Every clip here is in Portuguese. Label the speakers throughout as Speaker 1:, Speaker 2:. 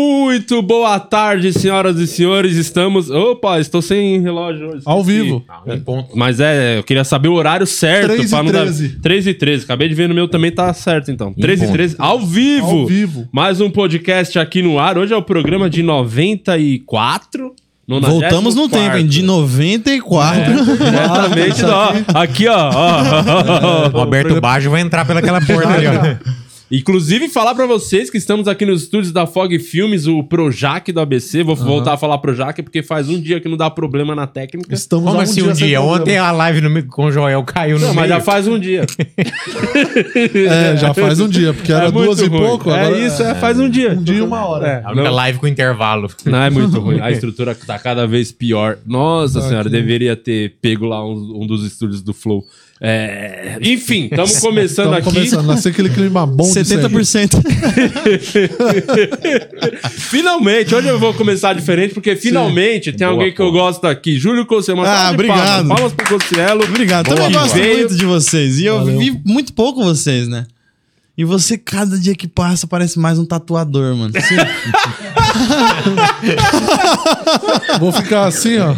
Speaker 1: Muito boa tarde, senhoras e senhores. Estamos. Opa, estou sem relógio hoje.
Speaker 2: Ao vivo.
Speaker 3: Um ponto.
Speaker 1: Mas é, eu queria saber o horário certo.
Speaker 2: 3 e
Speaker 1: pra não dar-
Speaker 2: 13.
Speaker 1: 3 e 13. Acabei de ver no meu também tá certo, então.
Speaker 3: Em
Speaker 1: 13 e
Speaker 3: ponto.
Speaker 1: 13. Ao vivo.
Speaker 2: Ao vivo.
Speaker 1: Mais um podcast aqui no ar. Hoje é o programa de 94. 94.
Speaker 3: Voltamos
Speaker 4: é
Speaker 3: no tempo, hein? De 94.
Speaker 1: Exatamente. ó, aqui, ó. ó,
Speaker 4: É.
Speaker 1: ó, ó.
Speaker 3: Roberto Baggio vai entrar pelaquela porta ali, ó.
Speaker 1: Inclusive, falar pra vocês que estamos aqui nos estúdios da Fog Filmes, o Projac do ABC. Vou voltar a falar Projac porque faz um dia que não dá problema na técnica.
Speaker 2: Estamos
Speaker 3: Como
Speaker 2: há
Speaker 3: assim um
Speaker 2: sem
Speaker 3: dia?
Speaker 2: programa.
Speaker 3: Ontem a live no meio- com o Joel caiu no
Speaker 1: Não, mas
Speaker 3: meio.
Speaker 1: já faz um dia.
Speaker 2: É, já faz um dia, porque era
Speaker 1: É muito
Speaker 2: duas e
Speaker 1: ruim.
Speaker 2: pouco. agora
Speaker 1: É isso, é, faz um dia.
Speaker 2: Um dia e uma
Speaker 4: É.
Speaker 2: hora.
Speaker 3: É A única live com intervalo.
Speaker 1: Não, é muito ruim. A estrutura tá cada vez pior. Nossa
Speaker 2: Tá
Speaker 1: senhora, deveria ter pego lá um, um dos estúdios do Flow. É, Enfim, estamos começando
Speaker 2: Estamos
Speaker 1: aqui.
Speaker 2: começando, nasceu aquele clima bom de sempre.
Speaker 4: 70%.
Speaker 1: Finalmente, hoje eu vou começar diferente, porque finalmente tem alguém que eu gosto aqui. Júlio Cossielo. uma
Speaker 4: Ah,
Speaker 1: salva de
Speaker 4: obrigado.
Speaker 1: Palmas, palmas pro Cossielo.
Speaker 4: Obrigado.
Speaker 1: Boa,
Speaker 4: Também
Speaker 1: boa.
Speaker 4: gosto muito de vocês. E eu vi muito pouco vocês, né? E você, cada dia que passa, parece mais um tatuador, mano.
Speaker 2: Vou ficar assim, ó.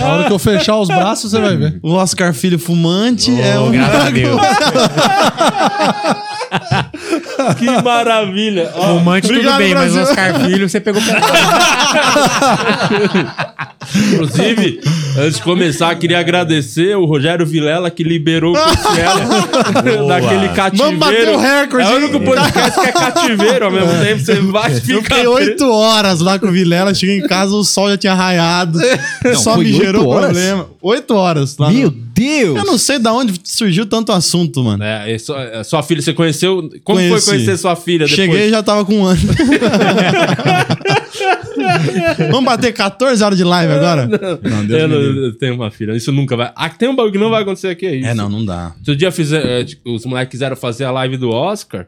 Speaker 2: A hora que eu fechar os braços, você vai ver.
Speaker 4: O Oscar Filho fumante é
Speaker 3: Oh,
Speaker 4: um...
Speaker 3: graças a Deus.
Speaker 1: Que maravilha. Ó,
Speaker 3: Fumante tudo
Speaker 4: Obrigado,
Speaker 3: bem, mas o
Speaker 4: Brasil.
Speaker 3: Oscar Filho você pegou pesado.
Speaker 1: Inclusive, antes de começar, queria agradecer o Rogério Vilela que liberou o Cossielo daquele cativeiro.
Speaker 4: Vamos bater o recorde,
Speaker 1: É o
Speaker 4: hein?
Speaker 1: único podcast que é cativeiro ao mesmo tempo. Você vai
Speaker 4: Eu
Speaker 1: ficar.
Speaker 4: fiquei oito horas lá com o Vilela, cheguei em casa, o sol já tinha raiado. Só
Speaker 5: É. foi
Speaker 4: me
Speaker 5: oito
Speaker 4: gerou
Speaker 5: horas?
Speaker 4: problema. Oito horas lá.
Speaker 5: Meu
Speaker 4: no-
Speaker 5: Deus!
Speaker 4: Eu não sei de onde surgiu tanto assunto, mano.
Speaker 1: É, e sua, é, sua filha, você conheceu. Como foi
Speaker 4: Conheci.
Speaker 1: conhecer sua filha É, depois?
Speaker 4: Cheguei e já tava com um ano. Vamos bater 14 horas de live agora? Não,
Speaker 1: Eu, não-
Speaker 4: me livre.
Speaker 1: eu tenho uma filha, isso nunca vai. Ah, tem um bagulho que não vai acontecer aqui, é isso.
Speaker 4: É, não, não dá.
Speaker 1: Outro dia fizer, eh, tipo, os moleques quiseram fazer a live do Oscar.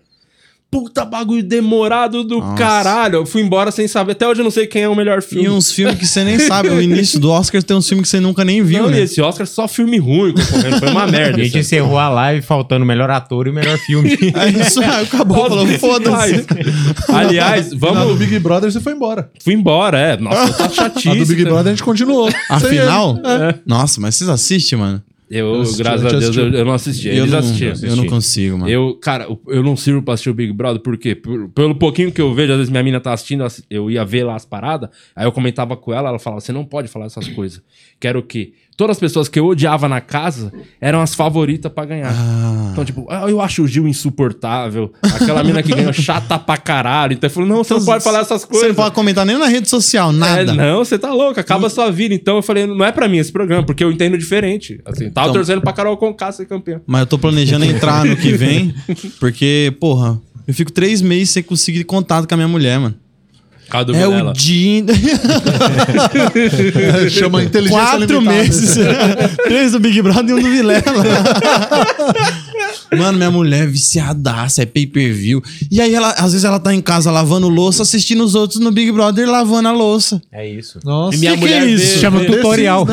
Speaker 1: Puta bagulho demorado do caralho. Eu fui embora sem saber. Até hoje eu não sei quem é o melhor filme.
Speaker 4: E uns filmes que você nem sabe. O início do Oscar tem uns filmes que você nunca nem viu,
Speaker 1: Não, e
Speaker 4: né?
Speaker 1: esse Oscar é só filme ruim concorrendo. Foi uma merda.
Speaker 3: A gente
Speaker 1: isso.
Speaker 3: encerrou a live faltando o melhor ator e o melhor filme.
Speaker 4: Aí isso aí acabou,
Speaker 1: Nossa,
Speaker 4: falou,
Speaker 1: esse
Speaker 4: foda-se.
Speaker 1: demais. Aliás,
Speaker 2: Na do
Speaker 1: vamos.
Speaker 2: Big Brother, você foi embora.
Speaker 1: Fui embora, é. Nossa, tá chatíssimo.
Speaker 2: Na do Big Brother, a gente continuou.
Speaker 1: é-
Speaker 4: Afinal, nossa, mas vocês assistem, mano?
Speaker 1: Eu,
Speaker 2: assisti,
Speaker 1: graças a
Speaker 2: a gente
Speaker 1: Deus, eu,
Speaker 2: assistiu.
Speaker 1: eu não assisti.
Speaker 4: eu
Speaker 1: Eles
Speaker 4: não,
Speaker 1: assistiram.
Speaker 4: eu não consigo, mano.
Speaker 1: Eu, cara, eu- eu não sirvo pra assistir o Big Brother, por quê? Por- pelo pouquinho que eu vejo, às vezes minha mina tá assistindo, eu assi- eu ia ver lá as paradas, aí eu comentava com ela, ela falava, você não pode falar essas coisas. Quero o quê? Todas as pessoas que eu odiava na casa eram as favoritas pra ganhar. Então, tipo, ah, eu acho o Gil insuportável, aquela mina que ganhou chata pra caralho. Então, eu falo, não, você não
Speaker 4: Então,
Speaker 1: pode falar essas
Speaker 4: Você
Speaker 1: coisas.
Speaker 4: não pode comentar nem na rede social,
Speaker 1: É,
Speaker 4: nada.
Speaker 1: não, você tá louco, acaba a sua vida. Então eu falei, não é pra mim esse programa, porque eu entendo diferente. Assim, tava
Speaker 4: Então-
Speaker 1: torcendo pra Carol Conká ser campeã.
Speaker 4: Mas eu tô planejando entrar no que vem, porque, porra, eu fico três meses sem conseguir contato com a minha mulher, mano.
Speaker 1: Cadu
Speaker 4: É o dia.
Speaker 2: Chama inteligência
Speaker 4: Quatro
Speaker 2: limitada.
Speaker 4: meses. Três do Big Brother e um do Vilela. Mano, minha mulher é viciadaça, é pay per view. E aí, ela, às vezes, ela tá em casa lavando louça, assistindo os outros no Big Brother lavando a louça.
Speaker 3: É isso.
Speaker 2: Nossa,
Speaker 1: E minha
Speaker 4: que
Speaker 1: mulher
Speaker 4: é isso?
Speaker 1: vê-
Speaker 3: Chama
Speaker 1: vê-
Speaker 3: tutorial.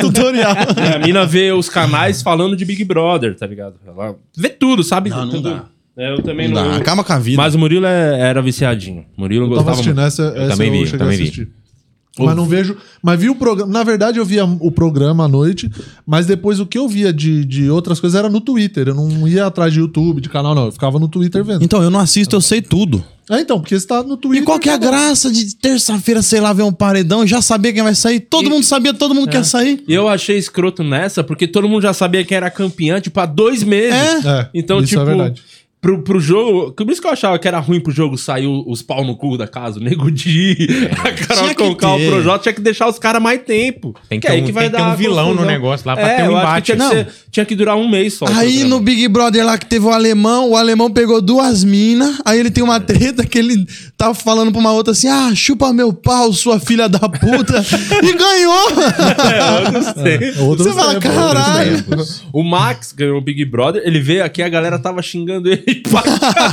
Speaker 4: Tutorial.
Speaker 1: É, a mina vê os canais falando de Big Brother, tá ligado? Ela vê tudo, sabe?
Speaker 4: Não, não
Speaker 1: tudo.
Speaker 4: dá.
Speaker 1: É, eu também
Speaker 4: Não
Speaker 1: não.
Speaker 4: dá, acaba com a vida.
Speaker 1: Mas o Murilo é- era viciadinho. O Murilo
Speaker 2: Eu
Speaker 1: gostava
Speaker 2: tava assistindo
Speaker 1: muito.
Speaker 2: essa, essa eu
Speaker 3: também vi, eu
Speaker 2: cheguei
Speaker 3: também
Speaker 2: a
Speaker 3: vi.
Speaker 2: assistir. Mas não vejo. Mas vi o programa. Na verdade, eu via o programa à noite, mas depois o que eu via de, de outras coisas era no Twitter. Eu não ia atrás de YouTube, de canal, não. Eu ficava no Twitter vendo.
Speaker 4: Então, eu não assisto, eu sei tudo.
Speaker 2: Ah, então, porque você tá no
Speaker 4: E
Speaker 2: Twitter.
Speaker 4: qual que é a graça de terça-feira, sei lá, ver um paredão e já saber quem vai sair? Todo mundo sabia, todo mundo quer sair.
Speaker 1: E eu achei escroto nessa, porque todo mundo já sabia quem era campeã, tipo, há dois meses.
Speaker 2: É,
Speaker 1: Então,
Speaker 2: isso
Speaker 1: tipo,
Speaker 2: é verdade.
Speaker 1: Pro, pro jogo. Por isso que eu achava que era ruim pro jogo sair o- os pau no cu da casa, o nego de
Speaker 3: É.
Speaker 1: a Carol
Speaker 4: Tinha que
Speaker 1: Conká, o
Speaker 4: ter.
Speaker 1: Projota, tinha que deixar os caras mais tempo.
Speaker 3: Tem que
Speaker 1: é
Speaker 3: ter
Speaker 1: aí
Speaker 3: um- tem que ter
Speaker 1: dar
Speaker 3: um
Speaker 1: a
Speaker 3: vilão no
Speaker 1: confusão.
Speaker 3: negócio lá pra
Speaker 1: É,
Speaker 3: ter um
Speaker 1: eu acho que
Speaker 3: embate.
Speaker 1: Tinha que,
Speaker 3: Não.
Speaker 1: ser- tinha que durar um mês só. o
Speaker 4: Aí
Speaker 1: programa.
Speaker 4: no Big Brother lá que teve o alemão, o alemão pegou duas minas, aí ele tem uma treta que ele tava falando pra uma outra assim: ah, chupa meu pau, sua filha da puta, e ganhou!
Speaker 1: É, eu não sei.
Speaker 2: Outros
Speaker 4: Você fala,
Speaker 2: tempos,
Speaker 4: caralho!
Speaker 1: O Max ganhou o Big Brother, ele veio aqui, a galera tava xingando ele. pra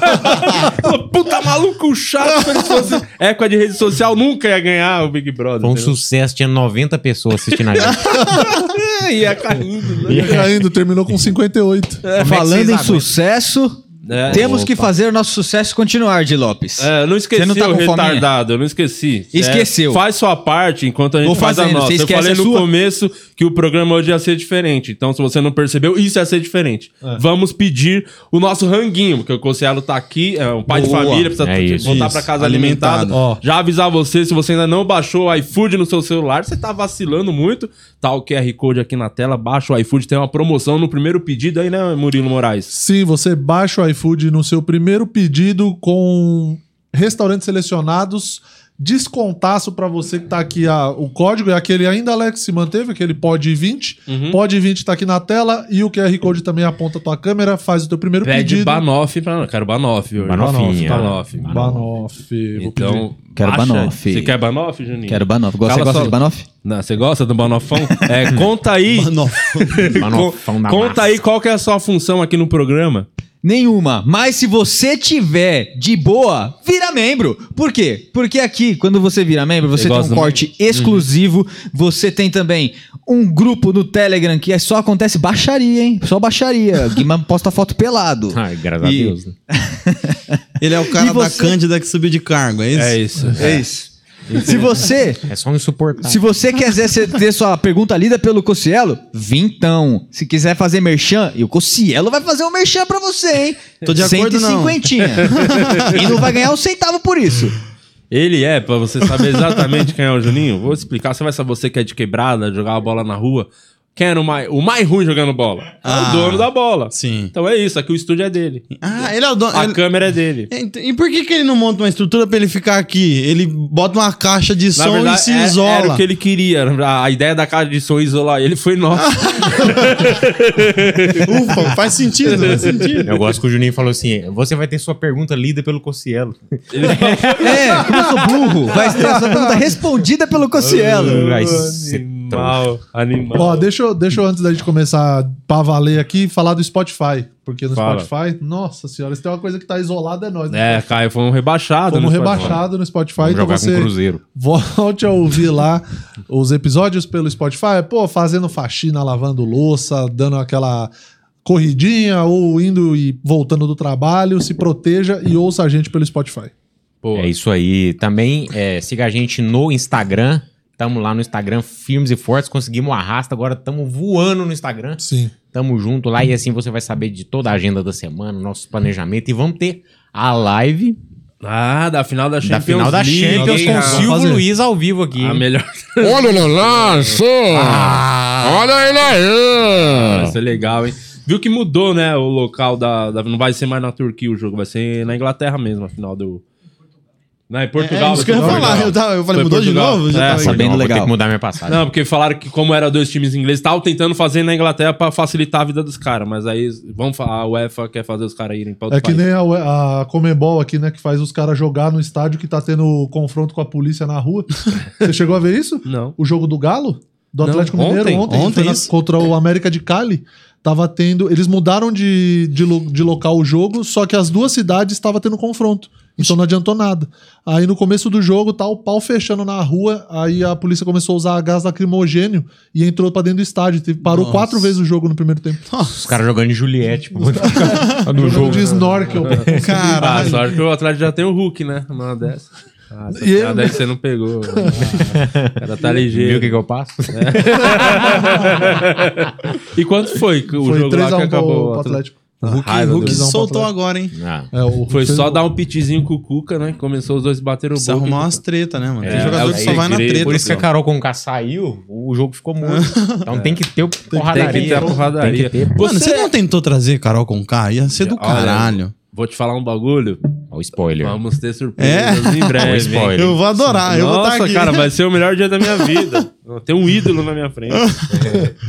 Speaker 1: caralho. Falou, Puta maluco chato, se ele fosse época de rede social, nunca ia ganhar o Big Brother.
Speaker 3: Foi um
Speaker 1: entendeu?
Speaker 3: sucesso, tinha 90 pessoas assistindo a gente.
Speaker 1: É, ia caindo, né?
Speaker 2: Ainda terminou com 58.
Speaker 3: Como é que
Speaker 5: Falando
Speaker 3: vocês
Speaker 5: em
Speaker 3: aguentam?
Speaker 5: sucesso,
Speaker 1: né?
Speaker 5: Temos que
Speaker 1: Opa.
Speaker 5: fazer o nosso sucesso continuar, de Lopes.
Speaker 1: É, eu não esqueci
Speaker 5: Você não tá
Speaker 1: o
Speaker 5: com fominha?
Speaker 1: retardado, eu não esqueci.
Speaker 5: Esqueceu.
Speaker 1: É, faz sua parte enquanto a gente
Speaker 5: Vou
Speaker 1: faz a
Speaker 5: fazendo,
Speaker 1: nossa.
Speaker 5: você
Speaker 1: Eu
Speaker 5: esquece
Speaker 1: falei
Speaker 5: a
Speaker 1: no
Speaker 5: sua?
Speaker 1: começo que o programa hoje ia ser diferente. Então, se você não percebeu, isso ia ser diferente.
Speaker 5: É.
Speaker 1: Vamos pedir o nosso ranguinho, porque o Cossielo tá aqui, é um pai
Speaker 5: Boa.
Speaker 1: de família, precisa
Speaker 3: É isso.
Speaker 1: voltar
Speaker 4: Isso.
Speaker 1: pra casa alimentado.
Speaker 4: Alimentado.
Speaker 2: Ó.
Speaker 1: Já avisar você, se você ainda não baixou o iFood no seu celular, você tá vacilando muito. Tá o QR Code aqui na tela, baixa o iFood, tem uma promoção no primeiro pedido aí, né, Murilo Moraes?
Speaker 2: Sim, você baixa o iFood no seu primeiro pedido com restaurantes selecionados, descontaço pra você que tá aqui a- o código, é aquele ainda, Alex, se manteve, aquele pode 20.
Speaker 1: Uhum.
Speaker 2: Pode 20 tá aqui na tela e o QR Code também aponta a tua câmera, faz o teu primeiro
Speaker 1: Pede
Speaker 2: pedido.
Speaker 1: Banoff pra Quero Banoff, hoje.
Speaker 3: Banofinha.
Speaker 1: Banoff.
Speaker 2: Banoff. vou pedir.
Speaker 1: Então,
Speaker 5: Quero
Speaker 1: baixa.
Speaker 5: Banoff.
Speaker 1: Você quer Banoff, Juninho?
Speaker 5: Quero Banoff. Gosta-
Speaker 1: Cala
Speaker 5: Você gosta
Speaker 1: só-
Speaker 5: de Banoff?
Speaker 1: Não, você gosta do Banofão? É, conta aí.
Speaker 3: Manofão da
Speaker 1: conta
Speaker 3: massa.
Speaker 1: aí qual que é a sua função aqui no programa.
Speaker 5: Nenhuma. Mas se você tiver de boa, vira membro. Por quê? Porque aqui, quando você vira membro, você tem
Speaker 1: gosta
Speaker 5: um
Speaker 1: do
Speaker 5: corte exclusivo. Você tem também um grupo no Telegram que é só acontece baixaria, hein? Só baixaria. Guimã posta foto pelado.
Speaker 3: Ai, graças a
Speaker 5: E-
Speaker 3: Deus. né?
Speaker 4: Ele é o cara
Speaker 5: E
Speaker 4: da
Speaker 5: você?
Speaker 4: Cândida que subiu de cargo, é isso?
Speaker 1: É isso.
Speaker 5: É isso. Se você
Speaker 3: É só um insuportável.
Speaker 5: Se você quiser ser- ter sua pergunta lida pelo Cocielo, vintão. Se quiser fazer merchan, e o Cocielo vai fazer um merchan pra você, hein?
Speaker 4: Tô de acordo, não.
Speaker 5: 150. e não vai ganhar um centavo por isso.
Speaker 1: Ele é, pra você saber exatamente quem é o Juninho, vou explicar. Você vai saber você que é de quebrada, jogar a bola na rua. Quem era o mais, o mais ruim jogando bola?
Speaker 4: Ah,
Speaker 1: é o dono da bola.
Speaker 4: sim.
Speaker 1: Então é isso, aqui o estúdio é dele.
Speaker 4: Ah, ele é o dono.
Speaker 1: A
Speaker 4: ele-
Speaker 1: câmera é dele.
Speaker 4: Ent- E por que, que ele não monta uma estrutura pra ele ficar aqui? Ele bota uma caixa de
Speaker 1: Na
Speaker 4: som
Speaker 1: verdade,
Speaker 4: e se
Speaker 1: é-
Speaker 4: isola. Ah,
Speaker 1: era o que ele queria. A- A ideia da casa de som isolar ele foi nossa.
Speaker 4: Ufa, faz sentido, faz sentido.
Speaker 3: Eu gosto que o Juninho falou assim: você vai ter sua pergunta lida pelo Cocielo.
Speaker 5: É, eu sou burro. Vai ter a sua pergunta respondida pelo Cocielo.
Speaker 3: Ai, cê tá, trouxa.
Speaker 1: animal, animal.
Speaker 2: Ó, deixa, eu- deixa eu antes da gente começar pra valer aqui, falar do Spotify. Porque no
Speaker 1: Fala.
Speaker 2: Spotify, nossa senhora, se tem uma coisa que tá isolada é nós. né?
Speaker 1: É, Caio, foi um rebaixado.
Speaker 2: Fomos
Speaker 1: né, Spotify?
Speaker 2: rebaixados no Spotify,
Speaker 3: Vamos
Speaker 2: então
Speaker 3: jogar com o
Speaker 2: você
Speaker 3: Cruzeiro.
Speaker 2: volte a ouvir lá os episódios pelo Spotify. Pô, fazendo faxina, lavando louça, dando aquela corridinha ou indo e voltando do trabalho, se proteja e ouça a gente pelo Spotify.
Speaker 1: Pô,
Speaker 3: É isso aí. Também é, siga a gente no Instagram. Tamo lá no Instagram, firmes e fortes. Conseguimos o arrasto, agora tamo voando no Instagram.
Speaker 2: Sim.
Speaker 3: Tamo junto lá e assim você vai saber de toda a agenda da semana, nosso planejamento. E vamos ter a live
Speaker 1: Ah, da final da Champions
Speaker 3: da final da
Speaker 1: League,
Speaker 3: Champions
Speaker 1: hein,
Speaker 3: com o
Speaker 1: cara?
Speaker 3: Silvio Luiz ao vivo aqui.
Speaker 1: A
Speaker 3: hein?
Speaker 1: melhor. Ah.
Speaker 6: Olha ele lá, só! Olha ele aí!
Speaker 1: Isso é legal, hein? Viu que mudou, né? O local da, da- Não vai ser mais na Turquia o jogo, vai ser na Inglaterra mesmo, a final do. Não, em Portugal.
Speaker 4: É,
Speaker 1: vai
Speaker 4: isso que eu
Speaker 1: ser
Speaker 4: ia
Speaker 1: em
Speaker 4: falar.
Speaker 1: Portugal.
Speaker 4: Eu, tava- eu falei,
Speaker 1: Foi
Speaker 4: mudou
Speaker 1: Portugal.
Speaker 4: de novo?
Speaker 1: É,
Speaker 4: Já tá tava-
Speaker 3: Foi
Speaker 5: Sabendo
Speaker 3: bom, vou ter
Speaker 5: legal.
Speaker 3: que mudar minha passagem.
Speaker 1: Não, porque falaram que, como era dois times ingleses, estavam tentando fazer na Inglaterra pra facilitar a vida dos caras, mas aí vamos falar, a UEFA quer fazer os caras irem pra outro
Speaker 2: É que
Speaker 1: país.
Speaker 2: nem a, Ue- a Comebol aqui, né? Que faz os caras jogar no estádio que tá tendo confronto com a polícia na rua. Você chegou a ver isso?
Speaker 1: Não.
Speaker 2: O jogo do Galo? Do
Speaker 1: Não,
Speaker 2: Atlético Mineiro
Speaker 1: ontem,
Speaker 2: ontem,
Speaker 4: ontem,
Speaker 2: foi na-
Speaker 4: isso.
Speaker 2: contra o América de Cali. Tava tendo. Eles mudaram de, de, lo- de local o jogo, só que as duas cidades estavam tendo confronto. Então não adiantou nada. Aí no começo do jogo tá o pau fechando na rua, aí a polícia começou a usar gás lacrimogênio e entrou pra dentro do estádio. Teve- Parou
Speaker 4: Nossa.
Speaker 2: quatro vezes o jogo no primeiro tempo.
Speaker 3: Os caras jogando de Juliette. pô. no
Speaker 2: Jogando
Speaker 3: jogo.
Speaker 2: de snorkel.
Speaker 1: Ah,
Speaker 4: Caralho.
Speaker 1: só que o Atlético já tem o Hulk, né? Numa dessa. Ah, essa
Speaker 2: E ele-
Speaker 1: piada aí você não pegou. Ah, o cara tá
Speaker 3: Viu o
Speaker 1: ligeiro.
Speaker 3: que, que eu passo?
Speaker 1: E quanto foi que o
Speaker 2: foi
Speaker 1: jogo lá
Speaker 2: 3
Speaker 1: que
Speaker 2: a 1
Speaker 1: acabou?
Speaker 2: pro Atlético.
Speaker 4: Hulk,
Speaker 1: Raiva
Speaker 4: Hulk
Speaker 1: do-
Speaker 2: Visão
Speaker 4: soltou
Speaker 2: pra
Speaker 4: agora, hein?
Speaker 3: Ah,
Speaker 2: É, o-
Speaker 1: Foi
Speaker 2: fez
Speaker 1: só
Speaker 2: o-
Speaker 1: dar um pitizinho com o Cuca, né? Começou os dois bateram o
Speaker 4: Precisa
Speaker 1: boca.
Speaker 4: arrumar umas treta, né, mano?
Speaker 1: É,
Speaker 4: Tem jogador
Speaker 1: é
Speaker 4: que
Speaker 1: o
Speaker 4: só vai na
Speaker 1: segredo.
Speaker 4: treta.
Speaker 3: Por isso que a Carol Conká saiu, o jogo ficou morto. Então tem que ter o
Speaker 1: Tem que ter
Speaker 3: porradaria.
Speaker 1: a porradaria.
Speaker 3: Tem que ter.
Speaker 4: Mano, você
Speaker 1: Você-
Speaker 4: não tentou trazer Carol com K? Ia ser do
Speaker 1: Olha,
Speaker 4: caralho.
Speaker 1: Vou te falar um bagulho.
Speaker 3: Ó, o spoiler.
Speaker 1: Vamos ter surpresas em breve.
Speaker 3: Ó, o
Speaker 1: hein?
Speaker 3: spoiler.
Speaker 4: Eu vou
Speaker 2: Ah,
Speaker 4: adorar, eu vou
Speaker 2: tá
Speaker 1: Nossa,
Speaker 4: estar aqui.
Speaker 1: cara, vai ser o melhor dia da minha vida. Tem um ídolo na minha frente.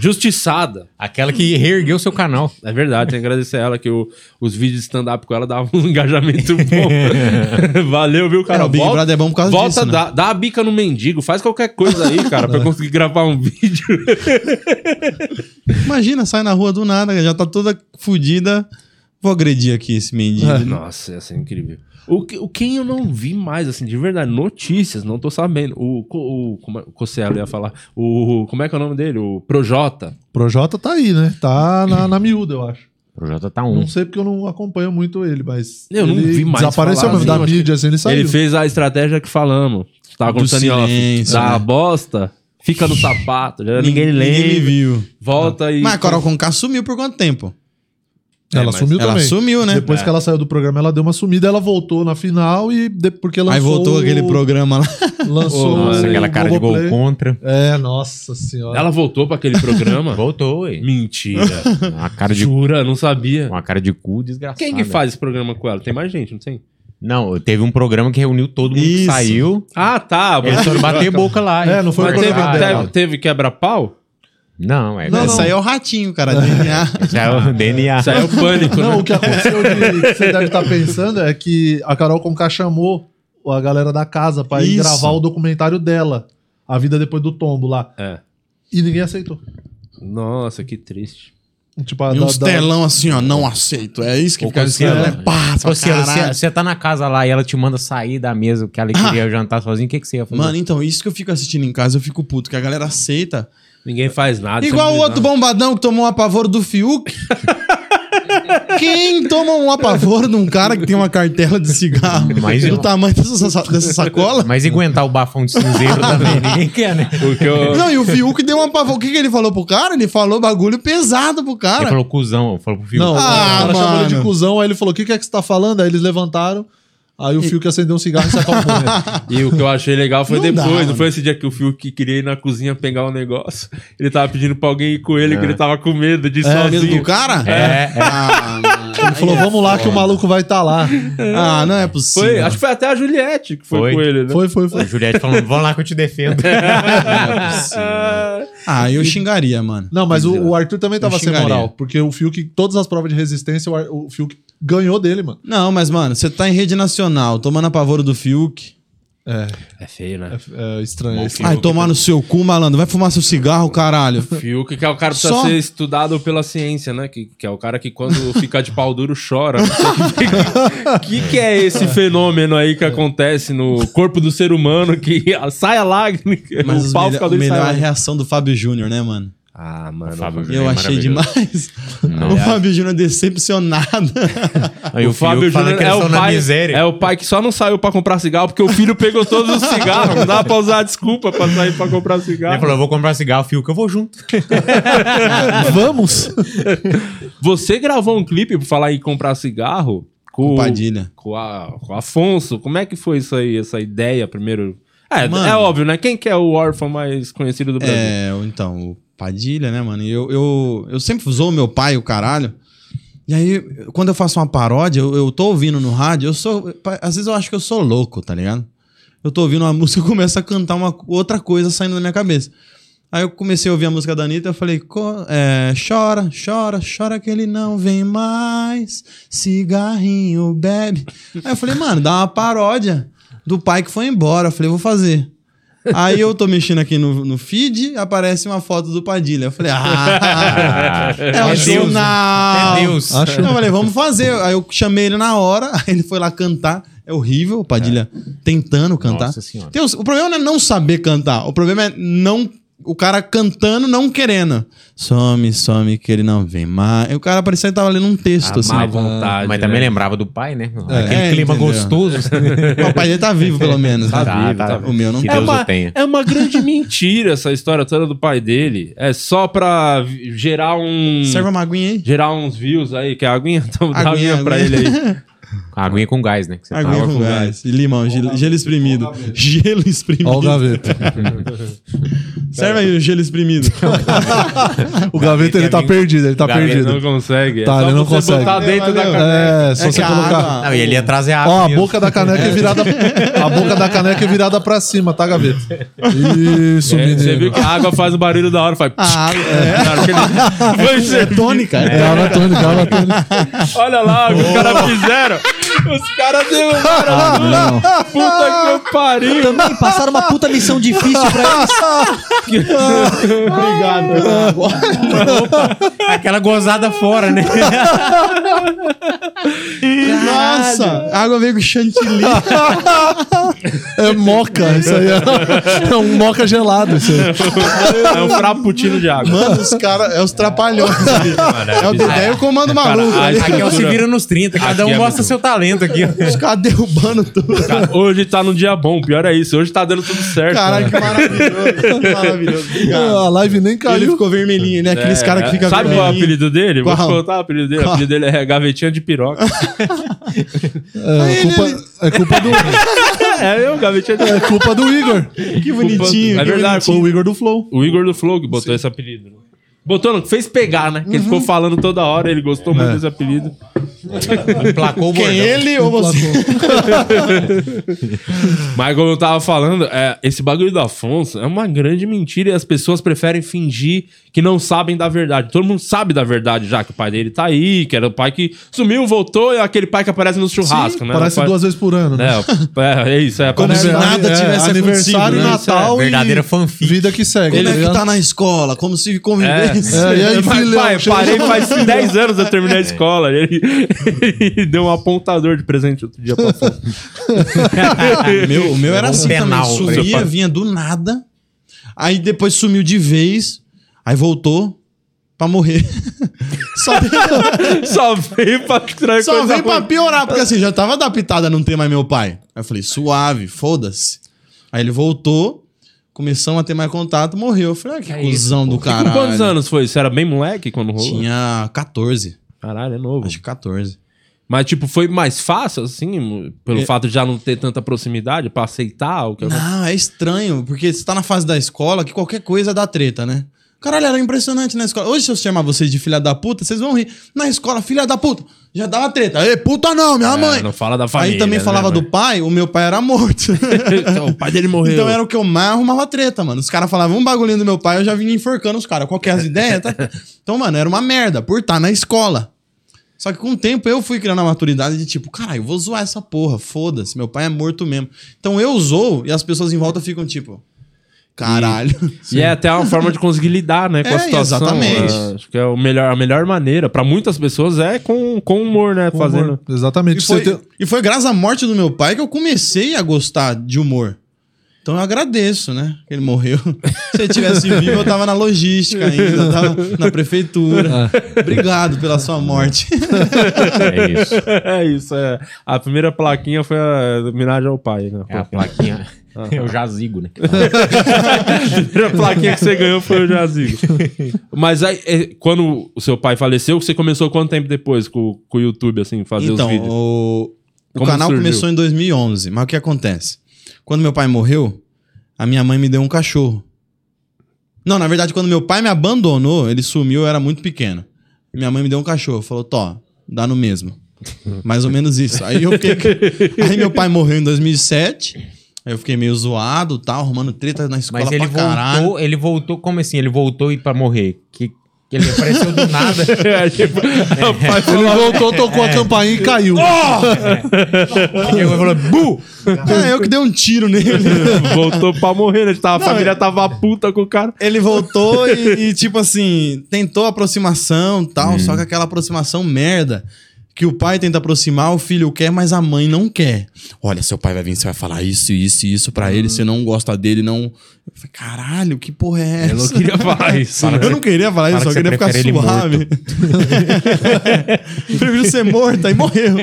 Speaker 1: Justiçada.
Speaker 3: Aquela que reergueu seu canal.
Speaker 1: É verdade, tem que agradecer a ela que o- os vídeos de stand-up com ela davam um engajamento bom. Valeu, viu, cara?
Speaker 4: É, o Big
Speaker 1: Volta-
Speaker 4: Brother é bom por causa
Speaker 1: Volta,
Speaker 4: disso, né?
Speaker 1: dá, dá a bica no mendigo, faz qualquer coisa aí, cara, pra eu conseguir gravar um vídeo.
Speaker 4: Imagina, sai na rua do nada, já tá toda fodida. Vou agredir aqui esse mendigo.
Speaker 1: Nossa, essa é incrível. O, que- o quem eu não vi mais, assim, de verdade, notícias, não tô sabendo. O, co- o, como é- o Cossielo ia falar. O, como é que é o nome dele? O Projota.
Speaker 2: Projota tá aí, né? Tá na, na miúda, eu acho.
Speaker 3: O Projota tá um.
Speaker 2: Não sei porque eu não acompanho muito ele, mas.
Speaker 1: Eu não
Speaker 2: ele
Speaker 1: vi mais
Speaker 2: Desapareceu
Speaker 1: falar
Speaker 2: mesmo da
Speaker 1: assim, acho
Speaker 2: mídia, assim, ele saiu.
Speaker 1: Ele fez a estratégia que falamos. Que Tava
Speaker 4: Do
Speaker 1: contando em off.
Speaker 4: silêncio,
Speaker 1: Da
Speaker 4: né?
Speaker 1: bosta, fica no sapato. já ninguém
Speaker 4: Ninguém me
Speaker 1: lembra.
Speaker 4: viu.
Speaker 1: Volta e.
Speaker 4: Mas a Carol Conká sumiu por quanto tempo?
Speaker 2: Ela
Speaker 1: É, mas
Speaker 2: sumiu
Speaker 4: ela
Speaker 2: também.
Speaker 4: sumiu, né?
Speaker 1: É.
Speaker 2: Depois que ela saiu do programa, ela deu uma sumida, ela voltou na final e de- porque lançou.
Speaker 4: Aí voltou aquele programa lá.
Speaker 2: Lançou.
Speaker 3: Nossa,
Speaker 2: o
Speaker 3: aquela cara de gol
Speaker 2: Globoplay.
Speaker 3: contra.
Speaker 2: É, nossa senhora.
Speaker 1: Ela voltou pra aquele programa?
Speaker 3: Voltou, ué.
Speaker 1: Mentira.
Speaker 3: Uma cara de,
Speaker 1: Jura, não sabia.
Speaker 3: uma cara de cu desgraçada.
Speaker 1: Quem que faz esse programa com ela? Tem mais gente, não tem?
Speaker 3: Não, teve um programa que reuniu todo mundo que
Speaker 4: Isso.
Speaker 3: saiu.
Speaker 1: Ah, tá.
Speaker 3: Eles foram bater boca lá.
Speaker 2: É,
Speaker 3: e
Speaker 2: não foi
Speaker 1: Mas
Speaker 2: o
Speaker 1: teve,
Speaker 3: cortaram.
Speaker 2: programa dela.
Speaker 1: teve, teve quebra-pau?
Speaker 3: Não, é.
Speaker 2: Não,
Speaker 4: Isso aí é o ratinho, cara. DNA.
Speaker 3: Já é o DNA.
Speaker 1: Isso aí é o pânico,
Speaker 2: Não, o
Speaker 1: né?
Speaker 2: que aconteceu de, que você deve estar pensando é que a Carol Conká chamou a galera da casa pra ir
Speaker 4: Isso.
Speaker 2: gravar o documentário dela, A Vida Depois do Tombo lá.
Speaker 1: É.
Speaker 2: E ninguém aceitou.
Speaker 1: Nossa, que triste.
Speaker 2: Tipo, a
Speaker 4: E
Speaker 2: da-
Speaker 4: uns
Speaker 2: da-
Speaker 4: telão assim, ó. Não aceito. É isso que
Speaker 3: Ô,
Speaker 4: fica escrito,
Speaker 3: Cassiano,
Speaker 4: né?
Speaker 1: é?
Speaker 4: Pá,
Speaker 3: Ô, Cielo,
Speaker 4: caralho.
Speaker 3: você, você tá na casa lá e ela te manda sair da mesa que ela queria jantar sozinha, o que, que você ia fazer?
Speaker 4: Mano, então, isso que eu fico assistindo em casa, eu fico puto, que a galera aceita.
Speaker 1: Ninguém faz nada. é
Speaker 4: Igual o
Speaker 1: sempre
Speaker 4: outro
Speaker 1: nada.
Speaker 4: bombadão que tomou um apavoro do Fiuk. Quem toma um apavoro de um cara que tem uma cartela de cigarro
Speaker 3: Mas
Speaker 4: do
Speaker 3: eu-
Speaker 4: tamanho dessa, sa- dessa sacola?
Speaker 3: Mas e aguentar o bafão de cinzeiro também, ninguém quer, né?
Speaker 1: O que eu-
Speaker 4: Não, e o Fiuk deu um apavoro. O que, que ele falou pro cara? Ele falou bagulho pesado pro
Speaker 3: Ele
Speaker 4: cara.
Speaker 3: falou cuzão, falou pro filho.
Speaker 2: Não,
Speaker 4: Ah,
Speaker 2: ela chamou ele de
Speaker 4: mano.
Speaker 2: cuzão, aí ele falou: o que, que é que você tá falando? Aí eles levantaram. Aí o Fiuk acendeu um cigarro e se acalmou. né?
Speaker 1: E o que eu achei legal foi
Speaker 4: Não dá,
Speaker 1: depois, não
Speaker 4: mano.
Speaker 1: foi esse dia que o Fiuk queria ir na cozinha pegar um negócio. Ele tava pedindo pra alguém ir com ele, que ele tava com medo de ir
Speaker 4: É, medo
Speaker 1: sozinho.
Speaker 4: do cara?
Speaker 3: É, é.
Speaker 4: Ah, mano.
Speaker 2: Ele falou: vamos lá que o maluco vai estar lá.
Speaker 4: Ah, não é possível.
Speaker 1: Foi, acho que foi até a Juliette que foi,
Speaker 3: Foi.
Speaker 1: com ele, né?
Speaker 2: Foi, foi, foi.
Speaker 3: A Juliette falando, vão lá que eu te defendo.
Speaker 1: Ah,
Speaker 4: Ah, eu xingaria, mano.
Speaker 2: Não, mas o, o Arthur também tava sem
Speaker 4: xingaria.
Speaker 2: moral, porque o Fiuk, todas as provas de resistência, o, Ar- o Fiuk ganhou dele, mano.
Speaker 4: Não, mas, mano, você tá em rede nacional, tomando apavoro do Fiuk.
Speaker 2: É,
Speaker 1: é feio, né?
Speaker 2: é, é estranho. é estranho.
Speaker 4: Ai, tomar no seu cu, malandro. Vai fumar seu cigarro, caralho.
Speaker 1: Fiuk, que é o cara que precisa
Speaker 4: Só-
Speaker 1: ser estudado pela ciência, né? Que, que é o cara que quando fica de pau duro chora. O que, que é esse fenômeno aí que acontece no corpo do ser humano que sai a lágrima,
Speaker 4: Mas
Speaker 1: o
Speaker 4: os
Speaker 1: pau
Speaker 4: melhor-
Speaker 1: fica
Speaker 4: o
Speaker 1: duro e sai a
Speaker 4: melhor é a
Speaker 1: lágrima.
Speaker 4: reação do Fábio Júnior, né, mano?
Speaker 1: Ah, mano.
Speaker 3: é Fábio
Speaker 4: Eu
Speaker 3: É
Speaker 4: achei
Speaker 3: maravilhoso.
Speaker 4: demais.
Speaker 3: Não.
Speaker 4: O Fábio Júnior é decepcionado.
Speaker 3: Aí o Fábio falando que eles estão na miséria.
Speaker 1: é o pai que só não saiu pra comprar cigarro porque o filho pegou todos os cigarros. Não dá pra usar a desculpa pra sair pra comprar
Speaker 3: Ele
Speaker 1: cigarro.
Speaker 3: falou, eu vou comprar cigarro, Fiuk, eu vou junto.
Speaker 2: Vamos!
Speaker 1: Você gravou um clipe pra falar em comprar cigarro com,
Speaker 4: Padilha.
Speaker 1: com, a, com o Afonso. Como é que foi isso aí, essa ideia primeiro? É,
Speaker 4: Mano.
Speaker 1: é óbvio, né? Quem que é o órfão mais conhecido do Brasil?
Speaker 4: É, o- então, o Padilha, né, mano? E Eu, eu, eu sempre usou meu pai, o caralho. E aí, quando eu faço uma paródia, eu, eu tô ouvindo no rádio, eu sou. pa- Às vezes eu acho que eu sou louco, tá ligado? Eu tô ouvindo uma música e começo a cantar uma outra coisa saindo da minha cabeça. Aí eu comecei a ouvir a música da Anitta, eu falei, "Co- é, chora, chora, chora que ele não vem mais, cigarrinho, bebe. Aí eu falei, mano, dá uma paródia do pai que foi embora. Eu falei, vou fazer. Aí eu tô mexendo aqui no, no feed, aparece uma foto do Padilha. Eu falei, ah, é o
Speaker 3: Deus. né?
Speaker 4: jornal.
Speaker 3: É Deus.
Speaker 2: Acho-
Speaker 4: Eu falei, vamos fazer. Aí eu chamei ele na hora, aí ele foi lá cantar. É horrível, o Padilha tentando cantar.
Speaker 3: Nossa senhora.
Speaker 4: Tem os- o problema não é não saber cantar, o problema é não o cara cantando, não querendo. Some, some, que ele não vem mais. E o cara parecia que tava lendo um texto, assim.
Speaker 1: Ah, Má vontade.
Speaker 3: Mas também
Speaker 1: né?
Speaker 3: lembrava do pai, né?
Speaker 4: É,
Speaker 3: Aquele clima
Speaker 4: entendeu?
Speaker 3: gostoso. assim, né?
Speaker 4: Mas O Padilha tá vivo, pelo menos. né?
Speaker 1: Tá vivo, tá
Speaker 4: O meu não
Speaker 3: Que
Speaker 4: tá.
Speaker 1: É
Speaker 3: Deus
Speaker 1: uma,
Speaker 3: o tenha.
Speaker 1: é uma grande mentira essa história toda do pai dele. É só pra vi- gerar um.
Speaker 4: Serve uma aguinha aí?
Speaker 1: Gerar uns views aí, que é a aguinha? Então dá
Speaker 4: Aguinha,
Speaker 1: aguinha, pra
Speaker 4: aguinha.
Speaker 1: ele aí.
Speaker 3: Com a aguinha com gás, né? Que você
Speaker 4: Aguinha
Speaker 3: tava
Speaker 4: com gás. E limão, gelo, gelo espremido. Gelo
Speaker 2: Ó o
Speaker 4: espremido.
Speaker 2: Gaveta.
Speaker 4: Serve aí o gelo espremido.
Speaker 2: O Gaveta, ele tá perdido, ele tá
Speaker 3: Gaveta
Speaker 2: perdido.
Speaker 1: Não consegue.
Speaker 2: Tá,
Speaker 1: é só
Speaker 2: ele não
Speaker 1: você
Speaker 2: consegue.
Speaker 1: botar dentro da caneca.
Speaker 2: É, só
Speaker 4: É
Speaker 2: você
Speaker 4: que a
Speaker 2: colocar.
Speaker 4: água-
Speaker 3: Não, e ele ia trazer a
Speaker 2: Ó, a
Speaker 3: mesmo.
Speaker 2: boca da caneca é virada. A boca da caneca é virada pra cima, tá, Gaveta? Isso,
Speaker 1: É, você viu
Speaker 2: menino.
Speaker 1: que a água faz um barulho da hora, faz.
Speaker 4: Ah, é.
Speaker 1: Na hora que ele- Foi isso aí.
Speaker 4: Tônica.
Speaker 2: É aula tônica, aula tônica.
Speaker 1: Olha lá o que os caras fizeram. Os caras derrubaram.
Speaker 5: Ah, não.
Speaker 1: Puta que eu
Speaker 4: É.
Speaker 1: pariu.
Speaker 5: Também passaram uma puta lição difícil pra eles.
Speaker 3: Aquela gozada fora, né?
Speaker 4: Nossa! A água veio com chantilly.
Speaker 2: É moca, isso aí é, é um moca gelado. Isso aí.
Speaker 1: É um frappuccino de água.
Speaker 4: Mano, os caras, é os trapalhões. é o Dedé e o comando
Speaker 1: Cara,
Speaker 4: maluco. né?
Speaker 1: ai,
Speaker 4: ali.
Speaker 1: ai,
Speaker 3: Aqui é o se
Speaker 1: Cultura.
Speaker 3: vira nos 30,
Speaker 1: Aqui
Speaker 3: cada
Speaker 1: é
Speaker 3: um mostra
Speaker 1: muito.
Speaker 3: seu talento aqui.
Speaker 4: Os caras derrubando tudo.
Speaker 1: Cara, hoje tá num dia bom, pior é isso. Hoje tá dando tudo certo.
Speaker 4: Caralho, que maravilhoso. Que maravilhoso. Obrigado.
Speaker 2: A live nem
Speaker 4: Ele
Speaker 2: caiu.
Speaker 4: ficou vermelhinho, né? Aqueles
Speaker 1: É,
Speaker 4: caras que
Speaker 1: é.
Speaker 4: ficam
Speaker 1: Sabe qual é o apelido dele? Vou
Speaker 4: Qual?
Speaker 1: te contar o apelido dele. O apelido dele é Gavetinha de Piroca.
Speaker 2: É, culpa, é, culpa do,
Speaker 1: é, eu, Gavetinha de
Speaker 2: é culpa do Igor.
Speaker 4: Que bonitinho.
Speaker 1: É
Speaker 4: que
Speaker 1: verdade,
Speaker 2: Foi o Igor do Flow.
Speaker 1: O Igor do Flow que botou esse apelido. né? Botou, não, fez pegar, né? Que ele
Speaker 4: Uhum.
Speaker 1: ficou falando toda hora, ele
Speaker 4: É.
Speaker 1: gostou muito desse apelido.
Speaker 3: Placou o
Speaker 4: Quem
Speaker 3: bordão.
Speaker 4: ele ou você?
Speaker 1: Mas como eu tava falando, é, esse bagulho do Afonso é uma grande mentira e as pessoas preferem fingir que não sabem da verdade. Todo mundo sabe da verdade já, que o pai dele tá aí, que era o pai que sumiu, voltou, é aquele pai que aparece no churrasco, né?
Speaker 2: Parece
Speaker 1: O pai-
Speaker 2: duas vezes por ano. né?
Speaker 1: É, o- é, é isso, é
Speaker 4: Como
Speaker 1: parece-
Speaker 4: se
Speaker 2: Aniversário-
Speaker 4: nada tivesse
Speaker 2: Aniversário,
Speaker 4: acontecido, né?
Speaker 2: Natal
Speaker 3: Isso é verdadeira
Speaker 2: e
Speaker 3: fanfic.
Speaker 2: vida que segue.
Speaker 4: Como
Speaker 2: tá
Speaker 4: é que
Speaker 2: ligado?
Speaker 4: tá na escola? Como se convivesse.
Speaker 2: É, e aí,
Speaker 1: Mas,
Speaker 2: filhão,
Speaker 1: pai,
Speaker 2: chega-
Speaker 1: parei faz 10 anos eu terminei a escola. E Ele, ele deu um apontador de presente outro dia pra Afonso.
Speaker 4: O meu, o meu era
Speaker 3: Um
Speaker 4: assim
Speaker 3: penal pra
Speaker 4: também.
Speaker 3: ele.
Speaker 4: Sumia, vinha do nada. Aí depois sumiu de vez. Aí voltou pra morrer. Só,
Speaker 1: Só veio pra trazer
Speaker 4: só
Speaker 1: coisa
Speaker 4: veio pra
Speaker 1: ruim.
Speaker 4: piorar, porque assim, já tava adaptada a não ter mais meu pai. Aí eu falei, suave, foda-se. Aí ele voltou, começamos a ter mais contato, morreu. Eu falei, ah,
Speaker 1: É
Speaker 4: que cuzão do
Speaker 1: E com
Speaker 4: caralho.
Speaker 1: quantos anos foi? Você era bem moleque quando rolou?
Speaker 4: Tinha 14.
Speaker 1: Caralho, é novo.
Speaker 4: Acho que 14.
Speaker 1: Mas, tipo, foi mais fácil, assim, pelo
Speaker 4: É.
Speaker 1: fato de já não ter tanta proximidade pra aceitar o que aconteceu?
Speaker 4: Não, é estranho, porque você tá na fase da escola que qualquer coisa dá treta, né? Caralho, era impressionante na escola. Hoje, se eu chamar vocês de filha da puta, vocês vão rir. Na escola, filha da puta, já dava treta. Ei, puta não, minha mãe.
Speaker 1: É, não fala da família.
Speaker 4: Aí também
Speaker 1: né,
Speaker 4: falava do
Speaker 1: mano?
Speaker 4: pai, o meu pai era morto.
Speaker 1: Então, o pai dele morreu.
Speaker 4: Então era o que eu mais arrumava treta, mano. Os caras falavam um bagulhinho do meu pai, eu já vinha enforcando os caras. Qualquer as ideias, tá? Então, mano, era uma merda por estar na escola. Só que com o tempo eu fui criando a maturidade de tipo, caralho, eu vou zoar essa porra, foda-se, meu pai é morto mesmo. Então eu zoo e as pessoas em volta ficam tipo, caralho.
Speaker 1: E é até uma forma de conseguir lidar, né, com
Speaker 4: É,
Speaker 1: a situação.
Speaker 4: exatamente.
Speaker 1: É, acho que é o melhor, a melhor maneira. Pra muitas pessoas é com, com humor, né?
Speaker 2: Com humor.
Speaker 1: fazendo.
Speaker 2: Exatamente.
Speaker 4: E
Speaker 2: Você
Speaker 4: foi,
Speaker 2: tem-
Speaker 4: e foi graças à morte do meu pai que eu comecei a gostar de humor. Então eu agradeço, né? Que ele morreu. Se ele tivesse vivo, eu tava na logística ainda, eu tava na prefeitura. Obrigado pela sua morte.
Speaker 3: É isso.
Speaker 1: é isso, é. A primeira plaquinha foi a homenagem ao pai, né?
Speaker 3: É a plaquinha. Eu já zigo, né?
Speaker 1: A primeira plaquinha que você ganhou foi o Jazigo. Mas aí, é, quando o seu pai faleceu, você começou quanto tempo depois com, com o YouTube, assim, fazer os
Speaker 4: Então,
Speaker 1: vídeos?
Speaker 4: o, o
Speaker 1: Como
Speaker 4: canal
Speaker 1: surgiu?
Speaker 4: começou em 2011, mas o que acontece? Quando meu pai morreu, a minha mãe me deu um cachorro. Não, na verdade, quando meu pai me abandonou, ele sumiu, eu era muito pequeno. Minha mãe me deu um cachorro, falou, Tó, dá no mesmo. Mais ou menos isso. Aí eu fiquei... Aí meu pai morreu em 2007, aí eu fiquei meio zoado, tal, arrumando treta na escola
Speaker 3: Mas ele
Speaker 4: pra caralho.
Speaker 3: voltou, ele voltou, como assim? Ele voltou e pra morrer. Que, que ele apareceu do nada.
Speaker 1: É, tipo, o pai
Speaker 2: Ele voltou, tocou a campainha e caiu.
Speaker 3: Ele falou, bu!
Speaker 4: Ah, eu que dei um tiro nele.
Speaker 1: voltou pra morrer, né? Tava- A
Speaker 4: é.
Speaker 1: família tava puta com o cara.
Speaker 4: Ele voltou e, e, tipo assim, tentou aproximação tal,
Speaker 3: Uhum.
Speaker 4: só que aquela aproximação merda. Que o pai tenta aproximar, o filho quer, mas a mãe não quer. Olha, seu pai vai vir, você vai falar isso, isso e isso pra ele,
Speaker 3: Uhum.
Speaker 4: você não gosta dele, não. Eu falei, caralho, que porra é essa?
Speaker 1: Eu não queria falar isso.
Speaker 4: Eu não queria falar isso,
Speaker 3: né? Fala
Speaker 4: eu
Speaker 3: que
Speaker 4: queria
Speaker 3: você prefere
Speaker 4: ficar
Speaker 3: ele
Speaker 4: suave. Prefiro ser morto, aí morreu.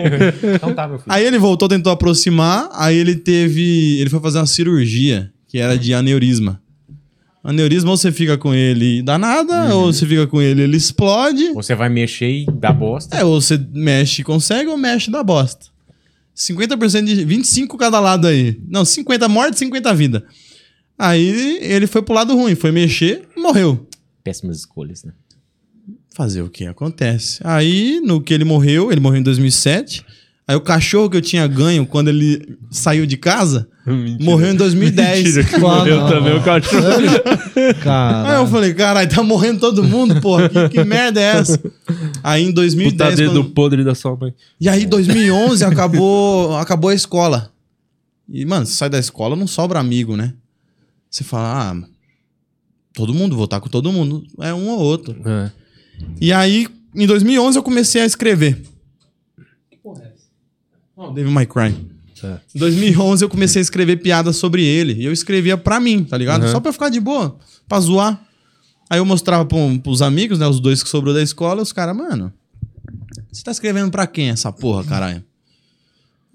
Speaker 3: Então tá, meu filho.
Speaker 4: Aí ele voltou, tentou aproximar, aí ele teve. Ele foi fazer uma cirurgia, que era de aneurisma. Aneurisma, ou você fica com ele e dá nada, ou você fica com ele e ele explode.
Speaker 3: Você vai mexer e dar bosta.
Speaker 4: É, ou você mexe e consegue, ou mexe e dá bosta. 50% de. 25 cada lado aí. Não, 50 morte, 50 vida. Aí ele foi pro lado ruim, foi mexer, morreu.
Speaker 3: Péssimas escolhas, né?
Speaker 4: Fazer o que acontece. Aí, no que ele morreu, ele morreu em 2007. Aí o cachorro que eu tinha ganho quando ele saiu de casa morreu em 2010.
Speaker 1: Mentira, que morreu também o cachorro.
Speaker 4: Aí eu falei, caralho, tá morrendo todo mundo, porra. Que, que merda é essa? Aí em
Speaker 1: Puta
Speaker 4: 2010.
Speaker 1: dedo
Speaker 4: quando-
Speaker 1: tá podre da sua mãe.
Speaker 4: E aí 2011 acabou, acabou a escola. E, mano, você sai da escola, não sobra amigo, né? Você fala, ah, todo mundo, vou estar com todo mundo. É um ou outro. E aí, em 2011, eu comecei a escrever. Não, Devil My Cry. Em 2011 eu comecei a escrever piadas sobre ele. E eu escrevia pra mim, tá ligado? Só pra eu ficar de boa, pra zoar. Aí eu mostrava pra um, pros amigos, né? Os dois que sobrou da escola. Os caras, mano, você tá escrevendo pra quem essa porra, caralho?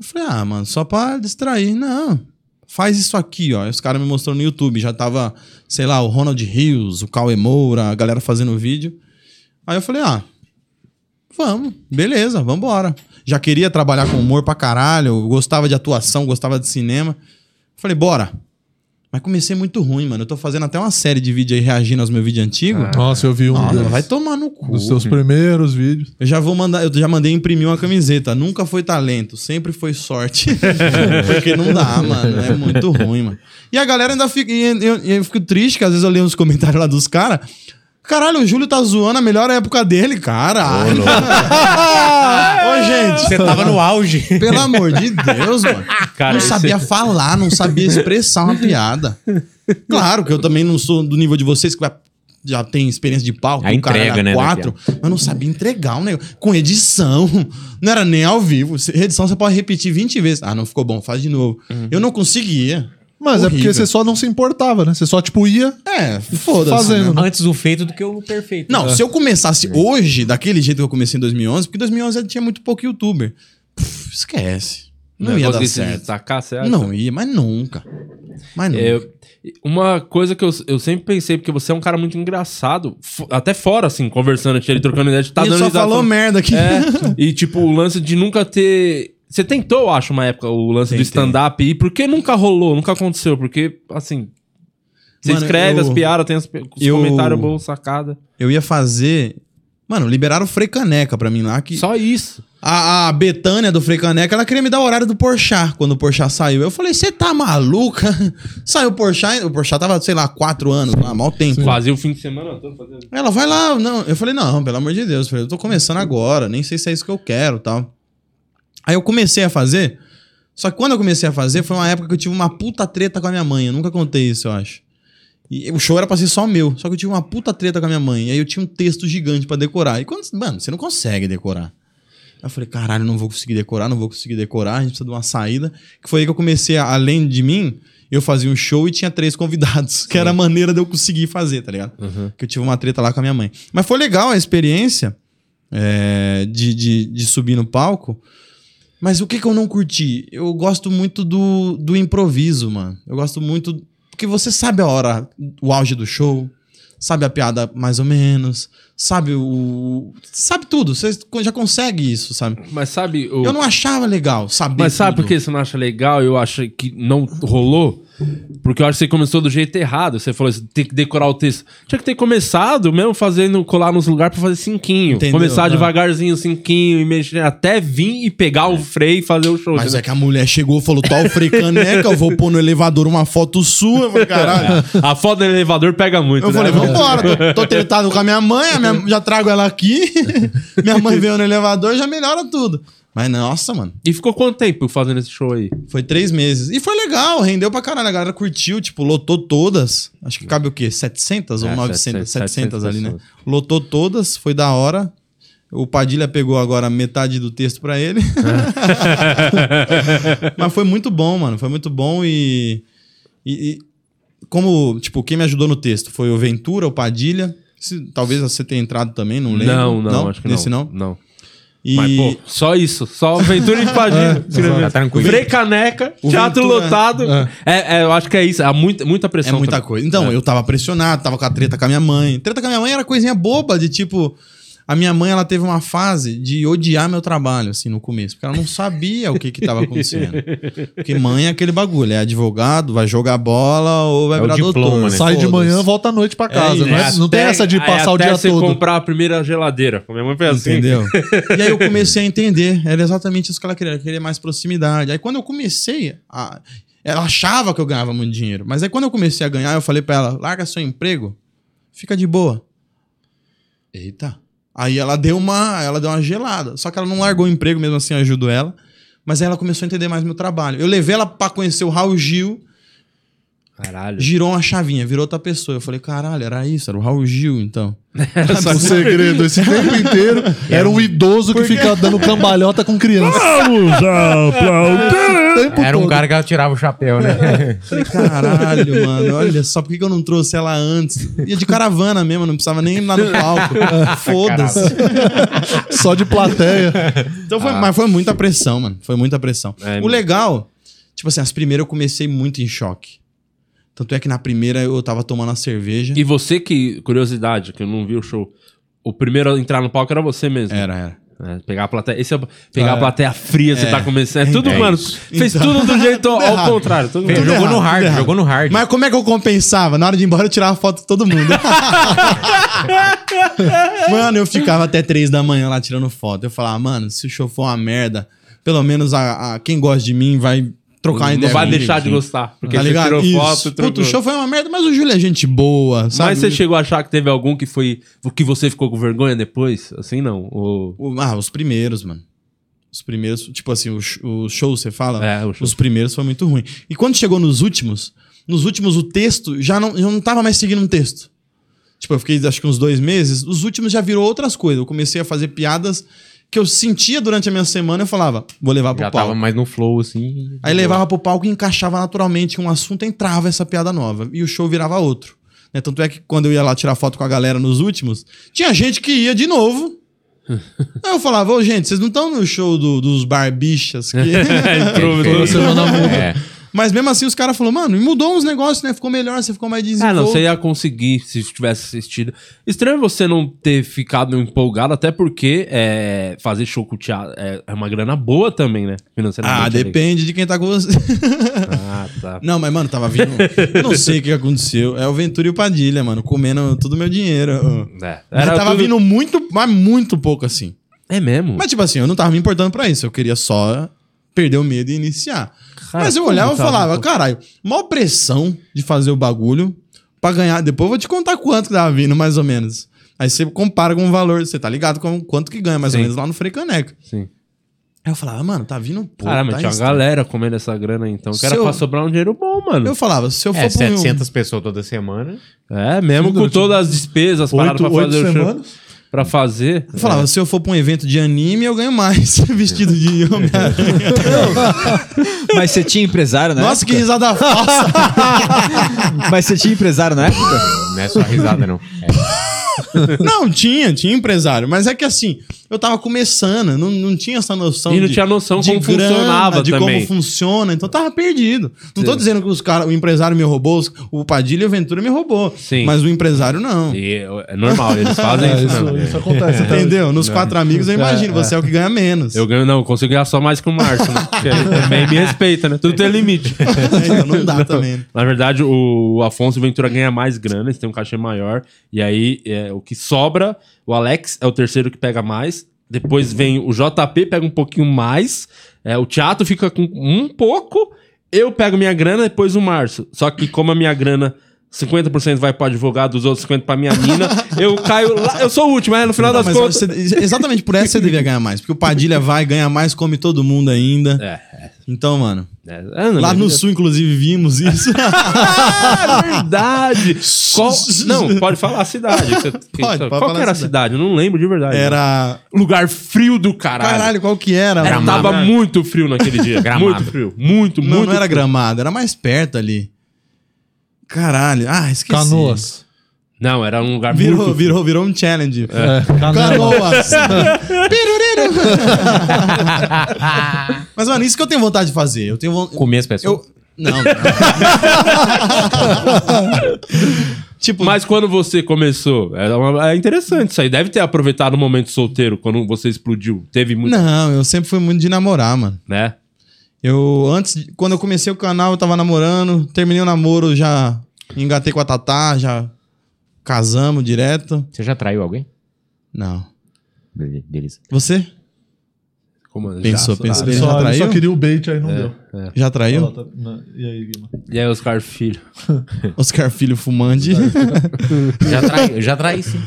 Speaker 4: Eu falei, ah, mano, só pra distrair. Não, faz isso aqui, ó. Os caras me mostrou no YouTube. Já tava, sei lá, o Ronald Rios, o Cauê Moura, a galera fazendo vídeo. Aí eu falei, ah, Vamos, beleza, vambora. Já queria trabalhar com humor pra caralho, eu gostava de atuação, gostava de cinema. Falei, bora. Mas comecei muito ruim, mano. Eu tô fazendo até uma série de vídeo aí reagindo aos meus vídeos antigos.
Speaker 2: Nossa, eu vi um
Speaker 4: Ah,
Speaker 2: dos,
Speaker 4: vai tomar no cu.
Speaker 2: dos seus primeiros vídeos.
Speaker 4: Eu já vou mandar, eu já mandei imprimir uma camiseta. Nunca foi talento, sempre foi sorte. Porque não dá, mano. É muito ruim, mano. E a galera ainda fica. e eu, e eu fico triste, que às vezes eu leio uns comentários lá dos caras. Caralho, o Júlio tá zoando a melhor época dele, cara. Ô, gente.
Speaker 3: Você tava no auge.
Speaker 4: Pelo amor de Deus, mano.
Speaker 3: Cara,
Speaker 4: não
Speaker 3: esse-
Speaker 4: sabia falar, não sabia expressar uma piada. Claro que eu também não sou do nível de vocês que vai- já tem experiência de palco,
Speaker 3: A
Speaker 4: o cara
Speaker 3: entrega,
Speaker 4: era
Speaker 3: né, da
Speaker 4: quatro, mas eu não sabia entregar um negócio. Com edição, não era nem ao vivo. Se- Edição você pode repetir 20 vezes. Ah, não ficou bom, faz de novo.
Speaker 3: Uhum.
Speaker 4: Eu não conseguia.
Speaker 2: Mas é porque
Speaker 4: Horrível.
Speaker 2: você só não se importava, né? Você só, tipo, ia.
Speaker 4: É, foda-se.
Speaker 2: Fazendo,
Speaker 4: né?
Speaker 3: Antes o feito do que o perfeito.
Speaker 4: Não, se eu começasse hoje, daquele jeito que eu comecei em 2011, porque em 2011 tinha muito pouco youtuber. Puf, esquece. Não,
Speaker 3: é
Speaker 4: ia dar certo.
Speaker 1: Destacar, você acha?
Speaker 4: Não ia, mas nunca. Mas nunca.
Speaker 1: É, uma coisa que eu, eu sempre pensei, porque você é um cara muito engraçado, fo- até fora, assim, conversando, ele trocando ideia, tá
Speaker 4: Ele
Speaker 1: dando
Speaker 4: só
Speaker 1: risada,
Speaker 4: falou
Speaker 1: falando-
Speaker 4: merda aqui.
Speaker 1: É, e tipo, o lance de nunca ter. Você tentou, eu acho, uma época, o lance do
Speaker 4: Tentei.
Speaker 1: stand-up. E por que nunca rolou? Nunca aconteceu? Porque, assim. Você
Speaker 4: Mano,
Speaker 1: escreve
Speaker 4: eu-
Speaker 1: as piadas, tem as pi- os
Speaker 4: eu-
Speaker 1: comentários bons, sacada.
Speaker 4: Eu ia fazer. Mano, liberaram o Frei Caneca pra mim lá. Que
Speaker 1: Só isso.
Speaker 4: a, a Betânia do Frei Caneca, ela queria me dar o horário do Porchat quando o Porchat saiu. Eu falei, você tá maluca? Saiu o Porchat, o Porchat tava, sei lá, quatro anos lá, mal tempo.
Speaker 1: Fazia o fim de semana todo fazendo.
Speaker 4: Ela vai lá, não. Eu falei, não, pelo amor de Deus, eu falei, eu tô começando agora, nem sei se é isso que eu quero tal. Aí eu comecei a fazer, só que quando eu comecei a fazer, foi uma época que eu tive uma puta treta com a minha mãe. Eu nunca contei isso, eu acho. E o show era pra ser só meu, só que eu tive uma puta treta com a minha mãe. E aí eu tinha um texto gigante pra decorar. E quando. Mano, você não consegue decorar. Aí eu falei, caralho, não vou conseguir decorar, não vou conseguir decorar, a gente precisa de uma saída. Que foi aí que eu comecei, a- além de mim, eu fazia um show e tinha três convidados, que era a maneira de eu conseguir fazer, tá ligado? Que eu tive uma treta lá com a minha mãe. Mas foi legal a experiência é, de, de, de subir no palco. Mas o que, que eu não curti? Eu gosto muito do, do improviso, mano. Eu gosto muito. Porque você sabe a hora, o auge do show, sabe a piada mais ou menos, sabe o. Sabe tudo. Você já consegue isso, sabe?
Speaker 1: Mas sabe. O...
Speaker 4: Eu não achava legal saber.
Speaker 1: Mas sabe por
Speaker 4: tudo.
Speaker 1: que você não acha legal? Eu acho que não rolou. Porque eu acho que você começou do jeito errado. Você falou assim, tem que decorar o texto. Tinha que ter começado mesmo fazendo colar nos lugares pra fazer cinquinho.
Speaker 4: Entendeu?
Speaker 1: Começar
Speaker 4: Ah.
Speaker 1: devagarzinho, cinquinho, e mexer até vir e pegar o freio e fazer o show.
Speaker 4: É. Mas
Speaker 1: entendeu?
Speaker 4: é que a mulher chegou e falou: tá o Frei Caneca, eu vou pôr no elevador uma foto sua. Eu falei, caralho.
Speaker 1: É. A foto do elevador pega muito.
Speaker 4: tá. Eu um
Speaker 1: né?
Speaker 4: falei, vambora, tô, tô tentado com a minha mãe, a minha- já trago ela aqui. minha mãe veio no elevador, já melhora tudo. Mas nossa, mano,
Speaker 1: E ficou quanto tempo fazendo esse show aí?
Speaker 4: foi três meses. E foi legal, rendeu pra caralho. A galera curtiu, tipo, lotou todas. Acho que cabe o quê? 700 ou
Speaker 1: É,
Speaker 4: 900?
Speaker 1: 700,
Speaker 4: 700, ali, né?
Speaker 1: pessoas.
Speaker 4: Lotou todas, foi da hora. O Padilha pegou agora metade do texto pra ele. Mas foi muito bom, mano. Foi muito bom e, e- e como, tipo, quem me ajudou no texto foi o Ventura, o Padilha. Se- talvez você tenha entrado também, não lembro.
Speaker 1: Não, não, acho que
Speaker 4: Nesse
Speaker 1: não.
Speaker 4: não.
Speaker 1: Não.
Speaker 4: E É.
Speaker 1: Mas, pô, só isso. Só Ventura e Padilha. escrevendo.
Speaker 3: Tá tranquilo.
Speaker 1: Frei Caneca,
Speaker 4: O
Speaker 1: teatro
Speaker 4: Ventura-
Speaker 1: lotado. É. é, eu acho que é isso. Há muita, muita
Speaker 4: é
Speaker 1: pressão.
Speaker 4: muita
Speaker 1: também.
Speaker 4: coisa. Então, eu tava pressionado, tava com a treta com a minha mãe. Treta com a minha mãe era coisinha boba, de tipo. A minha mãe, ela teve uma fase de odiar meu trabalho, assim, no começo, porque ela não sabia o que que tava acontecendo. Porque mãe é aquele bagulho, é advogado, vai jogar bola ou vai
Speaker 3: É o
Speaker 4: virar
Speaker 3: diploma,
Speaker 4: doutor.
Speaker 3: né?
Speaker 2: Sai de
Speaker 4: Foda-se.
Speaker 2: manhã, volta à noite pra casa.
Speaker 4: isso.
Speaker 2: não, é- não tem
Speaker 1: né? Até-
Speaker 2: essa de
Speaker 1: aí
Speaker 2: passar o
Speaker 1: até
Speaker 2: dia
Speaker 1: você
Speaker 2: todo.
Speaker 1: comprar a primeira geladeira. Minha mãe foi assim.
Speaker 4: Entendeu? e aí eu comecei a entender. Era exatamente isso que ela queria. Ela queria mais proximidade. Aí quando eu comecei a. Ela achava que eu ganhava muito dinheiro. Mas aí quando eu comecei a ganhar, eu falei pra ela: larga seu emprego, fica de boa. Eita. Aí ela deu uma. Ela deu uma gelada. Só que ela não largou o emprego, mesmo assim, eu ajudo ela. Mas aí ela começou a entender mais meu trabalho. Eu levei ela pra conhecer o Raul Gil
Speaker 1: Caralho.
Speaker 4: girou uma chavinha, virou outra pessoa. Eu falei, caralho, era isso, era o Raul Gil, então.
Speaker 2: O segredo esse tempo inteiro era um idoso que fica dando cambalhota com criança.
Speaker 6: Vamos aplaudir!
Speaker 2: o tempo
Speaker 3: Era um
Speaker 2: todo.
Speaker 3: cara que ela tirava o chapéu, né?
Speaker 4: Falei, caralho, mano, olha só, por que que eu não trouxe ela antes? Ia de caravana mesmo, não precisava nem ir lá no palco. Foda-se.
Speaker 2: Só de plateia.
Speaker 4: Então foi, Mas foi muita pressão, mano. Foi muita pressão.
Speaker 1: É,
Speaker 4: o
Speaker 1: meu.
Speaker 4: legal, tipo assim, as primeiras eu comecei muito em choque. Tanto é que na primeira eu tava tomando a cerveja.
Speaker 1: E você que, curiosidade, que eu não vi o show, o primeiro a entrar no palco era você mesmo.
Speaker 4: Era, era.
Speaker 1: né? pegar a plateia. Esse é o- pegar a plateia fria, você tá começando. É tudo,
Speaker 3: É
Speaker 1: mano. Fez
Speaker 4: Então-
Speaker 1: tudo do jeito ao
Speaker 4: errado.
Speaker 1: contrário. É, Tudo
Speaker 3: Fez-
Speaker 1: errado.
Speaker 3: jogou
Speaker 4: errado,
Speaker 3: no hard,
Speaker 4: tudo errado.
Speaker 3: jogou no hard.
Speaker 4: Mas como é que eu compensava? Na hora de ir embora eu tirava foto de todo mundo. mano, eu ficava até três da manhã lá tirando foto. Eu falava, mano, se o show for uma merda, pelo menos a, a- quem gosta de mim vai trocar uma
Speaker 1: Não
Speaker 4: ideia.
Speaker 1: vai
Speaker 4: comigo.
Speaker 1: deixar de gostar. Porque
Speaker 4: Tá
Speaker 1: você
Speaker 4: ligado?
Speaker 1: tirou
Speaker 4: Isso.
Speaker 1: foto,
Speaker 4: Puta,
Speaker 1: trocou.
Speaker 4: o show foi uma merda, mas o Júlio é gente boa, sabe?
Speaker 1: Mas você chegou a achar que teve algum que foi. que você ficou com vergonha depois? Assim não. Ou...
Speaker 4: O- ah, os primeiros, mano. Os primeiros, tipo assim, o, sh- o show, você fala?
Speaker 1: É, o show.
Speaker 4: Ah. Os primeiros foi muito ruim. E quando chegou nos últimos, nos últimos o texto já não, eu não tava mais seguindo um texto. Tipo, eu fiquei acho que uns dois meses. Os últimos já virou outras coisas. Eu comecei a fazer piadas que eu sentia durante a minha semana. Eu falava, vou levar pro
Speaker 3: Já
Speaker 4: palco.
Speaker 3: tava mais no flow, assim.
Speaker 4: Aí levava pro palco e encaixava naturalmente um assunto, entrava essa piada nova. E o show virava outro. né? Tanto é que quando eu ia lá tirar foto com a galera nos últimos, tinha gente que ia de novo. Aí eu falava, ô gente, vocês não estão no show do- dos barbichas? Que...
Speaker 1: Entrou, entrou.
Speaker 3: É.
Speaker 4: Mas mesmo assim os caras falaram, mano, mudou uns negócios, né? Ficou melhor, você ficou mais
Speaker 1: Ah, não,
Speaker 4: desenvolvido.
Speaker 1: você ia conseguir se tivesse assistido. Estranho você não ter ficado empolgado, até porque é, fazer show com o teatro é, é uma grana boa também, né? Financeiramente.
Speaker 4: Ah,
Speaker 1: ali.
Speaker 4: depende de quem tá com você.
Speaker 1: Ah, tá.
Speaker 4: Não, mas, mano, tava vindo. Eu não sei o que aconteceu. É o Ventura e o Padilha, mano, comendo todo o meu dinheiro.
Speaker 1: É,
Speaker 4: Mas
Speaker 1: Era
Speaker 4: tava
Speaker 1: tudo-
Speaker 4: vindo muito, mas muito pouco assim.
Speaker 1: É mesmo?
Speaker 4: Mas, tipo assim, eu não tava me importando pra isso. Eu queria só perder o medo e iniciar.
Speaker 1: Cara,
Speaker 4: Mas eu
Speaker 1: como
Speaker 4: olhava e
Speaker 1: tava?
Speaker 4: falava, caralho, maior pressão de fazer o bagulho pra ganhar. Depois eu vou te contar quanto que tava vindo, mais ou menos. Aí você compara com o valor, você tá ligado com quanto que ganha, mais
Speaker 1: Sim.
Speaker 4: ou menos, lá no Frecaneca.
Speaker 1: Sim.
Speaker 4: Aí eu falava, mano, tá vindo pouco.
Speaker 1: Caramba,
Speaker 4: tá
Speaker 1: tinha uma
Speaker 4: estranho."
Speaker 1: galera comendo essa grana aí, então. Que era
Speaker 4: Se eu-
Speaker 1: pra sobrar um dinheiro bom, mano.
Speaker 4: Eu falava, se eu for um
Speaker 3: É,
Speaker 4: pro meu-
Speaker 3: 700 pessoas toda semana.
Speaker 1: É, mesmo
Speaker 2: Sim,
Speaker 1: com
Speaker 2: eu tinha-
Speaker 1: todas as despesas, paradas
Speaker 2: Oito,
Speaker 1: pra
Speaker 2: oito
Speaker 1: fazer o show.
Speaker 2: semanas.
Speaker 1: Pra fazer.
Speaker 4: Eu falava, se eu for pra um evento de anime, eu ganho mais vestido de homem
Speaker 1: Né?
Speaker 5: Mas você tinha empresário na
Speaker 4: Nossa, que
Speaker 5: época?
Speaker 4: risada falsa.
Speaker 5: Mas você tinha empresário na época?
Speaker 3: Não é só risada, não. É.
Speaker 4: Não, tinha, tinha empresário. Mas é que assim, eu tava começando, não, não tinha essa noção.
Speaker 1: E não tinha noção como funcionava
Speaker 4: de
Speaker 1: também.
Speaker 4: como funciona, então eu tava perdido. Não tô
Speaker 1: Sim.
Speaker 4: dizendo que os cara, o empresário me roubou, os- o Padilha e o Ventura me roubou.
Speaker 1: Sim.
Speaker 4: Mas o empresário não.
Speaker 1: E é é normal, eles fazem
Speaker 2: É,
Speaker 1: isso,
Speaker 2: isso,
Speaker 1: mesmo.
Speaker 2: isso acontece. tá? até hoje.
Speaker 4: Entendeu? Nos quatro amigos eu imagino,
Speaker 2: É,
Speaker 4: você é. o que ganha menos.
Speaker 1: Eu ganho, não, eu consigo ganhar só mais que o Márcio, né? Porque ele também me respeita, né? Tudo tem limite.
Speaker 4: Então não dá também.
Speaker 1: Na verdade, o Afonso Ventura ganha mais grana, eles têm um cachê maior. E aí, é, o que sobra, o Alex é o terceiro que pega mais. Depois vem o JP, pega um pouquinho mais. é, o Teatro fica com um pouco. Eu pego minha grana, depois o Márcio. Só que como a minha grana... 50% vai pro advogado, os outros 50% pra minha mina. Eu caio lá, eu sou o último, mas no final das
Speaker 4: Mas
Speaker 1: contas.
Speaker 4: você- exatamente por essa você devia ganhar mais. Porque o Padilha vai, ganha mais, come todo mundo ainda.
Speaker 1: É,
Speaker 4: Então, mano,
Speaker 1: É, é, não,
Speaker 4: lá
Speaker 1: mas-
Speaker 4: no sul, inclusive, vimos isso.
Speaker 1: Ah, verdade! Qual- Não, pode falar a cidade. Você- Qual
Speaker 4: pode
Speaker 1: que
Speaker 4: falar
Speaker 1: era
Speaker 4: a É,
Speaker 1: a cidade? Eu não lembro de verdade.
Speaker 4: Era.
Speaker 1: lugar frio do caralho.
Speaker 4: Caralho, qual que era?
Speaker 1: Era-
Speaker 4: mano?
Speaker 1: tava muito frio naquele dia.
Speaker 3: Gramado.
Speaker 1: Muito frio. Muito,
Speaker 4: Não,
Speaker 1: muito.
Speaker 4: não era
Speaker 1: frio.
Speaker 4: gramado, era mais perto ali. Caralho. Ah, esqueci.
Speaker 2: Canoas.
Speaker 1: Não, era um lugar muito
Speaker 4: Virou,
Speaker 1: frio.
Speaker 4: virou, virou um challenge.
Speaker 2: É, Canoas.
Speaker 4: Canoas. Piruriro. Mas, mano, isso que eu tenho vontade de fazer. Eu tenho vontade.
Speaker 3: Comer as pessoas.
Speaker 4: Eu. Não. não. tipo,
Speaker 1: Mas quando você começou, era uma- é interessante isso aí. Deve ter aproveitado o momento solteiro, quando você explodiu. Teve muito,
Speaker 4: não, eu sempre fui muito de namorar, mano.
Speaker 1: né?
Speaker 4: Eu, antes, de- quando eu comecei o canal, eu tava namorando. Terminei o namoro, já engatei com a Tatá, já casamos direto.
Speaker 3: Você já traiu alguém?
Speaker 4: Não.
Speaker 3: Bele- Beleza.
Speaker 4: Você?
Speaker 1: Como tá. já- É.
Speaker 4: Pensou, pensou.
Speaker 2: Ele
Speaker 4: Já
Speaker 2: só, ele só
Speaker 4: traiu?
Speaker 2: queria o bait, aí não deu.
Speaker 4: Já traiu?
Speaker 2: Olha lá, tá- na- E aí, Guima?
Speaker 1: E aí, Oscar Filho.
Speaker 4: Oscar Filho fumante.
Speaker 3: Já traí, já traí sim.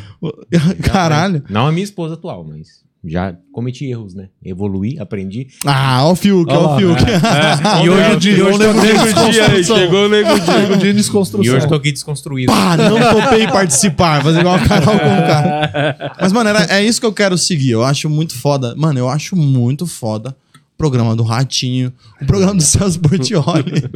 Speaker 4: Caralho.
Speaker 3: Não a minha esposa atual, mas já cometi erros, né? Evoluí, aprendi.
Speaker 4: Ah, ó o Fiuk,
Speaker 2: Olha
Speaker 4: ó
Speaker 2: lá. né? É.
Speaker 4: o Fiuk.
Speaker 3: e hoje,
Speaker 2: e hoje
Speaker 3: tô-
Speaker 2: tá bem
Speaker 1: Nego dia aí, chegou o Nego dia.
Speaker 2: Diego de
Speaker 3: e hoje
Speaker 2: desconstrução.
Speaker 3: tô aqui desconstruído.
Speaker 4: Pá, não topei participar. Fazer igual o Carol com cara. Mas, mano, era- é isso que eu quero seguir. Eu acho muito foda. Mano, eu acho muito foda programa do Ratinho, o programa do Celso Portioli.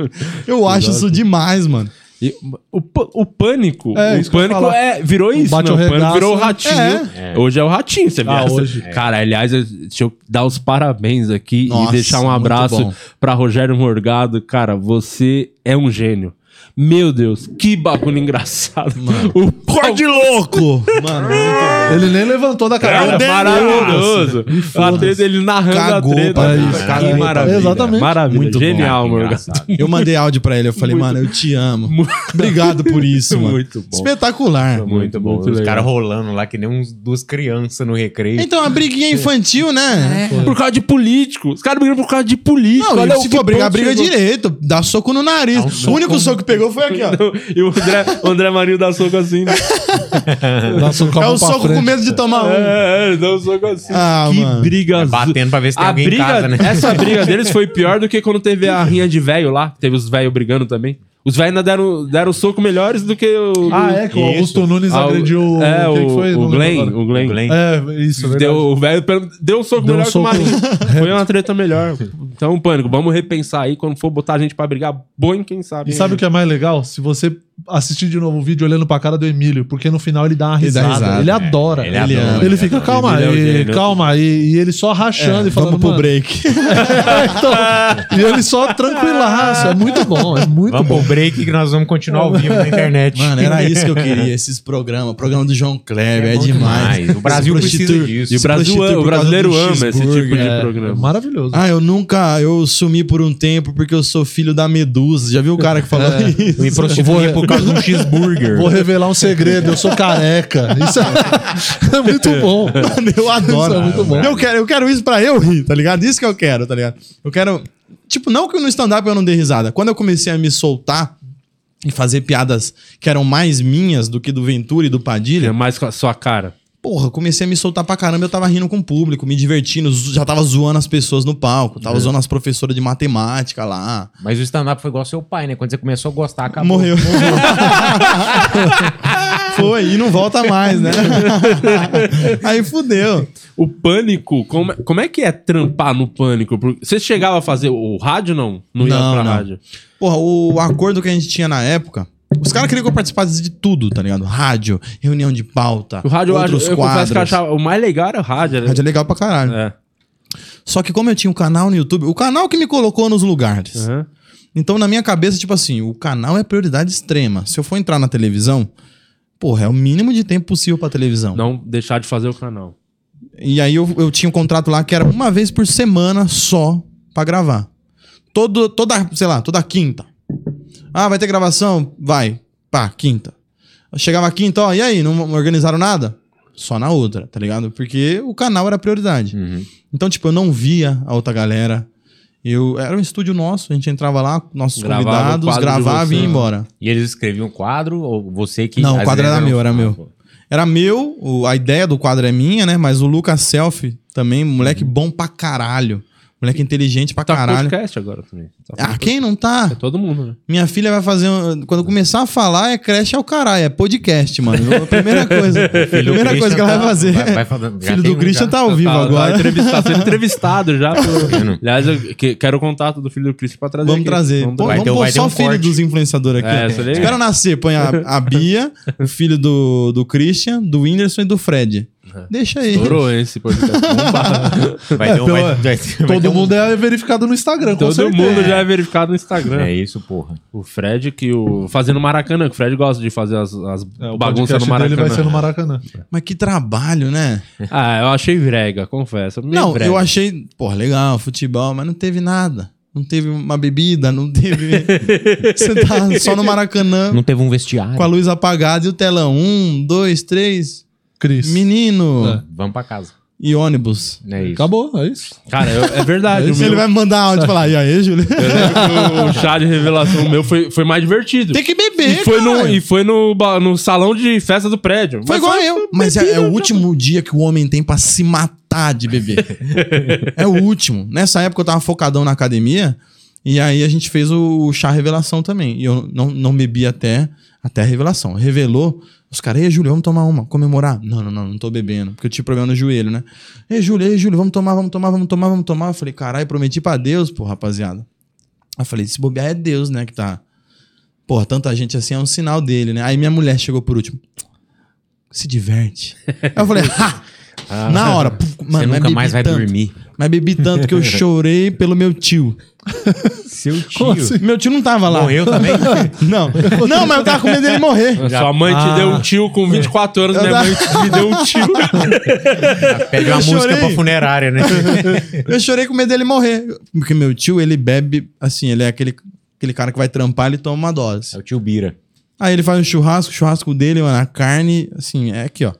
Speaker 4: Eu acho isso demais, mano.
Speaker 1: E o, pa- o pânico,
Speaker 2: É,
Speaker 1: o
Speaker 2: isso que eu ia
Speaker 1: pânico
Speaker 2: falar.
Speaker 1: é, virou isso, né?
Speaker 2: bate o
Speaker 1: O pânico
Speaker 2: regaço.
Speaker 1: virou o ratinho.
Speaker 3: É.
Speaker 1: Hoje é o ratinho, você vê
Speaker 2: Ah,
Speaker 1: essa-
Speaker 2: hoje.
Speaker 1: Cara, aliás, eu- deixa eu dar os parabéns aqui
Speaker 4: Nossa,
Speaker 1: e deixar um
Speaker 4: muito
Speaker 1: abraço
Speaker 4: bom.
Speaker 1: pra Rogério Morgado. Cara, você é um gênio. Meu Deus, que bagulho engraçado. O pau-
Speaker 4: Corde louco! Mano, muito
Speaker 2: Ele nem levantou da
Speaker 1: Cara,
Speaker 2: cadeira.
Speaker 1: maravilhoso. A treta, ele narrando
Speaker 4: Cagou
Speaker 1: a treta.
Speaker 4: pra
Speaker 2: isso,
Speaker 1: cara,
Speaker 2: cagou
Speaker 1: que
Speaker 2: pra-
Speaker 1: maravilha.
Speaker 2: Exatamente.
Speaker 1: Maravilha.
Speaker 4: Muito bom.
Speaker 1: Genial,
Speaker 3: Cara, que
Speaker 1: Morgado.
Speaker 3: engraçado.
Speaker 4: bom. Eu mandei áudio pra ele, eu falei, mano, eu te amo. Obrigado por isso, mano.
Speaker 1: Muito bom.
Speaker 4: Espetacular.
Speaker 1: Muito bom.
Speaker 3: Os
Speaker 1: legal.
Speaker 3: caras rolando lá que nem uns duas crianças no recreio.
Speaker 4: Então, a briguinha infantil, né?
Speaker 1: Por causa de político. Os caras brigam por causa de político.
Speaker 4: Não,
Speaker 1: Olha
Speaker 4: se
Speaker 1: é o que
Speaker 4: for brigar,
Speaker 1: ponto
Speaker 4: briga
Speaker 1: chegou.
Speaker 4: direito. Dá soco no nariz.
Speaker 1: um
Speaker 4: o único soco que pegou foi aqui, ó.
Speaker 1: E o André, o André Marinho dá soco assim. né?
Speaker 2: Nossa,
Speaker 4: É o soco com medo de tomar um.
Speaker 1: É, é, dá um soco assim.
Speaker 4: Ah,
Speaker 1: que
Speaker 4: mano.
Speaker 1: briga
Speaker 3: É, batendo pra ver se tem
Speaker 1: a
Speaker 3: alguém em
Speaker 1: briga,
Speaker 3: casa,
Speaker 4: é
Speaker 3: né?
Speaker 1: Essa briga deles foi pior do que quando teve a rinha de velho lá. que Teve os velhos brigando também. Os velhos ainda deram, deram soco melhores do que o.
Speaker 2: Ah, é que o
Speaker 3: Isso.
Speaker 2: Augusto Nunes
Speaker 1: Ah, o-
Speaker 2: agrediu
Speaker 1: é,
Speaker 2: quem
Speaker 1: o,
Speaker 2: que foi?
Speaker 1: o
Speaker 2: Não lembro
Speaker 1: Glenn,
Speaker 2: agora.
Speaker 1: o Glenn.
Speaker 3: Glenn.
Speaker 2: É, isso, verdade.
Speaker 1: Deu, o velho pelo- deu um soco
Speaker 2: Deu um
Speaker 1: melhor
Speaker 2: soco.
Speaker 1: que o Marinho. Foi uma treta melhor. Então, pânico, vamos repensar aí. Quando for botar a gente pra brigar, bom quem sabe.
Speaker 2: E sabe o que é mais legal? Se você assistir de novo o vídeo olhando pra cara do Emílio, porque no final ele dá uma
Speaker 4: Ele dá
Speaker 2: risada. Ele,
Speaker 4: risada, é.
Speaker 2: adora.
Speaker 3: Ele
Speaker 4: adora,
Speaker 2: Ele
Speaker 4: ele
Speaker 2: fica, calma
Speaker 1: Ele é um
Speaker 2: aí,
Speaker 1: gênio.
Speaker 2: calma aí. E ele só rachando e Tá falando,
Speaker 4: Vamos pro
Speaker 2: mano...
Speaker 4: break.
Speaker 2: então, e ele só tranquilaço. É muito bom, é muito
Speaker 3: Vamos
Speaker 2: bom.
Speaker 3: pro break que nós vamos continuar ao vivo na internet.
Speaker 4: Mano, era isso que eu queria, esses programas. O programa do João Kleber é,
Speaker 3: bom
Speaker 4: demais.
Speaker 3: demais. O Brasil
Speaker 4: Se
Speaker 3: precisa
Speaker 4: prostitui-
Speaker 3: disso.
Speaker 4: se
Speaker 1: E o, Brasil é-
Speaker 4: prostitui
Speaker 1: o
Speaker 4: por causa
Speaker 1: brasileiro
Speaker 4: do
Speaker 1: ama esse tipo
Speaker 4: cheeseburger.
Speaker 1: de
Speaker 2: É
Speaker 1: programa.
Speaker 2: maravilhoso.
Speaker 4: Ah, eu nunca. Eu sumi por um tempo porque eu sou filho da Medusa. Já viu o cara que falou isso?
Speaker 3: Eu me prostituía por causa de um cheeseburger.
Speaker 2: Vou revelar um segredo, eu sou careca. Isso é, é muito bom.
Speaker 4: Mano, eu adoro.
Speaker 2: Isso é muito bom.
Speaker 4: Eu quero, eu quero isso pra eu rir, tá ligado? Isso que eu quero, tá ligado? Eu quero. Tipo, não que no stand-up eu não dei risada. Quando eu comecei a me soltar e fazer piadas que eram mais minhas do que do Ventura e do Padilha,
Speaker 1: É mais com a sua cara.
Speaker 4: Porra, eu comecei a me soltar pra caramba, eu tava rindo com o público, me divertindo, zo- já tava zoando as pessoas no palco, tava zoando as professoras de matemática lá.
Speaker 3: Mas o stand-up foi igual seu pai, né? Quando você começou a gostar, acabou.
Speaker 4: Morreu. Foi, e não volta mais, né? Aí fudeu.
Speaker 1: O pânico, como, como é que é trampar no pânico? Por- Você chegava a fazer o rádio não? Não ia
Speaker 4: Não,
Speaker 1: pra
Speaker 4: não.
Speaker 1: rádio.
Speaker 4: Porra, o acordo que a gente tinha na época, os caras queriam que eu participasse de tudo, tá ligado? Rádio, reunião de pauta,
Speaker 1: O rádio eu acho,
Speaker 4: outros
Speaker 1: eu confesso que eu
Speaker 4: quadros.
Speaker 1: achava o mais legal era o rádio. né?
Speaker 4: Rádio é legal pra caralho.
Speaker 1: É.
Speaker 4: Só que como eu tinha um canal no YouTube, o canal que me colocou nos lugares.
Speaker 1: Aham.
Speaker 4: Então, na minha cabeça, tipo assim, o canal é prioridade extrema. Se eu for entrar na televisão, porra, é o mínimo de tempo possível pra televisão.
Speaker 1: Não deixar de fazer o canal.
Speaker 4: E aí eu, eu tinha um contrato lá que era uma vez por semana só pra gravar. Todo, toda, sei lá, toda quinta. Ah, vai ter gravação? Vai. Pá, quinta. Chegava a quinta, ó, e aí, não organizaram nada? Só na outra, tá ligado? Porque o canal era prioridade.
Speaker 3: Uhum.
Speaker 4: Então, tipo, eu não via a outra galera. Eu, era um estúdio nosso, a gente entrava lá, nossos
Speaker 1: Gravava o
Speaker 4: convidados,
Speaker 1: quadro de
Speaker 4: gravava e ia
Speaker 1: você.
Speaker 4: embora.
Speaker 3: E eles escreviam um quadro, ou você que...
Speaker 4: Não, o
Speaker 3: às
Speaker 4: quadro
Speaker 3: vezes,
Speaker 4: era meu, era
Speaker 3: Ah,
Speaker 4: meu.
Speaker 3: pô.
Speaker 4: Era meu, o- a ideia do quadro é minha, né? Mas o Lucas Selfie também,
Speaker 3: Uhum.
Speaker 4: moleque bom pra caralho. Moleque inteligente pra
Speaker 1: Tá com
Speaker 4: caralho.
Speaker 1: podcast agora também. Tá com
Speaker 4: Ah,
Speaker 1: podcast.
Speaker 4: quem não
Speaker 1: É
Speaker 4: tá?
Speaker 1: todo mundo, né?
Speaker 4: Minha filha vai fazer. um- Quando começar a falar, é creche ao caralho, é podcast, mano. A primeira coisa.
Speaker 3: Filho do
Speaker 4: primeira coisa
Speaker 3: Christian
Speaker 4: que ela vai
Speaker 3: tá-
Speaker 4: fazer.
Speaker 3: vai- vai falando- já
Speaker 4: filho
Speaker 3: tem
Speaker 4: do
Speaker 3: um
Speaker 4: Christian
Speaker 3: já.
Speaker 4: tá ao vivo
Speaker 1: Tá- tá
Speaker 4: agora.
Speaker 1: entrevistado, sendo entrevistado já. pelo-
Speaker 3: vendo?
Speaker 1: Aliás, eu que- quero o contato do filho do Cris pra trazer.
Speaker 4: Vamos
Speaker 1: aqui.
Speaker 4: trazer. Pô, é
Speaker 3: Vai
Speaker 4: vamos
Speaker 3: ter-
Speaker 4: pôr
Speaker 3: vai ter
Speaker 4: só
Speaker 3: um
Speaker 4: o filho
Speaker 3: corte.
Speaker 4: dos influenciadores aqui.
Speaker 1: É, isso daí-
Speaker 4: Os caras nascer, põe a, a Bia, o filho do, do Christian, do Whindersson e do Fred. Deixa aí.
Speaker 1: Estourou, hein, esse podcast. Bombado.
Speaker 3: Vai ter um... Vai, vai, vai ter
Speaker 2: Todo
Speaker 3: um-
Speaker 2: mundo é verificado no Instagram, com
Speaker 1: Todo
Speaker 2: certeza.
Speaker 1: mundo já é verificado no Instagram.
Speaker 3: É isso, porra.
Speaker 1: O Fred que o. Fazendo Maracanã, que o Fred gosta de fazer as, as
Speaker 2: É, o
Speaker 1: bagunças
Speaker 2: podcast
Speaker 1: no
Speaker 2: dele
Speaker 1: Maracanã.
Speaker 2: vai ser no Maracanã.
Speaker 4: Mas que trabalho, né?
Speaker 1: Ah, eu achei brega, confesso. Meio
Speaker 4: não,
Speaker 1: brega.
Speaker 4: eu achei, porra, legal, futebol, mas não teve nada. Não teve uma bebida, não teve. Você tá só no Maracanã
Speaker 3: Não teve um vestiário.
Speaker 4: com a luz apagada e o telão. Um, dois, três.
Speaker 2: Cris.
Speaker 4: Menino
Speaker 1: É.
Speaker 3: Vamos pra casa.
Speaker 4: e ônibus.
Speaker 3: É isso.
Speaker 2: Acabou, é isso.
Speaker 1: Cara, eu- é verdade. o
Speaker 4: Ele
Speaker 1: meu,
Speaker 4: vai me mandar áudio e falar, e aí, Júlio?
Speaker 1: eu lembro que o chá de revelação meu foi, foi mais divertido.
Speaker 4: Tem que
Speaker 1: E
Speaker 4: beber,
Speaker 1: foi, no,
Speaker 4: caralho.
Speaker 1: e foi no, ba- no salão de festa do prédio.
Speaker 4: Foi
Speaker 1: Mas
Speaker 4: igual eu. Mas é, é o último dia que o homem tem pra se matar de beber. é o último. Nessa época eu tava focadão na academia. E aí a gente fez o, o chá revelação também. E eu não, não bebi até, até a revelação. Revelou, os caras, ei, Júlio, vamos tomar uma, comemorar. Não, não, não, não tô bebendo, porque eu tinha problema no joelho, né? Ei, Júlio, ei, Júlio, vamos tomar, vamos tomar, vamos tomar, vamos tomar. Eu falei, caralho, prometi pra Deus, pô, rapaziada. Aí eu falei, se bobear é Deus, né, que tá. Porra, tanta gente assim é um sinal dele, né? Aí minha mulher chegou por último. Se diverte. Aí eu falei, ha! Na hora, puf, mano,
Speaker 3: Ah. Você
Speaker 4: mas
Speaker 3: nunca
Speaker 4: bebi
Speaker 3: mais vai
Speaker 4: tanto.
Speaker 3: dormir.
Speaker 4: Mas bebi tanto que eu chorei pelo meu tio.
Speaker 3: Seu
Speaker 4: Como assim? Meu tio não tava lá.
Speaker 3: Morreu também?
Speaker 4: Não. Não, mas eu tava com medo dele morrer.
Speaker 1: Sua mãe te deu um tio com 24 anos, minha mãe te me deu um tio.
Speaker 3: Pede uma
Speaker 4: Eu
Speaker 3: música
Speaker 4: chorei.
Speaker 3: pra funerária, né?
Speaker 4: Eu chorei com medo dele morrer. Porque meu tio, ele bebe, assim, ele é aquele, aquele cara que vai trampar, ele toma uma
Speaker 3: É
Speaker 4: dose.
Speaker 3: o tio Bira.
Speaker 4: Aí ele faz um churrasco, o churrasco dele, mano, a carne, assim, é aqui, ó.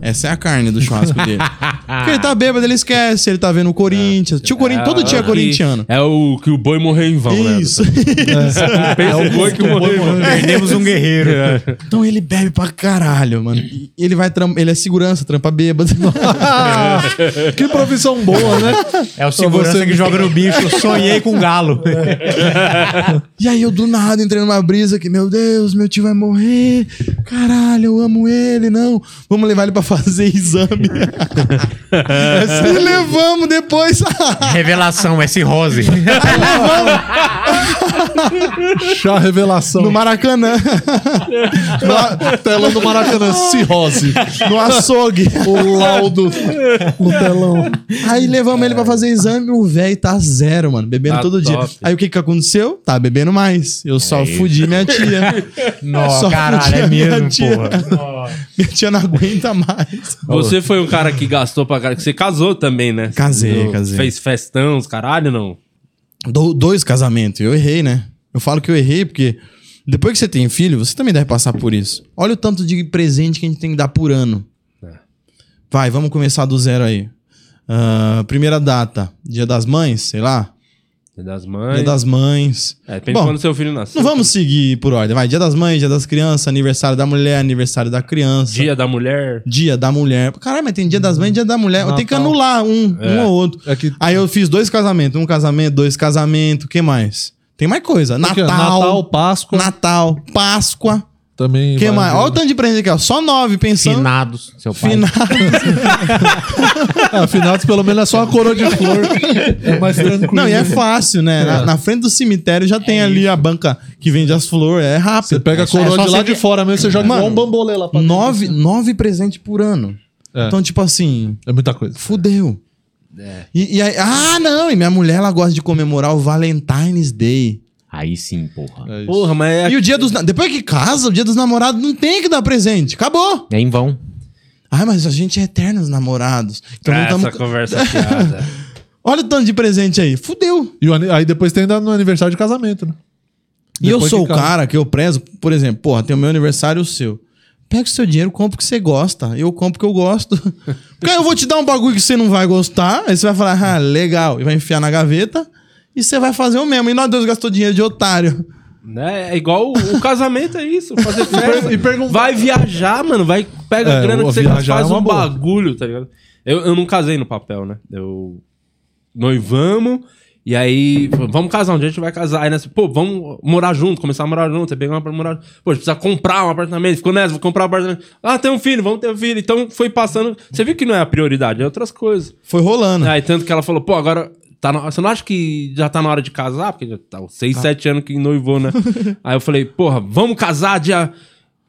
Speaker 4: Essa é a carne do churrasco dele. Porque ele tá bêbado, ele esquece, ele tá vendo o Corinthians. Tio Corinthians, todo dia é corintiano.
Speaker 1: É o que o boi morreu em vão, né?
Speaker 4: Isso. É
Speaker 1: Pensa o boi que morreu em vão.
Speaker 3: Perdemos um guerreiro. né?
Speaker 4: Então ele bebe pra caralho, mano. E ele vai tram- ele é segurança, trampa bêbado.
Speaker 2: Que profissão boa, né?
Speaker 3: É o segurança
Speaker 2: Você-
Speaker 3: que joga no bicho. Sonhei com galo.
Speaker 4: E aí eu do nada entrei numa brisa que, meu Deus, meu tio vai morrer. Caralho, eu amo ele, não. Vamos levar ele pra fazer exame. e levamos depois.
Speaker 3: Revelação, S. Rose.
Speaker 2: Chá revelação.
Speaker 4: no Maracanã.
Speaker 2: Na tela do Maracanã, cirrose.
Speaker 4: No açougue.
Speaker 2: O laudo no telão.
Speaker 4: Aí levamos ele pra fazer exame, o velho tá zero, mano, bebendo
Speaker 1: Tá
Speaker 4: todo
Speaker 1: top.
Speaker 4: dia. Aí o que que aconteceu? Tá bebendo mais. Eu só fudi minha tia.
Speaker 3: Nossa,
Speaker 4: Só
Speaker 3: É caralho, é
Speaker 4: podia,
Speaker 3: mesmo,
Speaker 4: tia.
Speaker 3: porra.
Speaker 4: minha tia não aguenta mais.
Speaker 1: Você foi um cara que gastou pra caralho. que Você casou também, né?
Speaker 4: Casei,
Speaker 1: Você
Speaker 4: casei.
Speaker 1: Fez festão, os caralho, não?
Speaker 4: Do- dois casamentos. Eu errei, né? Eu falo que eu errei porque depois que você tem filho, você também deve passar por isso. Olha o tanto de presente que a gente tem que dar por ano.
Speaker 1: É.
Speaker 4: Vai, vamos começar do zero aí. Ah, primeira data, Dia das Mães, sei lá.
Speaker 1: Dia É das
Speaker 4: Dia
Speaker 1: mães.
Speaker 4: das Mães.
Speaker 1: É, depende
Speaker 4: É Bom,
Speaker 1: de quando seu filho nasceu.
Speaker 4: Não vamos seguir por ordem. Vai, Dia das Mães, Dia das Crianças, Aniversário da Mulher, Aniversário da Criança.
Speaker 1: Dia da mulher.
Speaker 4: Dia da Mulher. Caralho, mas tem Dia das Mães e Dia da Mulher. Eu tenho que
Speaker 2: Natal.
Speaker 4: anular um, um ou outro.
Speaker 2: É que
Speaker 4: Aí eu fiz dois casamentos. Um casamento, dois casamentos. O que mais? Tem mais coisa.
Speaker 2: Porque
Speaker 4: Natal.
Speaker 2: é Natal, Páscoa.
Speaker 4: Natal, Páscoa.
Speaker 2: Também.
Speaker 4: que
Speaker 2: vai-
Speaker 4: mais? Olha o tanto de presente aqui, ó. Só nove pensando.
Speaker 3: Finados, seu pai.
Speaker 4: Final.
Speaker 2: Ah, finados, pelo menos é só uma coroa de flor. É mais tranquilo.
Speaker 4: Não, e é fácil, né? Na,
Speaker 2: É.
Speaker 4: na frente do cemitério já tem ali a banca que vende as flores. É rápido.
Speaker 2: Você pega a
Speaker 4: É só- é
Speaker 2: coroa
Speaker 4: só
Speaker 2: de lá
Speaker 4: você-
Speaker 2: de fora mesmo, você joga
Speaker 4: Mano,
Speaker 2: igual um bambolê lá pra dentro.
Speaker 4: Nove, nove presentes por ano.
Speaker 2: É.
Speaker 4: Então, tipo assim,
Speaker 2: É muita coisa.
Speaker 4: fudeu. E, e aí, ah, não, e minha mulher ela gosta de comemorar o Valentine's Day.
Speaker 3: Aí sim, porra.
Speaker 2: É isso.
Speaker 1: Porra, mas é
Speaker 4: E o dia dos. na- Depois que casa, o dia dos namorados não tem que dar presente. Acabou.
Speaker 3: É em vão.
Speaker 4: Ah, mas a gente é eternos namorados. Então
Speaker 1: Ah,
Speaker 4: não tamo...
Speaker 1: essa conversa
Speaker 2: é
Speaker 1: fiada.
Speaker 4: Olha o tanto de presente aí. Fudeu.
Speaker 2: E o ani- aí depois tem ainda no aniversário de casamento, né?
Speaker 4: E eu
Speaker 2: Depois
Speaker 4: sou
Speaker 2: que
Speaker 4: o
Speaker 2: casa.
Speaker 4: cara que eu prezo, por exemplo, porra, tem o meu aniversário e o seu. Pega o seu dinheiro, compra o que você gosta. Eu compro o que eu gosto. Porque aí eu vou te dar um bagulho que você não vai gostar. Aí você vai falar, ah, legal. E vai enfiar na gaveta. E você vai fazer o mesmo. E nós dois gastou dinheiro de otário.
Speaker 1: Né? É igual o, o casamento é isso, fazer festa.
Speaker 2: E perguntar.
Speaker 1: Vai viajar, mano, vai pega
Speaker 2: É,
Speaker 1: a grana
Speaker 2: o-
Speaker 1: que você
Speaker 2: viajar
Speaker 1: faz
Speaker 2: é uma
Speaker 1: um
Speaker 2: boa.
Speaker 1: bagulho, tá ligado? Eu, eu não casei no papel, né? Eu noivamos e aí vamos casar, um dia a gente vai casar. Aí nessa, pô, vamos morar junto, começar a morar junto, você pegar uma pra morar. Pô, a gente precisa comprar um apartamento, ficou nessa, vou comprar um apartamento. Ah, tem um filho, vamos ter um filho. Então foi passando, você viu que não é a prioridade, é outras coisas.
Speaker 4: Foi rolando.
Speaker 1: Aí tanto que ela falou, pô, agora. Tá na- Você não acha que já tá na hora de casar? Porque já tá uns 6, 7 anos que noivou, né? Aí eu falei, porra, vamos casar dia.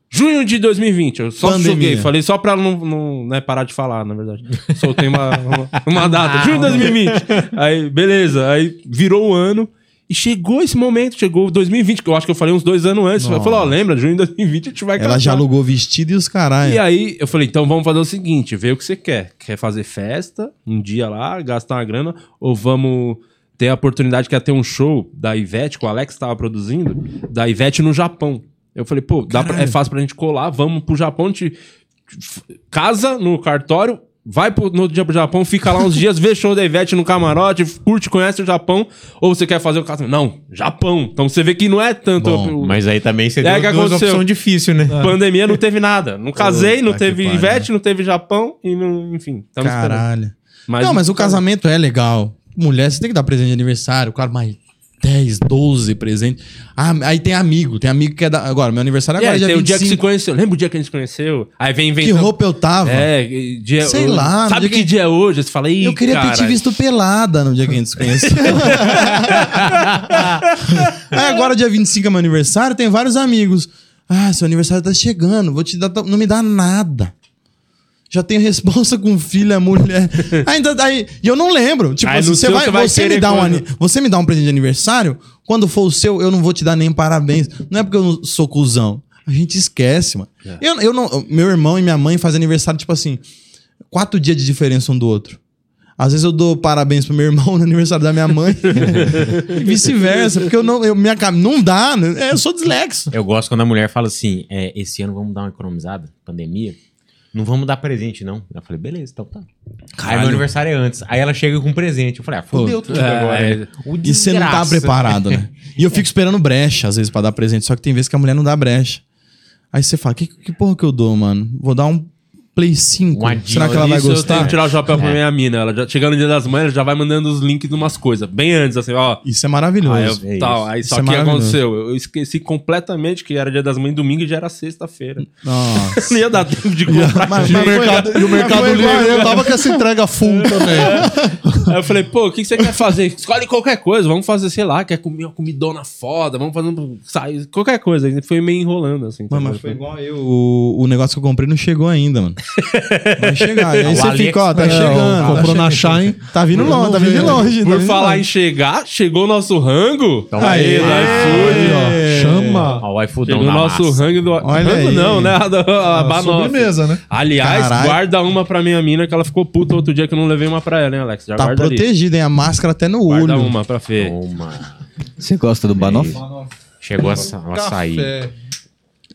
Speaker 1: Junho de 2020. Eu só
Speaker 4: Pandemia.
Speaker 1: joguei, falei só pra ela não, não né, parar de falar, na verdade. Soltei uma, uma, uma
Speaker 4: Ah,
Speaker 1: data. Junho de 2020. Aí, beleza. Aí virou o ano. E chegou esse momento, chegou 2020, que eu acho que eu falei uns dois anos antes. Ela falou, ó, lembra, junho de 2020 a gente vai
Speaker 4: Ela já alugou o vestido e
Speaker 1: É,
Speaker 4: os
Speaker 1: e é
Speaker 4: caralho.
Speaker 1: aí eu falei, então vamos fazer o seguinte, vê o que você quer. Quer fazer festa um dia lá, gastar uma grana, ou vamos ter a oportunidade que ia ter um show da Ivete, que o Alex estava produzindo, da Ivete no Japão. Eu falei, pô, dá pra- é fácil pra gente colar, vamos pro Japão, te, casa no cartório, vai pro, no outro dia pro Japão, fica lá uns dias, vê show da Ivete no camarote, curte, conhece o Japão, ou você quer fazer o casamento? Não, Japão. Então você vê que não é tanto... o- o-
Speaker 3: Mas aí também você
Speaker 1: É
Speaker 3: deu
Speaker 1: que
Speaker 3: duas
Speaker 1: aconteceu.
Speaker 3: opções difíceis, né?
Speaker 1: Pandemia não teve nada. Não casei, não
Speaker 4: Ah. que
Speaker 1: teve
Speaker 4: pariu.
Speaker 1: Ivete, não teve Japão e não, enfim. Tamo esperando. então,
Speaker 4: Caralho. não, mas o casamento é legal. Mulher, você tem que dar presente de aniversário. Claro, mas 10, 12 presentes. Ah, aí tem amigo, tem amigo que é da. Agora, meu aniversário
Speaker 1: E
Speaker 4: agora
Speaker 1: aí,
Speaker 4: já
Speaker 1: tem o dia que se
Speaker 4: 25.
Speaker 1: conheceu. Lembra o dia que a gente se conheceu? Aí vem
Speaker 4: Que
Speaker 1: inventando.
Speaker 4: roupa eu tava?
Speaker 1: É, e dia,
Speaker 4: Sei
Speaker 1: hoje.
Speaker 4: lá, no
Speaker 1: Sabe
Speaker 4: dia
Speaker 1: que,
Speaker 4: que-
Speaker 1: dia é hoje? Você fala, Ih,
Speaker 4: Eu queria ter te
Speaker 1: caralho."
Speaker 4: visto pelada no dia que a gente se conheceu. Aí agora, dia 25 é meu aniversário, tem vários amigos. Ah, seu aniversário tá chegando, vou te dar. Não me dá nada. Já tenho responsa com filha, mulher. Ainda aí. E eu não lembro. Tipo
Speaker 1: Aí
Speaker 4: assim,
Speaker 1: no
Speaker 4: você
Speaker 1: seu
Speaker 4: vai,
Speaker 1: você vai
Speaker 4: você
Speaker 1: querer
Speaker 4: me dá um,
Speaker 1: quando?
Speaker 4: ani- você me dá um presente de aniversário, quando for o seu, eu não vou te dar nem parabéns. Não é porque eu não sou cuzão. A gente esquece, mano.
Speaker 1: É.
Speaker 4: Eu, eu não, meu irmão e minha mãe fazem aniversário, tipo assim, quatro dias de diferença um do outro. Às vezes eu dou parabéns pro meu irmão no aniversário da minha mãe. e vice-versa, porque eu não. Eu, minha, cam- não dá, né? eu sou dislexo.
Speaker 3: Eu gosto quando a mulher fala assim: é, esse ano vamos dar uma economizada, pandemia. Não vamos dar presente, não. Eu falei, beleza, então tá. Aí meu aniversário é antes. Aí ela chega com um presente. Eu falei, ah, fudeu tudo
Speaker 1: é,
Speaker 3: agora.
Speaker 1: é.
Speaker 3: né? O
Speaker 4: E você não tá
Speaker 3: desgraça.
Speaker 4: preparado, né? E eu fico esperando brecha, às vezes, pra dar presente. Só que tem vezes que a mulher não dá brecha. Aí você fala, que, que porra que eu dou, mano? Vou dar um Play 5.
Speaker 3: Uma
Speaker 4: Será que ela vai
Speaker 1: Isso Eu tenho
Speaker 4: gostar?
Speaker 1: que tirar o chapéu pra
Speaker 3: É.
Speaker 1: minha mina. Ela já, chegando no dia das mães, ela já vai mandando os links de umas coisas. Bem antes, assim, ó.
Speaker 4: Isso é
Speaker 1: Aí,
Speaker 4: maravilhoso.
Speaker 1: Ah, eu-
Speaker 3: é
Speaker 1: tal.
Speaker 3: isso.
Speaker 1: Aí
Speaker 4: Isso
Speaker 1: só
Speaker 4: é
Speaker 1: que
Speaker 4: maravilhoso.
Speaker 1: aconteceu. Eu esqueci completamente que era dia das mães domingo e já era sexta-feira.
Speaker 4: Nossa.
Speaker 1: Não ia dar tempo de comprar.
Speaker 4: Mas-
Speaker 2: E
Speaker 4: mas
Speaker 2: o
Speaker 4: foi-
Speaker 2: mercado, e o
Speaker 4: mas
Speaker 2: mercado
Speaker 4: foi igual
Speaker 2: livre
Speaker 4: eu.
Speaker 2: eu tava com essa entrega full também.
Speaker 1: Aí eu falei, pô, o que que você quer fazer? Escolhe qualquer coisa, vamos fazer, sei lá, quer comer uma comidona foda, vamos fazer um. sai- qualquer coisa. Aí Foi meio enrolando, assim.
Speaker 4: Mano, mas
Speaker 1: entendeu?
Speaker 4: foi igual eu. O, o negócio que eu comprei não chegou ainda, mano. Vai chegar. E aí
Speaker 3: O
Speaker 4: você
Speaker 3: Alex-
Speaker 4: fica, ó, tá
Speaker 2: É,
Speaker 4: chegando.
Speaker 2: comprou
Speaker 4: tá
Speaker 2: na
Speaker 4: chegando.
Speaker 2: Shine.
Speaker 4: Tá vindo longe, tá vindo de longe. tá
Speaker 1: Por
Speaker 4: vindo
Speaker 1: falar
Speaker 4: longe.
Speaker 1: em chegar, chegou o nosso rango.
Speaker 3: Então, aí,
Speaker 1: no
Speaker 4: Aê!
Speaker 1: iFood, ó.
Speaker 2: Chama.
Speaker 3: Ó, o iFudão
Speaker 1: Chegou o
Speaker 3: na
Speaker 1: nosso
Speaker 3: Então massa.
Speaker 1: rango do.
Speaker 4: Olha
Speaker 1: rango
Speaker 4: aí.
Speaker 1: não, né? A, da- a
Speaker 2: A
Speaker 1: banoffee.
Speaker 2: sobremesa, né?
Speaker 1: Aliás,
Speaker 4: Caralho.
Speaker 1: guarda uma pra minha mina que ela ficou puta outro dia que eu não levei uma pra ela, hein, Alex? Já
Speaker 4: Tá
Speaker 1: guarda ali.
Speaker 4: protegido, hein? A máscara até no olho.
Speaker 1: Guarda uma pra Fê.
Speaker 3: Toma.
Speaker 5: Você gosta do Banoff?
Speaker 3: Chegou a sa- o açaí.
Speaker 2: Café.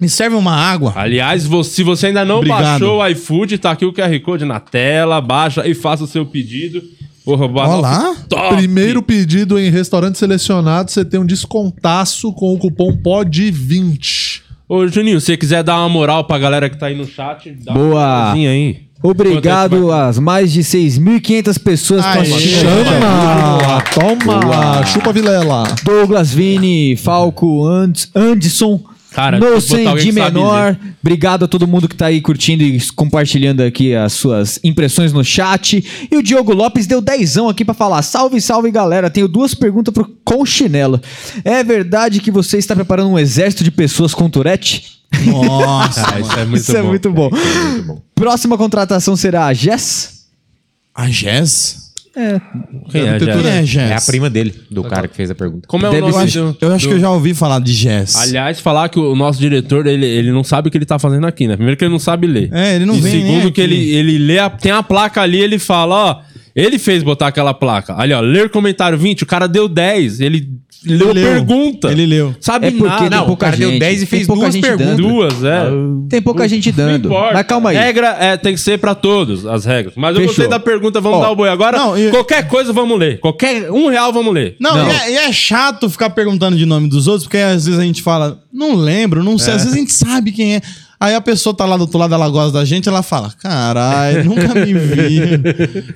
Speaker 4: Me serve uma água.
Speaker 1: Aliás, vo- se você ainda não
Speaker 4: Obrigado.
Speaker 1: baixou o iFood, tá aqui o QR Code na tela, baixa e faça o seu pedido. Porra, banoffee
Speaker 4: Olá.
Speaker 1: top.
Speaker 2: Primeiro pedido em restaurante selecionado, você tem um descontaço com o cupom POD20.
Speaker 1: Ô, Juninho, se você quiser dar uma moral pra galera que tá aí no chat, dá uma
Speaker 5: Boa.
Speaker 1: moralzinha aí. é
Speaker 5: Obrigado às mais de 6.500 pessoas que estão
Speaker 4: Aê.
Speaker 5: assistindo.
Speaker 2: Chama! Toma!
Speaker 5: Boa.
Speaker 2: Ah, Chupa Vilela!
Speaker 5: Douglas Vini, Falco, And- Anderson,
Speaker 1: Cara, tem que botar
Speaker 5: Nocen
Speaker 1: alguém
Speaker 5: de
Speaker 1: que sabe
Speaker 5: menor. Obrigado a todo mundo que tá aí curtindo e compartilhando aqui as suas impressões no chat. E o Diogo Lopes deu dezão aqui pra falar. Salve, salve, galera. Tenho duas perguntas pro Conchinelo. É verdade que você está preparando um exército de pessoas com Tourette?
Speaker 4: Nossa.
Speaker 1: Ah, isso é muito
Speaker 5: Isso
Speaker 1: bom.
Speaker 5: é muito bom.
Speaker 3: Muito bom.
Speaker 5: Próxima contratação será a Jess?
Speaker 4: A Jess?
Speaker 1: Quem é,
Speaker 2: Deve ter
Speaker 1: Jess?
Speaker 2: tudo,
Speaker 4: Quem é Jess?
Speaker 3: É a prima dele, do cara que fez a pergunta.
Speaker 1: Como é o
Speaker 5: Deve
Speaker 1: nome
Speaker 4: Eu acho,
Speaker 1: do-
Speaker 4: eu acho que eu já ouvi falar de Jess.
Speaker 1: Aliás, falar que o nosso diretor, ele, ele não sabe o que ele tá fazendo aqui, né? Primeiro que ele não sabe ler.
Speaker 4: É, ele não
Speaker 1: e
Speaker 4: vem nem
Speaker 1: segundo que
Speaker 4: aqui.
Speaker 1: ele, ele lê, a- tem a placa ali, ele fala, ó, ele fez botar aquela placa. Ali, ó, ler comentário 20, o cara deu 10, ele leu,
Speaker 4: leu.
Speaker 1: pergunta.
Speaker 4: Ele leu.
Speaker 1: Sabe
Speaker 5: É porque
Speaker 1: nada.
Speaker 5: tem
Speaker 1: Não,
Speaker 5: pouca
Speaker 3: cara deu
Speaker 5: gente.
Speaker 3: 10 e
Speaker 5: Tem
Speaker 3: fez
Speaker 5: pouca
Speaker 3: duas
Speaker 5: gente
Speaker 3: perguntas.
Speaker 5: dando.
Speaker 1: duas, é.
Speaker 5: Tem pouca gente Tá dando.
Speaker 1: importa.
Speaker 5: Mas calma aí.
Speaker 1: Regra é, tem que ser pra todos, as regras. Mas eu
Speaker 5: Fechou.
Speaker 1: gostei da pergunta, vamos
Speaker 5: Ó,
Speaker 1: dar o boi agora.
Speaker 4: não, e-
Speaker 1: Qualquer coisa vamos ler. Qualquer um real vamos ler.
Speaker 4: Não,
Speaker 5: Não.
Speaker 4: E, é, e é chato ficar perguntando de nome dos outros, porque às vezes a gente fala, não lembro, não sei, às vezes a gente sabe quem é. Aí a pessoa tá lá do outro lado, ela gosta da gente, ela fala, caralho, nunca me vi.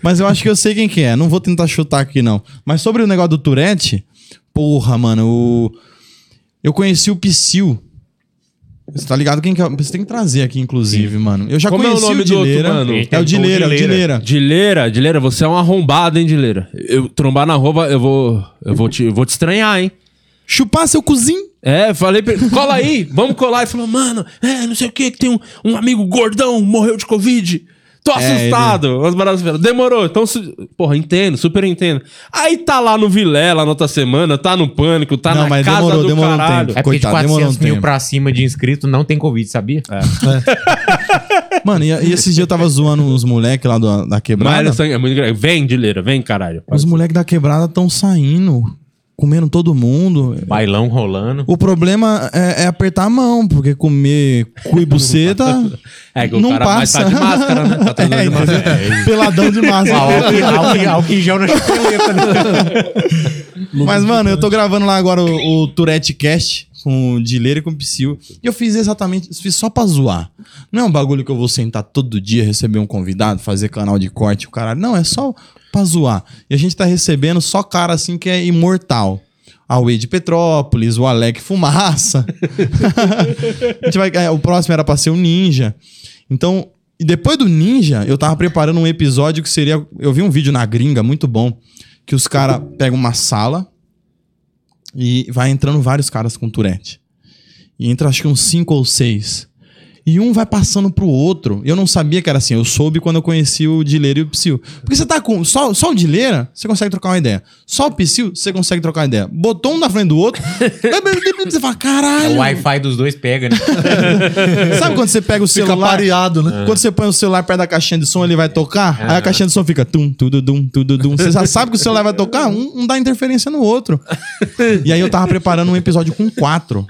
Speaker 4: Mas eu acho que eu sei quem que é, não vou tentar chutar aqui não. Mas sobre o negócio do Tourette, porra, mano, o... eu conheci o Psyu. Você tá ligado quem que é? Você tem que trazer aqui, inclusive, mano. Eu já
Speaker 1: Como é o
Speaker 4: conheci
Speaker 1: nome
Speaker 4: o
Speaker 1: do outro,
Speaker 4: Dileira.
Speaker 1: mano?
Speaker 4: É o Dileira, é o
Speaker 3: Dileira.
Speaker 4: Dileira.
Speaker 1: Dileira, Dileira, você é um arrombado, hein, Dileira? Eu trombar na roupa, eu vou, eu vou te, eu vou te estranhar, hein?
Speaker 4: Chupar seu cozinho.
Speaker 1: É, falei pra ele, cola aí, vamos colar. Ele falou, mano, é, não sei o que, que tem um, um amigo gordão, morreu de Covid. Tô assustado. Umas paradas assim, Demorou. Então, su- porra, entendo, super entendo. Aí tá lá no Vilela na outra semana, tá no pânico, tá
Speaker 4: Não,
Speaker 1: na
Speaker 4: mas
Speaker 1: casa
Speaker 4: demorou,
Speaker 1: do
Speaker 4: demorou um
Speaker 1: caralho.
Speaker 4: tempo.
Speaker 3: É porque de
Speaker 4: Coitado, demorou
Speaker 3: 400
Speaker 4: um
Speaker 3: mil
Speaker 4: tempo. É.
Speaker 3: pra cima de inscrito não tem Covid, sabia?
Speaker 4: Mano, e, e esse dia eu tava zoando uns moleques lá do- da
Speaker 1: Mas
Speaker 4: quebrada.
Speaker 1: é sangue- é muito grande. Vem, Dileira, vem, caralho.
Speaker 4: Os moleques da quebrada estão saindo, comendo todo mundo.
Speaker 3: Bailão rolando.
Speaker 4: O problema é, é apertar a mão, porque comer cu e buceta
Speaker 1: É que o
Speaker 4: não
Speaker 1: cara mais
Speaker 4: passa.
Speaker 1: tá de máscara, né? Tá tentando
Speaker 4: É,
Speaker 1: de máscara.
Speaker 4: entendeu? Peladão de máscara.
Speaker 3: na chupeleta,
Speaker 4: Mas, mano, eu tô gravando lá agora o, o Tourette Cast com o Dileira e com o Psyu. E eu fiz exatamente isso, fiz só pra zoar. Não é um bagulho que eu vou sentar todo dia, receber um convidado, fazer canal de corte, o caralho. Não, é só pra zoar. E a gente tá recebendo só cara assim que é imortal. a Whey de Petrópolis, o Alec Fumaça. a gente vai, é, o próximo era pra ser o Ninja. Então, e depois do Ninja, eu tava preparando um episódio que seria. Eu vi um vídeo na gringa muito bom. Que os caras pegam uma sala e vai entrando vários caras com Tourette. E entra acho que uns cinco ou seis. E um vai passando pro outro. Eu não sabia que era assim. Eu soube quando eu conheci o Dileira e o Psyu. Porque você tá com. Só, só o Dileira, você consegue trocar uma ideia. Só o Psyu, você consegue trocar uma ideia. Botou um na frente do outro. você fala,
Speaker 3: O
Speaker 4: caralho.
Speaker 3: Wi-Fi dos dois pega, né?
Speaker 4: Sabe quando você pega o
Speaker 2: Fica
Speaker 4: celular e
Speaker 2: pareado, né? É.
Speaker 4: quando você põe o celular perto da caixinha de som, ele vai tocar. Aí a caixinha de som fica tum, tudo, dum, tudo, dum. Você já sabe que o celular vai tocar, um, um dá interferência no outro. E aí eu tava preparando um episódio com quatro.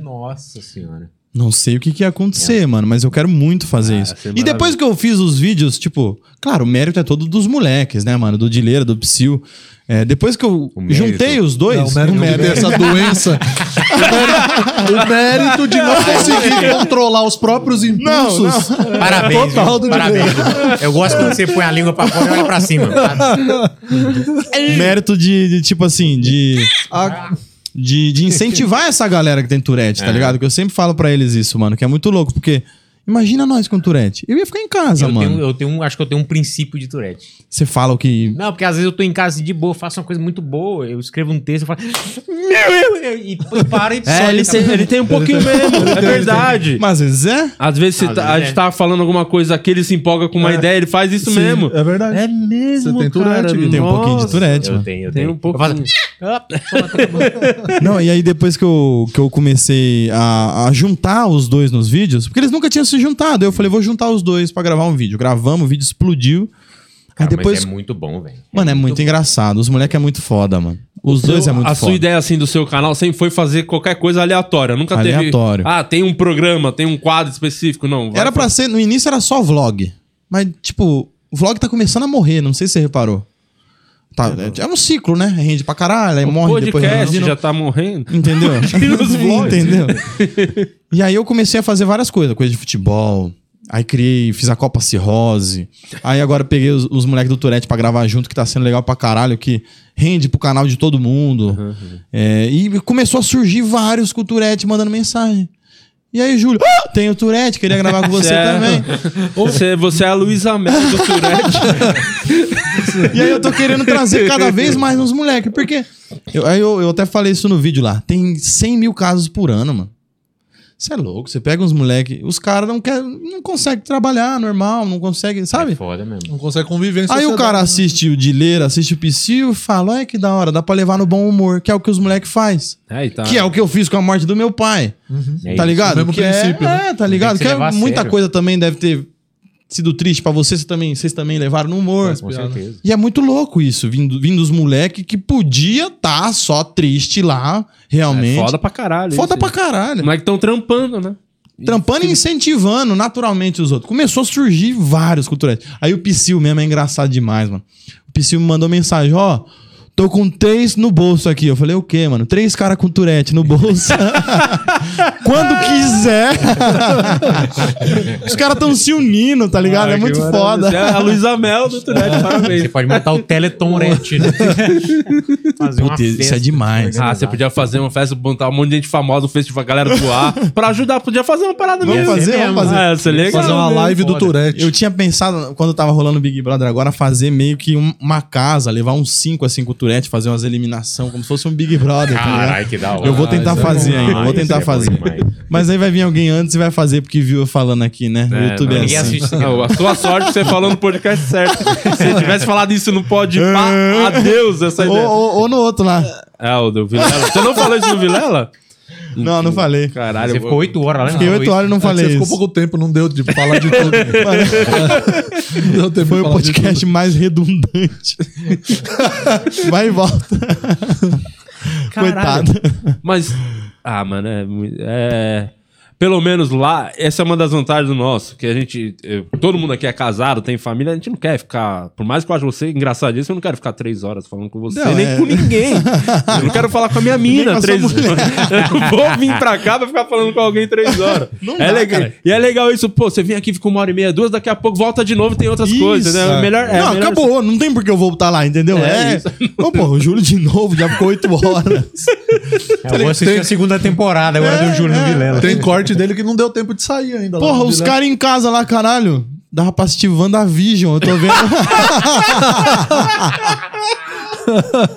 Speaker 3: Nossa senhora.
Speaker 4: Não sei o que, que ia acontecer, mano, mas eu quero muito
Speaker 3: Ah,
Speaker 4: fazer isso.
Speaker 3: é
Speaker 1: ser
Speaker 4: E depois que eu fiz os vídeos, tipo, claro, o mérito é todo dos moleques, né, mano? Do Dileira, do Psyu. É, depois que eu
Speaker 3: mérito.
Speaker 4: juntei os dois.
Speaker 2: Não, o mérito de ter essa doença. o mérito- o mérito de não conseguir controlar os próprios
Speaker 4: Não, não.
Speaker 2: impulsos.
Speaker 3: Parabéns.
Speaker 2: Total
Speaker 3: viu?
Speaker 2: do
Speaker 3: Parabéns. Eu gosto quando você põe a língua pra fora e olha pra cima.
Speaker 4: mérito de, de, tipo assim, de.
Speaker 2: A-
Speaker 4: de, de incentivar essa galera que tem Tourette,
Speaker 3: É.
Speaker 4: tá ligado? Que eu sempre falo pra eles isso, mano, que é muito louco, porque imagina nós com Tourette. Eu ia ficar em casa,
Speaker 3: Eu
Speaker 4: mano.
Speaker 3: tenho, eu tenho, acho que eu tenho um princípio de Tourette.
Speaker 4: Você fala o que.
Speaker 3: Não, porque às vezes eu tô em casa assim, de boa, faço uma coisa muito boa, eu escrevo um texto, eu falo. Meu, eu, eu", e p- para e
Speaker 1: É, ele, se- ele tem um pouquinho mesmo, é verdade.
Speaker 4: Mas às vezes é.
Speaker 1: Às vezes você tá-
Speaker 3: Às vezes
Speaker 1: a
Speaker 3: é.
Speaker 1: gente tava falando alguma coisa aqui, ele se empolga com uma ideia, ele faz isso
Speaker 2: Sim,
Speaker 1: mesmo.
Speaker 2: É verdade.
Speaker 1: É mesmo,
Speaker 2: Você tem
Speaker 1: cara.
Speaker 2: Tourette, Gui?
Speaker 4: Tem um pouquinho de
Speaker 1: nossa.
Speaker 4: Tourette,
Speaker 3: Eu
Speaker 4: mano.
Speaker 3: tenho, eu
Speaker 1: Tem
Speaker 3: tenho.
Speaker 1: um pouquinho.
Speaker 4: Não, e aí depois que eu, que eu comecei a, a juntar os dois nos vídeos, porque eles nunca tinham se juntado. Eu falei, vou juntar os dois pra gravar um vídeo. Gravamos, o vídeo explodiu.
Speaker 3: Cara,
Speaker 4: aí depois.
Speaker 3: Mas é muito bom, velho.
Speaker 4: Mano, é muito engraçado. Os moleques é muito foda, mano. Os dois
Speaker 1: Eu-
Speaker 4: é muito
Speaker 1: a
Speaker 4: foda.
Speaker 1: sua ideia assim do seu canal sempre foi fazer qualquer coisa aleatória, nunca
Speaker 4: Aleatório.
Speaker 1: teve. Ah, tem um programa, tem um quadro específico, não. vai
Speaker 4: Era pra ser, no início era só vlog. Mas, tipo, o vlog tá começando a morrer, não sei se você reparou. Tá, é, é um ciclo, né? Rende pra caralho, aí morre, depois né?
Speaker 1: podcast
Speaker 4: rende. de
Speaker 1: já
Speaker 4: novo.
Speaker 1: tá morrendo.
Speaker 4: Entendeu?
Speaker 1: Tira os vlogs.
Speaker 4: Entendeu? E aí eu comecei a fazer várias coisas, coisa de futebol. Aí criei, fiz a Copa Cirrose. Aí agora eu peguei os, os moleques do Tourette pra gravar junto, que tá sendo legal pra caralho, que rende pro canal de todo mundo. É, e começou a surgir vários com o Tourette mandando mensagem. E aí, Júlio, "Ah, tem o Tourette, queria gravar com você
Speaker 1: Certo.
Speaker 4: também.
Speaker 1: é- Você, você é a Luísa Mel do Tourette.
Speaker 4: E aí eu tô querendo trazer cada vez mais uns moleques, porque. Eu, aí eu, eu até falei isso no vídeo lá. Tem 100 mil casos por ano, mano. Você é louco, você pega uns moleques, os caras não quer, não consegue trabalhar normal, não consegue,
Speaker 3: É
Speaker 4: sabe?
Speaker 3: foda mesmo.
Speaker 2: Não consegue conviver em
Speaker 4: Aí o
Speaker 2: sociedade,
Speaker 4: cara
Speaker 2: né?
Speaker 4: assiste o Dileira, assiste o Psyu e fala: olha que da hora, dá pra levar no bom humor, que é o que os moleques faz.
Speaker 1: Aí tá.
Speaker 4: Que é o que eu fiz com a morte do meu pai.
Speaker 3: É
Speaker 4: Tá
Speaker 3: isso.
Speaker 4: ligado?
Speaker 2: o mesmo
Speaker 4: que é,
Speaker 2: princípio, né?
Speaker 4: é, tá ligado?
Speaker 3: que se
Speaker 4: Que é-
Speaker 3: levar a
Speaker 4: muita
Speaker 3: sério.
Speaker 4: coisa também deve ter sido triste pra vocês, vocês também, vocês também levaram no humor.
Speaker 3: Com certeza.
Speaker 4: E é muito louco isso, vindo, vindo os moleques que podia tá só triste lá, realmente.
Speaker 1: É, Foda pra caralho.
Speaker 4: Foda
Speaker 1: isso.
Speaker 4: pra caralho.
Speaker 1: Os moleques tão trampando, né?
Speaker 4: Trampando e incentivando naturalmente os outros. Começou a surgir vários culturais. Aí o Psyu mesmo é engraçado demais, mano. O Psyu me mandou mensagem, ó. Tô com três no bolso aqui. Eu falei, o quê, mano? Três caras com turete no bolso. Quando quiser. Os caras tão se unindo, tá ligado? é muito foda. É.
Speaker 1: Você é a Luísa Mel do Tourette,
Speaker 3: Você
Speaker 1: parabéns.
Speaker 3: pode montar o Teletorrent, né? Fazer uma
Speaker 4: Puta, isso
Speaker 3: festa.
Speaker 4: é demais.
Speaker 1: Ah, você podia fazer uma festa, botar um monte de gente famosa, um festival, a galera voar. Pra ajudar, podia fazer uma parada
Speaker 4: Vamos
Speaker 1: mesmo.
Speaker 4: fazer,
Speaker 1: É
Speaker 4: vamos
Speaker 1: mesmo.
Speaker 4: fazer.
Speaker 1: Ah, isso é legal.
Speaker 2: Fazer uma
Speaker 1: mesmo.
Speaker 2: live do
Speaker 3: Foda.
Speaker 2: Tourette.
Speaker 4: Eu tinha pensado, quando tava rolando o Big Brother agora, fazer meio que um- uma casa, levar uns 5 assim com o Tourette, fazer umas eliminação, como se fosse um Big Brother, tá ligado?
Speaker 3: Caralho, que da hora.
Speaker 4: Eu vou tentar
Speaker 2: isso é
Speaker 4: fazer
Speaker 2: bom
Speaker 4: ainda,
Speaker 3: Ah,
Speaker 4: vou
Speaker 3: isso é
Speaker 4: tentar
Speaker 3: bom
Speaker 4: fazer.
Speaker 3: demais.
Speaker 4: Mas aí vai vir alguém antes e vai fazer porque viu eu falando aqui, né? o YouTube
Speaker 1: não,
Speaker 4: é
Speaker 1: ninguém
Speaker 4: assim.
Speaker 3: assiste isso.
Speaker 1: Não, a sua sorte é você falou no podcast certo. Se você tivesse falado isso no pod, pá, adeus essa
Speaker 4: Ou,
Speaker 1: ideia.
Speaker 4: ou- ou no outro lá.
Speaker 1: É, o do Vilela. Você não falou isso no Vilela?
Speaker 4: Não, não falei.
Speaker 1: Caralho,
Speaker 3: Você
Speaker 1: eu vou-
Speaker 3: ficou 8 horas lá, né?
Speaker 4: Fiquei 8 horas e não
Speaker 2: É que você
Speaker 4: falei
Speaker 2: ficou
Speaker 4: isso.
Speaker 2: pouco tempo, não deu de falar de tudo. não deu tempo
Speaker 4: Foi
Speaker 2: de
Speaker 4: o
Speaker 2: falar de
Speaker 4: podcast mais redundante. vai e volta. Coitado.
Speaker 1: Mas. Ah, mano, é. mui- é... Pelo menos lá, essa é uma das vantagens do nosso, que a gente. eh, todo mundo aqui é casado, tem família, a gente não quer ficar. Por mais que eu ache você engraçadíssimo, eu não quero ficar três horas falando com você,
Speaker 4: Não,
Speaker 1: nem
Speaker 4: é.
Speaker 1: com ninguém. eu não quero falar com a minha
Speaker 4: com
Speaker 1: mina
Speaker 4: a
Speaker 1: três
Speaker 4: sua mulher.
Speaker 1: horas. Eu não vou vir pra cá pra ficar falando com alguém três horas.
Speaker 4: Não
Speaker 1: é
Speaker 4: dá,
Speaker 1: legal.
Speaker 4: cara.
Speaker 1: E é legal isso, pô, você vem aqui, fica uma hora e meia, duas, daqui a pouco volta de novo, tem outras coisas, né? Melhor, é,
Speaker 4: não,
Speaker 1: melhor-
Speaker 4: acabou, não tem por que eu voltar lá, entendeu?
Speaker 1: É
Speaker 4: É.
Speaker 1: isso.
Speaker 4: Ô, pô, o Júlio de novo, já ficou oito horas.
Speaker 3: Eu vou assistir a segunda temporada
Speaker 4: É,
Speaker 3: agora do Júlio Vilela.
Speaker 2: Tem corte dele que não deu tempo de sair ainda. lá
Speaker 4: Porra,
Speaker 2: no
Speaker 4: os
Speaker 2: Vilela.
Speaker 4: caras em casa lá, caralho. Dava pra assistir WandaVision, eu tô vendo.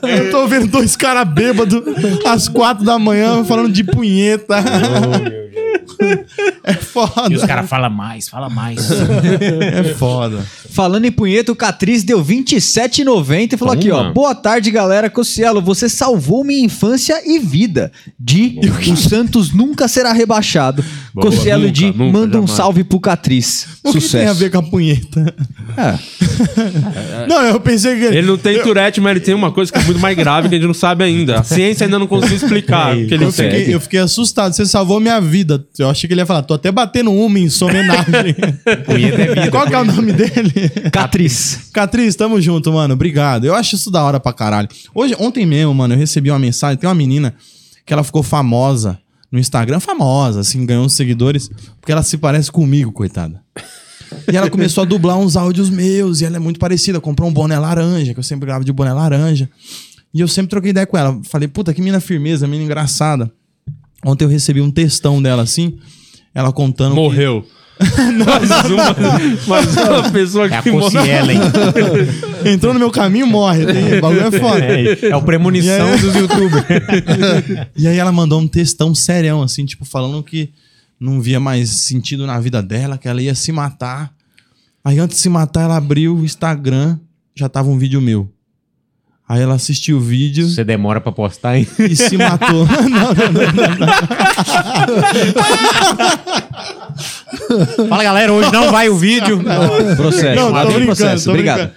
Speaker 4: eu tô vendo dois caras bêbados às quatro da manhã falando de punheta.
Speaker 1: Oh,
Speaker 4: é
Speaker 3: E os
Speaker 4: foda.
Speaker 3: caras falam mais, fala mais.
Speaker 4: É foda.
Speaker 5: Falando em punheta, o Catriz deu 27,90 e
Speaker 3: Toma.
Speaker 5: falou aqui, ó. Boa tarde, galera. Cocielo, você salvou minha infância e vida. De o Santos nunca será rebaixado.
Speaker 1: Boa,
Speaker 5: Cocielo
Speaker 1: nunca,
Speaker 5: de
Speaker 1: nunca,
Speaker 5: manda um
Speaker 1: jamais.
Speaker 5: salve pro Catriz.
Speaker 4: O que tem a
Speaker 5: Sucesso.
Speaker 4: ver com a punheta?
Speaker 5: É.
Speaker 4: Não, eu pensei que.
Speaker 1: É. Ele não tem Tourette, mas ele tem uma coisa que é muito mais grave que a gente não sabe ainda. A ciência ainda não conseguiu explicar o Ah, que ele
Speaker 4: eu,
Speaker 1: tem.
Speaker 4: fiquei, É eu fiquei assustado. Você salvou minha vida. Eu achei que ele ia falar, tô até batendo uma em sua homenagem. Qual que é o nome dele?
Speaker 5: Catriz.
Speaker 4: Catriz, tamo junto, mano. Obrigado. Eu acho isso da hora pra caralho. Hoje, ontem mesmo, mano, eu recebi uma mensagem. Tem uma menina que ela ficou famosa no Instagram, famosa, assim, ganhou uns seguidores, porque ela se parece comigo, coitada. E ela começou a dublar uns áudios meus, e ela é muito parecida. Comprou um boné laranja, que eu sempre gravo de boné laranja. E eu sempre troquei ideia com ela. Falei, puta, que mina firmeza, mina engraçada. Ontem eu recebi um textão dela assim, ela contando. que-
Speaker 1: Morreu. mais, uma, mais uma pessoa
Speaker 3: É a
Speaker 1: que morreu.
Speaker 3: Cossiela, hein?
Speaker 4: Entrou no meu caminho, morre. Tem- O bagulho é foda.
Speaker 3: É, é o premonição
Speaker 4: E aí-
Speaker 3: dos youtubers.
Speaker 4: E aí ela mandou um textão serião, assim, tipo, falando que não via mais sentido na vida dela, que ela ia se matar. Aí antes de se matar, ela abriu o Instagram, já tava um vídeo meu. Aí ela assistiu o vídeo
Speaker 3: Você demora pra postar, hein?
Speaker 4: e se matou. Não, não, não.
Speaker 3: Fala, galera, hoje não vai o vídeo.
Speaker 5: Processo.
Speaker 4: Não, tô
Speaker 5: Abre
Speaker 4: brincando,
Speaker 5: processo.
Speaker 4: tô
Speaker 5: Obrigado.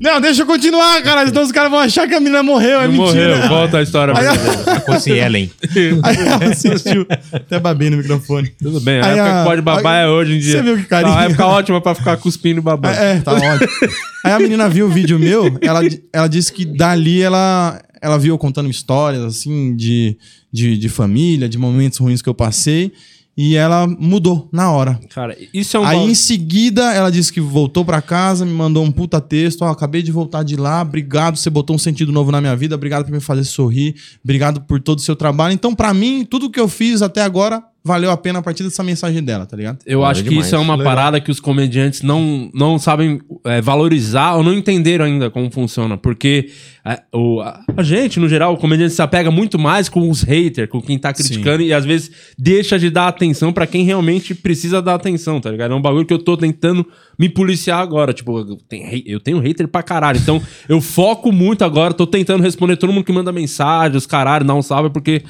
Speaker 4: Não, deixa eu continuar, cara, senão os caras vão achar que a menina morreu, é
Speaker 1: Não
Speaker 4: mentira.
Speaker 1: morreu. Volta a história.
Speaker 4: Aí
Speaker 1: pra
Speaker 4: ela,
Speaker 3: A Cossiela, hein?
Speaker 4: aí ela assistiu. Até babei no microfone.
Speaker 1: Tudo bem, a
Speaker 4: Aí
Speaker 1: época
Speaker 4: a-
Speaker 1: que pode babar
Speaker 4: aí-
Speaker 1: é hoje em dia.
Speaker 4: Você viu que carinho.
Speaker 1: Tá, uma época ótima pra ficar cuspindo e babando.
Speaker 4: É, é, tá ótimo. Aí a menina viu o vídeo meu, ela, ela disse que dali ela, ela viu eu contando histórias, assim, de, de, de família, de momentos ruins que eu passei, e ela mudou na hora.
Speaker 1: Cara, isso é
Speaker 2: Então
Speaker 1: um...
Speaker 4: Aí
Speaker 1: val-
Speaker 4: em seguida ela disse que voltou pra casa, me mandou um puta texto, ó, acabei de voltar de lá, obrigado, você botou um sentido novo na minha vida, obrigado por me fazer sorrir, obrigado por todo o seu trabalho. Então, pra mim, tudo que eu fiz até agora valeu a pena a partir dessa mensagem dela, tá ligado?
Speaker 1: Eu
Speaker 3: Valeu
Speaker 1: acho que
Speaker 3: demais.
Speaker 1: isso é uma parada que os comediantes não, não sabem é, valorizar ou não entenderam ainda como funciona. Porque é, o- a, a gente, no geral, o comediante se apega muito mais com os haters, com quem tá criticando, e às vezes deixa de dar atenção pra quem realmente precisa dar atenção, tá ligado? É um bagulho que eu tô tentando me policiar agora. Tipo, eu tenho, hate- eu tenho hater pra caralho. Então, eu foco muito agora, tô tentando responder todo mundo que manda mensagem, os caralho, dá um salve, porque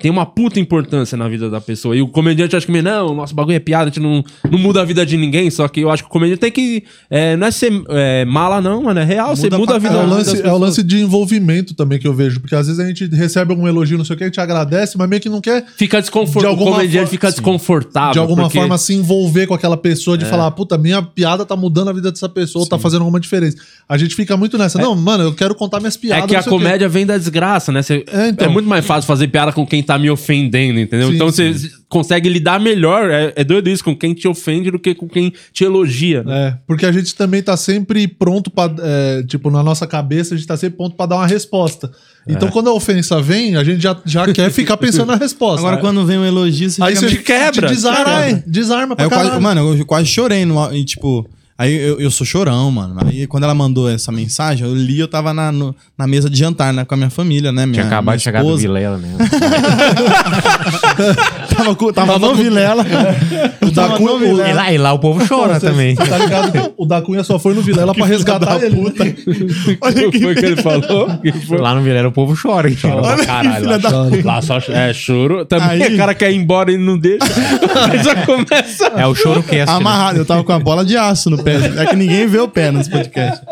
Speaker 1: tem uma puta importância na vida da pessoa. E o comediante acha que, meio, não, nosso bagulho é piada, a gente não, não muda a vida de ninguém. Só que eu acho que o comediante tem que. é, não é ser é, mala, não, mano. É real, você
Speaker 4: Muda
Speaker 1: muda a
Speaker 4: pra
Speaker 1: vida
Speaker 2: É o,
Speaker 1: das
Speaker 2: lance, é o
Speaker 1: pessoas.
Speaker 2: lance de envolvimento também que eu vejo, porque às vezes a gente recebe algum elogio, não sei o que, a gente agradece, mas meio que não quer
Speaker 1: Fica desconfortável.
Speaker 2: de
Speaker 1: O
Speaker 2: alguma
Speaker 1: comediante
Speaker 2: forma-
Speaker 1: fica
Speaker 2: sim.
Speaker 1: desconfortável.
Speaker 2: de alguma
Speaker 1: porque- é
Speaker 2: forma se envolver com aquela pessoa, de falar, puta, minha piada tá mudando a vida dessa pessoa, tá fazendo alguma diferença. A gente fica muito nessa, não, mano, eu quero contar minhas piadas.
Speaker 1: É que
Speaker 2: não
Speaker 1: a
Speaker 2: sei o quê.
Speaker 1: comédia vem da desgraça, né? Cê- é,
Speaker 2: É, então.
Speaker 1: muito mais fácil fazer piada com quem tá me ofendendo, entendeu?
Speaker 2: Sim,
Speaker 1: então você consegue lidar melhor. É, é doido isso, com quem te ofende do que com quem te elogia. Né?
Speaker 2: É, porque a gente também tá sempre pronto pra. é, tipo, na nossa cabeça, a gente tá sempre pronto pra dar uma resposta.
Speaker 1: É.
Speaker 2: Então, quando a ofensa vem, a gente já, já quer ficar pensando na resposta.
Speaker 4: Agora, quando vem um elogio, você
Speaker 2: aí
Speaker 4: fica
Speaker 2: você
Speaker 4: meio-
Speaker 1: te quebra.
Speaker 2: te desarma,
Speaker 4: Caralho.
Speaker 2: desarma
Speaker 4: Aí
Speaker 2: pra
Speaker 4: eu quase,
Speaker 2: caralho.
Speaker 4: mano, eu quase chorei. No, e, tipo, aí eu, eu sou chorão, mano. Aí quando ela mandou essa mensagem, eu li, eu tava na, no- na mesa de jantar, né? Com a minha família, né? Minha,
Speaker 3: Tinha acabado de chegar do
Speaker 4: esposa.
Speaker 3: Vilela, né?
Speaker 4: Tava, com- tava, no Vilela. eu
Speaker 2: Da
Speaker 4: tava
Speaker 2: Cunha-
Speaker 4: no Vilela.
Speaker 3: E lá, e lá o povo chora também.
Speaker 2: Tá ligado? que O da Cunha só foi no Vilela pra resgatar ele.
Speaker 1: Olha que foi que ele falou? Que foi?
Speaker 3: Lá no Vilela o povo chora. hein? Chora pra caralho.
Speaker 4: filha
Speaker 3: Lá,
Speaker 4: da
Speaker 3: chora. Lá só
Speaker 1: É, choro. Também
Speaker 4: Aí-
Speaker 1: o cara quer ir embora e não deixa. Aí já começa.
Speaker 3: É o choro que é
Speaker 1: né?
Speaker 4: Amarrado, eu tava com a bola de aço no pé. É que ninguém vê o pé nesse podcast.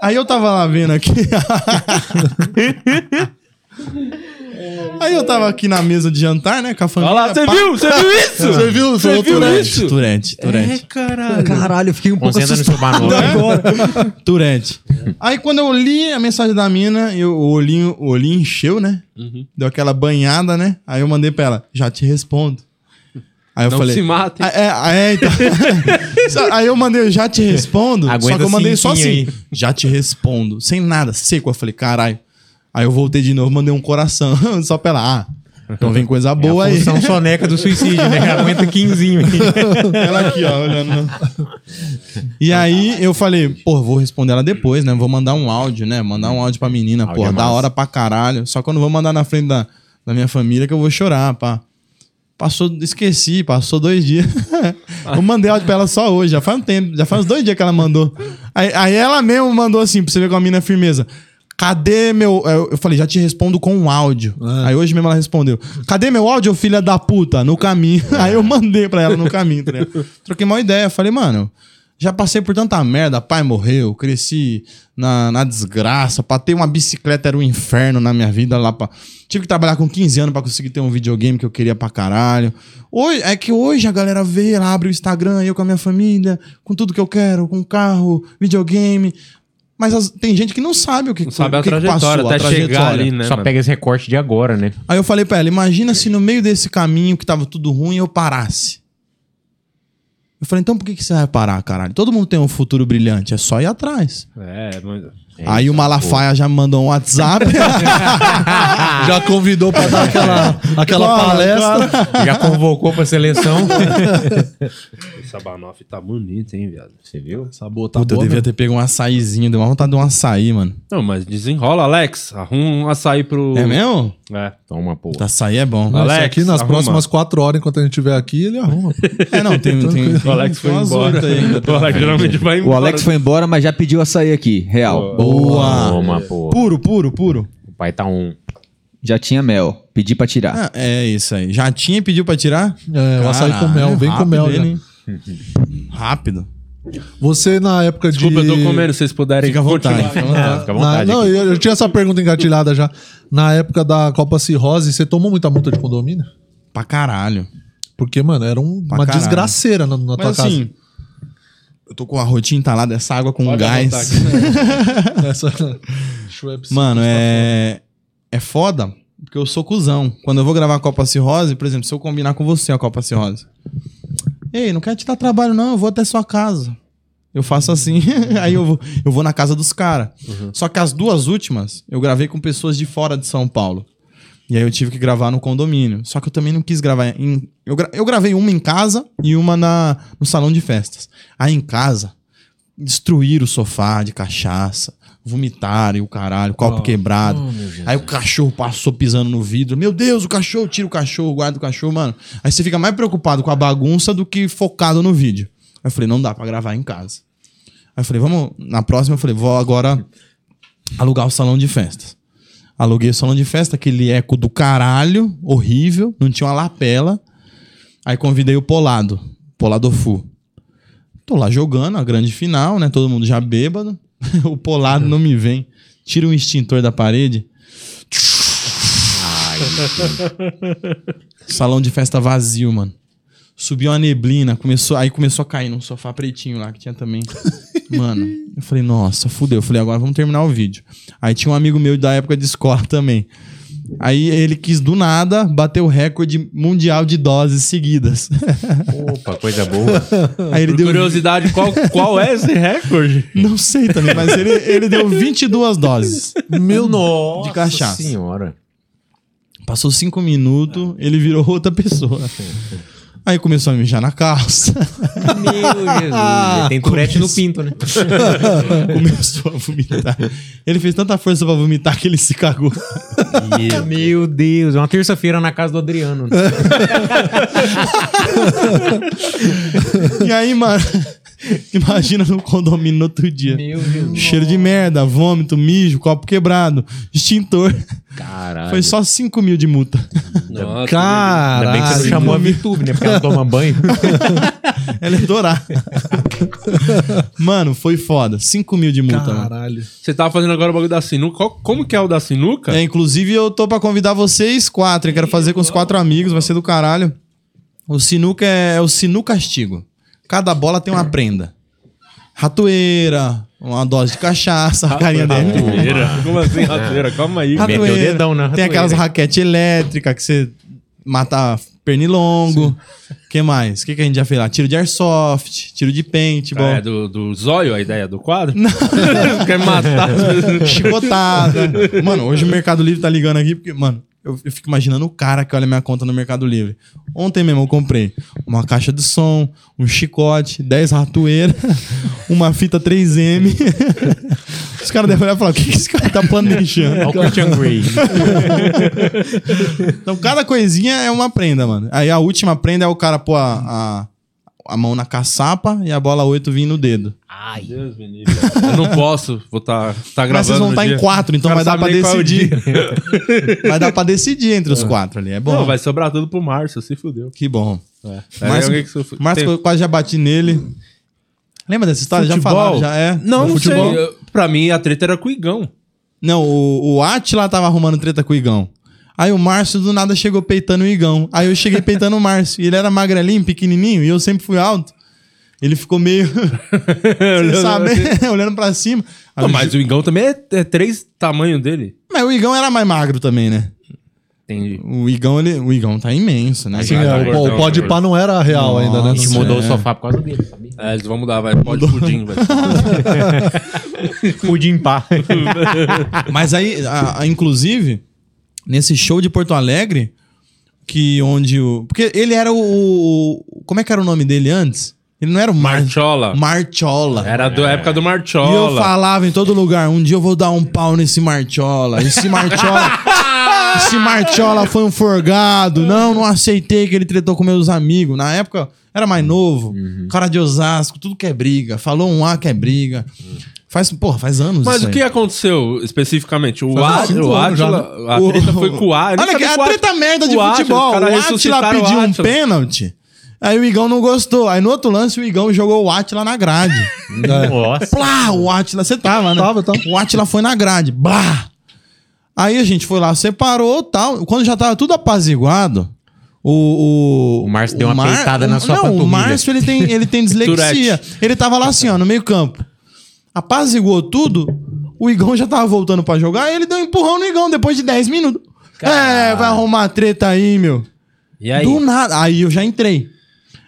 Speaker 4: Aí eu tava lá vendo aqui. Aí eu tava aqui na mesa de jantar, né? Com a família.
Speaker 1: Olha lá, você
Speaker 4: pá.
Speaker 1: viu? Você viu isso?
Speaker 4: Você viu? É,
Speaker 1: Você
Speaker 4: Falou
Speaker 1: viu
Speaker 4: Turante,
Speaker 1: isso?
Speaker 4: Turante, Turante.
Speaker 5: Caralho. Caralho, eu fiquei um pouco
Speaker 3: Concentra no seu
Speaker 5: assustado
Speaker 3: banolo.
Speaker 5: agora.
Speaker 4: Turante. Aí quando eu li a mensagem da mina, eu, o, olhinho, o olhinho encheu, né?
Speaker 1: Uhum.
Speaker 4: Deu aquela banhada, né? Aí eu mandei pra ela, já te respondo. Aí eu
Speaker 1: Não
Speaker 4: falei.
Speaker 1: se matem.
Speaker 4: "Ah, é, ah, é, então." Só- aí eu mandei, já te respondo. só
Speaker 3: Aguenta
Speaker 4: que eu mandei só
Speaker 3: sim, sim,
Speaker 4: assim,
Speaker 3: aí.
Speaker 4: já te respondo. Sem nada, seco. Eu falei, caralho. Aí eu voltei de novo, mandei um coração. só pra ela, ah, então vem coisa
Speaker 3: É
Speaker 4: boa
Speaker 3: a
Speaker 4: aí.
Speaker 3: função soneca do suicídio, né? Aguenta 15 aí.
Speaker 4: Ela aqui, ó, olhando. E aí eu falei, pô, vou responder ela depois, né? Vou mandar um áudio, né? Mandar um áudio pra menina,
Speaker 3: Áudio
Speaker 4: pô,
Speaker 3: é
Speaker 4: da
Speaker 3: massa.
Speaker 4: hora pra caralho. Só que eu não vou mandar na frente da, da minha família que eu vou chorar, pá. Passou, esqueci, passou dois dias. eu mandei áudio pra ela só hoje, já faz um tempo, já faz uns dois dias que ela mandou. Aí, aí ela mesmo mandou assim, pra você ver com a mina firmeza. Cadê meu. Eu eu falei, já te respondo com um áudio. Aí hoje mesmo ela respondeu: Cadê meu áudio, filha da puta? No caminho. Aí eu mandei pra ela no caminho, tá ligado? Troquei uma ideia. Falei, mano, já passei por tanta merda. Pai morreu, cresci na, na desgraça. Pra ter uma bicicleta era um inferno na minha vida lá. Pra... Tive que trabalhar com 15 anos pra conseguir ter um videogame que eu queria pra caralho. Hoje, é que hoje a galera vê, ela abre o Instagram, eu com a minha família, com tudo que eu quero, com carro, videogame. Mas as- tem gente que não sabe o que
Speaker 1: Não sabe
Speaker 4: o
Speaker 1: a
Speaker 4: que que
Speaker 1: trajetória
Speaker 4: passou, a
Speaker 1: até chegar
Speaker 4: trajetória.
Speaker 1: ali, né?
Speaker 3: Só
Speaker 1: mano?
Speaker 3: pega esse recorte de agora, né?
Speaker 4: Aí eu falei pra ela: imagina se no meio desse caminho que tava tudo ruim eu parasse. Eu falei, então por que, que você vai parar, caralho? Todo mundo tem um futuro brilhante, é só ir atrás.
Speaker 1: É, mas...
Speaker 4: Aí o Malafaia já mandou um WhatsApp.
Speaker 2: Já convidou pra dar aquela, aquela
Speaker 4: Claro,
Speaker 2: palestra.
Speaker 3: Já convocou pra seleção.
Speaker 1: Esse Abanoff tá bonito, hein, viado? Você viu?
Speaker 2: Essa boa tá
Speaker 4: Puta, eu
Speaker 2: boa,
Speaker 4: devia
Speaker 2: né?
Speaker 4: ter pego um açaizinho, deu uma vontade de um açaí, mano.
Speaker 1: Não, mas desenrola, Alex. Arruma um açaí pro...
Speaker 4: É mesmo?
Speaker 1: É.
Speaker 3: Toma, pô.
Speaker 4: Açaí é bom.
Speaker 2: Não, isso
Speaker 1: Alex,
Speaker 2: aqui nas
Speaker 1: arruma.
Speaker 2: próximas quatro horas, enquanto a gente estiver aqui, ele arruma.
Speaker 4: É, não, tem. tem
Speaker 1: O Alex foi
Speaker 4: tem umas
Speaker 1: embora.
Speaker 4: oito aí ainda.
Speaker 1: O Alex geralmente vai
Speaker 5: O
Speaker 1: embora.
Speaker 5: Alex foi embora, mas já pediu a sair aqui. Real.
Speaker 4: Boa!
Speaker 3: Toma, pô.
Speaker 4: Puro, puro, puro.
Speaker 3: O pai tá um.
Speaker 5: Já tinha mel. Pedi pra tirar.
Speaker 4: Ah, é isso aí. Já tinha e pediu pra tirar?
Speaker 2: É, o açaí com mel, vem com
Speaker 4: rápido
Speaker 2: mel.
Speaker 4: ele,
Speaker 2: né?
Speaker 4: hein? Rápido.
Speaker 2: Você, na época
Speaker 1: Desculpa,
Speaker 2: de...
Speaker 1: eu tô comendo, se vocês puderem
Speaker 4: Fica à vontade,
Speaker 1: continuar.
Speaker 4: fica à vontade.
Speaker 2: Ah,
Speaker 3: Fica à
Speaker 2: na-
Speaker 3: vontade
Speaker 2: não, eu, eu tinha essa pergunta engatilhada já. Na época da Copa Cirrose, você tomou muita multa de condomínio?
Speaker 4: Pra caralho.
Speaker 2: Porque, mano, era um-
Speaker 4: Pra
Speaker 2: uma
Speaker 4: caralho.
Speaker 2: desgraceira na, na tua
Speaker 4: Mas assim, eu tô com a rotina entalada, essa água com
Speaker 1: Pode
Speaker 4: gás.
Speaker 1: voltar aqui.
Speaker 2: casa. Essa- Schweppes.
Speaker 4: Mano, é. É foda, porque eu sou cuzão. Quando eu vou gravar a Copa Cirrose, por exemplo, se eu combinar com você a Copa Cirrose. Ei, não quero te dar trabalho, não, eu vou até sua casa. Eu faço assim, aí eu vou, eu vou na casa dos caras. Só que as duas últimas, eu gravei com pessoas de fora de São Paulo. E aí eu tive que gravar no condomínio. Só que eu também não quis gravar em. Eu, gra- eu gravei uma em casa e uma na, no salão de festas. Aí em casa, destruíram o sofá de cachaça, vomitaram e o caralho, copo quebrado. aí o cachorro passou pisando no vidro. Meu Deus, o cachorro, tira o cachorro, guarda o cachorro, mano. Aí você fica mais preocupado com a bagunça do que focado no vídeo. Aí eu falei, não dá pra gravar em casa. Aí eu falei, vamos. Na próxima, eu falei, vou agora alugar o salão de festas. Aluguei o salão de festa, aquele eco do caralho, horrível, não tinha uma lapela. Aí convidei o Polado, Polado Fu. Tô lá jogando, a grande final, né? Todo mundo já bêbado. o Polado não me vem. Tira um extintor da parede. Salão de festa vazio, mano. Subiu uma neblina, começou, aí começou a cair num sofá pretinho lá que tinha também. Mano, eu falei, nossa, fudeu. Eu falei, agora vamos terminar o vídeo. Aí tinha um amigo meu da época de escola também. Aí ele quis do nada bater o recorde mundial de doses seguidas.
Speaker 3: Opa, coisa boa.
Speaker 4: Aí ele
Speaker 1: Por
Speaker 4: deu
Speaker 1: curiosidade, qual, qual é esse recorde?
Speaker 4: Não sei também, mas ele, ele deu 22 doses
Speaker 2: Meu nossa.
Speaker 4: de cachaça.
Speaker 3: Senhora.
Speaker 4: Passou cinco minutos, ele virou outra pessoa. Aí começou a mijar na calça,
Speaker 3: Meu Jesus. Tem turete no pinto, né?
Speaker 4: começou a vomitar. Ele fez tanta força pra vomitar que ele se cagou.
Speaker 3: Meu Deus. É uma terça-feira na casa do Adriano.
Speaker 4: É.
Speaker 3: né?
Speaker 4: E aí, mano, imagina no condomínio no outro dia.
Speaker 3: Meu Deus.
Speaker 4: Cheiro de merda, vômito, mijo, copo quebrado, extintor.
Speaker 3: Caralho.
Speaker 4: Foi só 5 mil de multa.
Speaker 1: Nossa,
Speaker 4: É.
Speaker 3: Ainda bem que você não chamou a VTube, né? Porque ela toma banho.
Speaker 4: Ela é dourada. Mano, foi foda. 5 mil de multa, mano.
Speaker 2: Caralho.
Speaker 1: Você tava fazendo agora o bagulho da sinuca. Qual- como que é o da sinuca?
Speaker 4: É, inclusive, eu tô pra convidar vocês quatro. Eu quero fazer com os quatro amigos, vai ser do caralho. O sinuca é, é o sinu castigo. Cada bola tem uma prenda. Ratoeira, uma dose de cachaça, a carinha dele.
Speaker 1: Rateira. Como assim, rateira? Calma aí.
Speaker 4: Ratoeira.
Speaker 3: Meteu o dedão na
Speaker 4: Tem
Speaker 3: ratoeira.
Speaker 4: aquelas raquetes elétricas que você mata pernilongo. O que mais? O que, que a gente já fez lá? Tiro de airsoft, tiro de paintball.
Speaker 1: É do, do zóio a ideia do quadro? Não. Quer matar as pessoas.
Speaker 4: chicotada. mano, hoje o Mercado Livre tá ligando aqui, porque, mano, eu, eu fico imaginando o cara que olha minha conta no Mercado Livre. Ontem mesmo eu comprei uma caixa de som, um chicote, 10 ratoeiras, uma fita 3M. Os caras devem olhar e falar, o que, que esse cara tá
Speaker 3: Olha o
Speaker 4: planejando?
Speaker 3: Christian Grey.
Speaker 4: Então, cada coisinha é uma prenda, mano. Aí a última prenda é o cara pôr a, a, a mão na caçapa e a bola 8 vir no dedo.
Speaker 3: Ai.
Speaker 1: Deus me livre. Eu não posso. Vou tá, tá gravando
Speaker 4: Mas vocês vão
Speaker 1: no
Speaker 4: estar
Speaker 1: dia.
Speaker 4: em quatro, então
Speaker 1: O cara
Speaker 4: vai dar
Speaker 1: sabe
Speaker 4: pra
Speaker 1: nem qual é o
Speaker 4: decidir. vai dar pra decidir entre os quatro ali. É bom.
Speaker 1: Não, vai sobrar tudo pro Márcio. Se fudeu.
Speaker 4: Que bom.
Speaker 1: Aí
Speaker 4: Márcio-
Speaker 1: alguém que sofre-
Speaker 4: Márcio,
Speaker 1: Tem-
Speaker 4: eu quase já bati nele. Lembra dessa história? Já
Speaker 1: Futebol?
Speaker 4: falaram, já é.
Speaker 1: Não,
Speaker 4: No
Speaker 1: não
Speaker 4: futebol.
Speaker 1: sei. Eu- Pra mim, a treta era com o Igão.
Speaker 4: Não, o, o Atila tava arrumando treta com o Igão. Aí o Márcio do nada chegou peitando o Igão. Aí eu cheguei peitando o Márcio. E ele era magrelinho, pequenininho, e eu sempre fui alto. Ele ficou meio, sem saber, olhando pra cima. Aí
Speaker 1: Não,
Speaker 4: eu
Speaker 1: mas o Igão também é, é três tamanhos dele.
Speaker 4: Mas o Igão era mais magro também, né?
Speaker 1: Entendi.
Speaker 4: O Igão, ele, o Igão tá imenso, né?
Speaker 2: Sim,
Speaker 1: Vai,
Speaker 2: é,
Speaker 1: vai,
Speaker 2: o-
Speaker 1: vai, vai,
Speaker 2: o pode
Speaker 1: vai.
Speaker 2: pá não era real ainda, né?
Speaker 3: A gente
Speaker 4: Nossa,
Speaker 3: mudou
Speaker 4: é.
Speaker 3: o sofá por causa dele, sabia?
Speaker 1: É, eles vão mudar, vai. Pode pudim, vai.
Speaker 3: Pudim pá.
Speaker 4: Mas aí, a- a- inclusive, nesse show de Porto Alegre, que onde o. Porque ele era o, o- Como é que era o nome dele antes? Ele não era o Mar...
Speaker 1: Marchola.
Speaker 4: Marchola.
Speaker 1: Era da época do
Speaker 4: E eu
Speaker 1: Marchola.
Speaker 4: falava em todo lugar, um dia eu vou dar um pau nesse Marchola. Esse Marchola. esse Marchola foi um forgado. Não, não aceitei que ele tretou com meus amigos. Na época, era mais novo.
Speaker 1: Uhum.
Speaker 4: Cara de Osasco, tudo que é briga. Falou um A que é briga.
Speaker 1: Uhum.
Speaker 4: Faz, porra, faz anos
Speaker 1: Mas
Speaker 4: isso
Speaker 1: o
Speaker 4: aí. assim,
Speaker 1: que acontecamente? especificamente? O
Speaker 2: Faz uns cinco
Speaker 1: Átila,
Speaker 2: anos já, né?
Speaker 1: a
Speaker 4: O-
Speaker 1: treta foi com o Átila.
Speaker 4: Olha aqui, Ah, a treta merda de futebol. o Atila pediu um pênalti. Aí o Igão não gostou. Aí no outro lance o Igão jogou o Atila na grade.
Speaker 2: É.
Speaker 3: Nossa.
Speaker 4: Plá, o Atila, você tava, né?
Speaker 2: Tava, tava.
Speaker 4: O Atila foi na grade. Blá. Aí a gente foi lá, separou tal. Quando já tava tudo apaziguado, o. O,
Speaker 3: O Márcio deu uma peitada na sua
Speaker 4: Não, o
Speaker 3: panturrilha.
Speaker 4: Márcio ele tem, ele tem dislexia. ele tava lá assim, ó, no meio-campo. Apaziguou tudo. O Igão já tava voltando pra jogar. Ele deu um empurrão no Igão depois de 10 minutos. É, vai arrumar treta aí, meu.
Speaker 1: E aí?
Speaker 4: Do nada. Aí eu já entrei.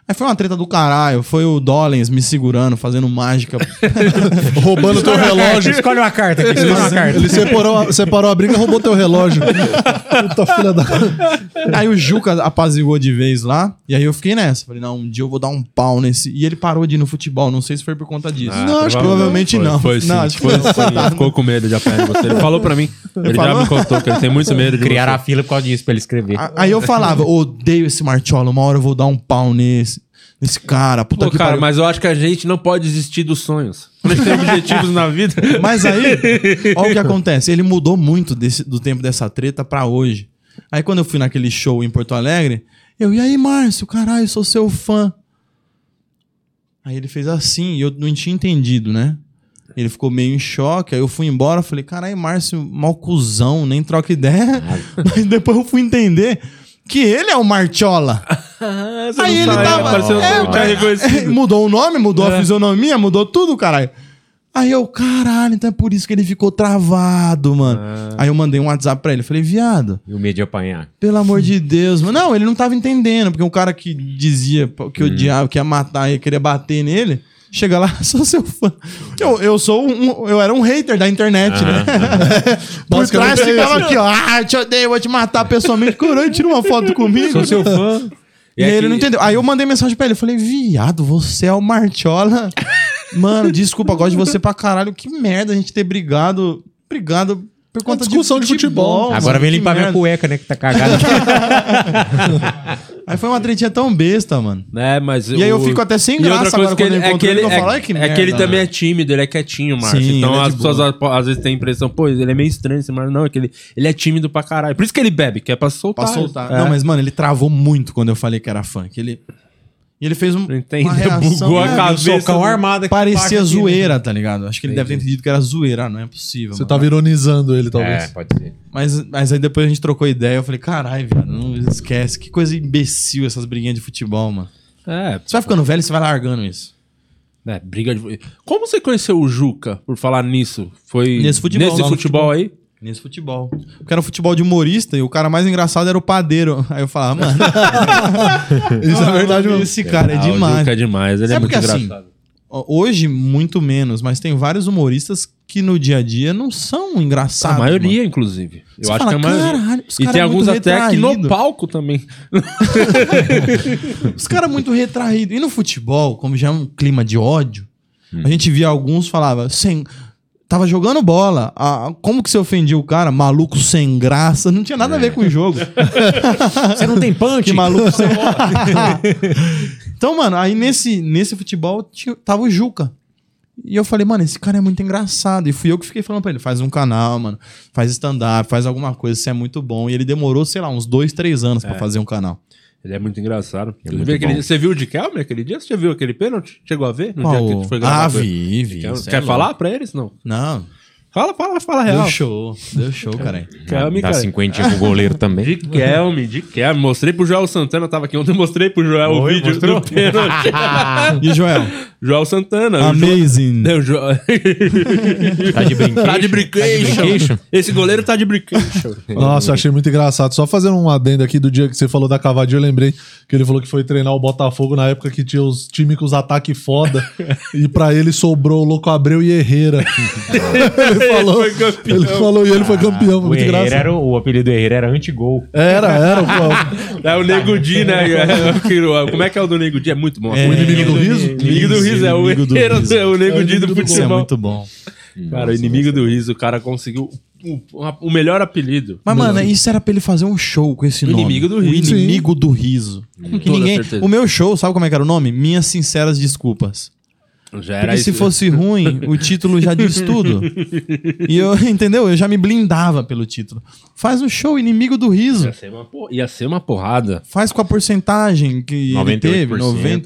Speaker 4: Aí foi uma treta do caralho. Foi o Dollens me segurando, fazendo mágica.
Speaker 2: Roubando teu relógio.
Speaker 3: Escolhe uma carta aqui,
Speaker 2: Ele,
Speaker 3: escolhe uma carta.
Speaker 2: ele separou, a, separou a briga e roubou teu relógio. Puta filha da.
Speaker 4: aí o Juca apaziguou de vez lá. E aí eu fiquei nessa. Falei, não, um dia eu vou dar um pau nesse. E ele parou de ir no futebol. Não sei se foi por conta disso.
Speaker 1: Ah,
Speaker 4: provavelmente não.
Speaker 1: Foi, foi sim.
Speaker 4: Não, acho que
Speaker 1: foi,
Speaker 4: não.
Speaker 1: foi, ele ficou com medo de apanhar de você. Ele falou pra mim. Ele já
Speaker 4: Tá. falou?
Speaker 1: me contou que ele tem muito medo de
Speaker 3: Criaram a fila por causa disso pra ele escrever.
Speaker 4: A- Aí eu falava, odeio esse Martiola. Uma hora eu vou dar um pau nesse. Nesse cara,
Speaker 1: você.
Speaker 4: puta
Speaker 1: Pô,
Speaker 4: que
Speaker 1: cara,
Speaker 4: pariu.
Speaker 1: mas eu acho que a gente não pode desistir dos sonhos. Quando a gente tem objetivos na vida.
Speaker 4: Mas aí, olha o que acontece. Ele mudou muito desse- do tempo dessa treta pra hoje. Aí quando eu fui naquele show em Porto Alegre, eu, e aí, Márcio, caralho, sou seu fã. Aí ele fez assim, e eu não tinha entendido, né? Ele ficou meio em choque, aí eu fui embora, falei, caralho, Márcio, mal cuzão, nem troca ideia. Mas depois eu fui entender que ele é o Martiola. Aí ele tava.
Speaker 1: Parecendo
Speaker 4: é,
Speaker 1: um cara reconhecido. É.
Speaker 4: mudou o nome, mudou a fisionomia, mudou tudo, caralho. Aí eu, caralho, então é por isso que ele ficou travado, mano.
Speaker 1: É.
Speaker 4: Aí eu mandei um WhatsApp pra ele. Falei, viado,
Speaker 3: E o medo de apanhar.
Speaker 4: pelo amor de Deus, mano. Não, ele não tava entendendo, porque um cara que dizia que
Speaker 1: Uhum.
Speaker 4: odiava, que ia matar e queria bater nele, chega lá, sou seu fã. Eu, eu sou um, um- Eu era um hater da internet, né? por trás
Speaker 2: Basicamente é
Speaker 4: ficava
Speaker 2: isso.
Speaker 4: aqui, ó. Ah, eu te odeio, vou te matar pessoalmente. Curou, tira uma foto comigo.
Speaker 1: Sou seu fã.
Speaker 4: E, aí ele não entendeu. Aí eu mandei mensagem pra ele. Eu falei, viado, você é o Martiola. Mano, desculpa, gosto de você pra caralho. Que merda a gente ter brigado. Obrigado por conta
Speaker 2: discussão de futebol.
Speaker 4: mano,
Speaker 3: Agora vem
Speaker 4: que
Speaker 3: limpar minha
Speaker 4: merda.
Speaker 3: cueca, né? Que tá cagada.
Speaker 4: Aí foi uma tretinha tão besta, mano.
Speaker 1: É, mas
Speaker 4: E aí eu fico até sem
Speaker 1: E outra
Speaker 4: graça
Speaker 1: coisa
Speaker 4: agora
Speaker 1: que
Speaker 4: quando
Speaker 1: ele,
Speaker 4: eu
Speaker 1: é que
Speaker 4: encontro
Speaker 1: ele,
Speaker 4: ele. Eu falo,
Speaker 1: é,
Speaker 4: ai que
Speaker 1: é
Speaker 4: merda.
Speaker 1: que ele também é tímido, ele é quietinho, Márcio.
Speaker 4: Sim,
Speaker 1: então
Speaker 4: ele é
Speaker 1: as
Speaker 4: de
Speaker 1: pessoas a- às vezes têm a impressão, pô, ele é meio estranho esse Márcio. Não, é que ele, ele é tímido pra caralho. Por isso que ele bebe, que é pra soltar.
Speaker 4: Pra soltar.
Speaker 1: É.
Speaker 4: Não, mas, mano, ele travou muito quando eu falei que era funk. Ele. E ele fez um,
Speaker 1: Não entendeu,
Speaker 4: uma reação...
Speaker 1: bugou a
Speaker 4: é,
Speaker 1: cabeça.
Speaker 3: Socão armado aqui.
Speaker 4: Parecia
Speaker 3: paca aqui, né?
Speaker 4: zoeira, tá ligado? Acho que ele deve ter entendido que era zoeira. Ah, não é possível.
Speaker 2: Você
Speaker 4: mano.
Speaker 2: tava ironizando ele, talvez.
Speaker 3: É, pode ser.
Speaker 4: Mas, mas aí depois a gente trocou ideia. Eu falei, caralho, viado, não esquece. Que coisa imbecil essas briguinhas de futebol, mano.
Speaker 1: É,
Speaker 4: Você vai ficando velho e você vai largando isso.
Speaker 1: né, briga de. Como você conheceu o Juca, por falar nisso? Foi
Speaker 4: Nesse futebol,
Speaker 1: nesse
Speaker 4: lá no
Speaker 1: futebol
Speaker 4: futebol.
Speaker 1: aí?
Speaker 4: Nesse futebol. Porque era um futebol de humorista e o cara mais engraçado era o padeiro. Aí eu falava, "Ah, mano.
Speaker 2: Isso é verdade mesmo.
Speaker 4: Esse cara é
Speaker 1: Ah, O
Speaker 4: demais.
Speaker 1: Juca é demais, ele é
Speaker 4: Sabe
Speaker 1: muito
Speaker 4: porque, assim,
Speaker 1: engraçado.
Speaker 4: Hoje, muito menos, mas tem vários humoristas que no dia a dia não são engraçados.
Speaker 1: a maioria, inclusive. Eu
Speaker 4: Você
Speaker 1: acho
Speaker 4: fala,
Speaker 1: que a maioria.
Speaker 4: "Caralho, os
Speaker 1: e
Speaker 4: cara
Speaker 1: tem
Speaker 4: é
Speaker 1: alguns
Speaker 4: muito
Speaker 1: até que no
Speaker 4: retraído."
Speaker 1: palco também.
Speaker 4: mano. Os caras muito retraídos. E no futebol, como já é um clima de ódio,
Speaker 3: Hum.
Speaker 4: a gente via alguns falava, sem. Tava jogando bola. Ah, como que você ofendia o cara? Maluco sem graça. Não tinha nada a ver com o jogo.
Speaker 3: É. Você não tem punch?
Speaker 4: Que maluco sem Então, mano, aí nesse, nesse futebol tinha- tava o Juca. E eu falei, mano, esse cara é muito engraçado. E fui eu que fiquei falando pra ele: faz um canal, mano, faz stand-up, faz alguma coisa, isso é muito bom. E ele demorou, sei lá, uns dois, três anos pra fazer um canal.
Speaker 1: Ele é muito engraçado.
Speaker 3: É
Speaker 1: Você
Speaker 3: muito
Speaker 1: viu aquele
Speaker 3: bom.
Speaker 1: dia- você viu o de Kelmer aquele dia? Você já viu aquele pênalti? Chegou a ver? No dia que a gente foi gravar
Speaker 4: ah,
Speaker 1: com ele?
Speaker 4: vi, vi.
Speaker 1: Quer,
Speaker 4: isso é
Speaker 1: quer
Speaker 4: louco.
Speaker 1: falar pra eles? Não.
Speaker 4: Não,
Speaker 1: Fala, fala, fala a real.
Speaker 4: deu show, deu show, cara.
Speaker 1: Kelme,
Speaker 3: Dá
Speaker 1: cara.
Speaker 3: cinquentinha pro goleiro também.
Speaker 1: De Kelme, de Kelme. Mostrei pro Joel Santana, eu tava aqui ontem, mostrei pro Joel o vídeo do pênalti.
Speaker 4: E o Joel?
Speaker 1: Joel Santana. o Jo-
Speaker 4: Amazing.
Speaker 1: Não, o Jo-
Speaker 3: Tá de brinquedo.
Speaker 1: Tá de brincation. Esse goleiro tá de brincation.
Speaker 2: Nossa, eu achei muito engraçado. Só fazendo um adendo aqui do dia que você falou da cavadinha, eu lembrei que ele falou que foi treinar o Botafogo na época que tinha os times com os ataques foda. e pra ele sobrou o Louco Abreu e Herrera. ele, falou,
Speaker 1: Ele foi campeão. Ah,
Speaker 2: ele falou e ele foi campeão. Foi
Speaker 3: O,
Speaker 2: muito
Speaker 3: Herrera
Speaker 2: engraçado.
Speaker 3: era, o o apelido do Herrera era anti-gol.
Speaker 2: Era, era, pô.
Speaker 1: É o Nego Di, né? Como é que é o do Nego Di? É muito bom.
Speaker 2: O inimigo do riso?
Speaker 1: Inimigo do riso, é o
Speaker 4: Inimigo do
Speaker 1: herdeiro,
Speaker 4: riso.
Speaker 1: é o nego
Speaker 2: É o
Speaker 1: Di do
Speaker 2: inimigo do
Speaker 4: Isso é
Speaker 1: futebol.
Speaker 4: muito bom.
Speaker 1: Cara, o inimigo do riso, o cara conseguiu o, o melhor apelido.
Speaker 4: Mas, mano, isso era pra ele fazer um show com esse nome.
Speaker 1: Inimigo do
Speaker 4: O
Speaker 1: riso.
Speaker 4: Inimigo do riso. Que
Speaker 1: toda
Speaker 4: ninguém...
Speaker 1: certeza.
Speaker 4: O meu show, sabe como é que era o nome? Minhas sinceras desculpas.
Speaker 1: Já
Speaker 4: Porque
Speaker 1: era
Speaker 4: se
Speaker 1: isso.
Speaker 4: fosse ruim, o título já diz tudo. E eu, entendeu? Eu já me blindava pelo título. Faz um show Inimigo do Riso.
Speaker 1: Ia ser, uma por- ia ser uma porrada.
Speaker 4: Faz com a porcentagem que ele
Speaker 3: 98%,
Speaker 4: teve, 98%.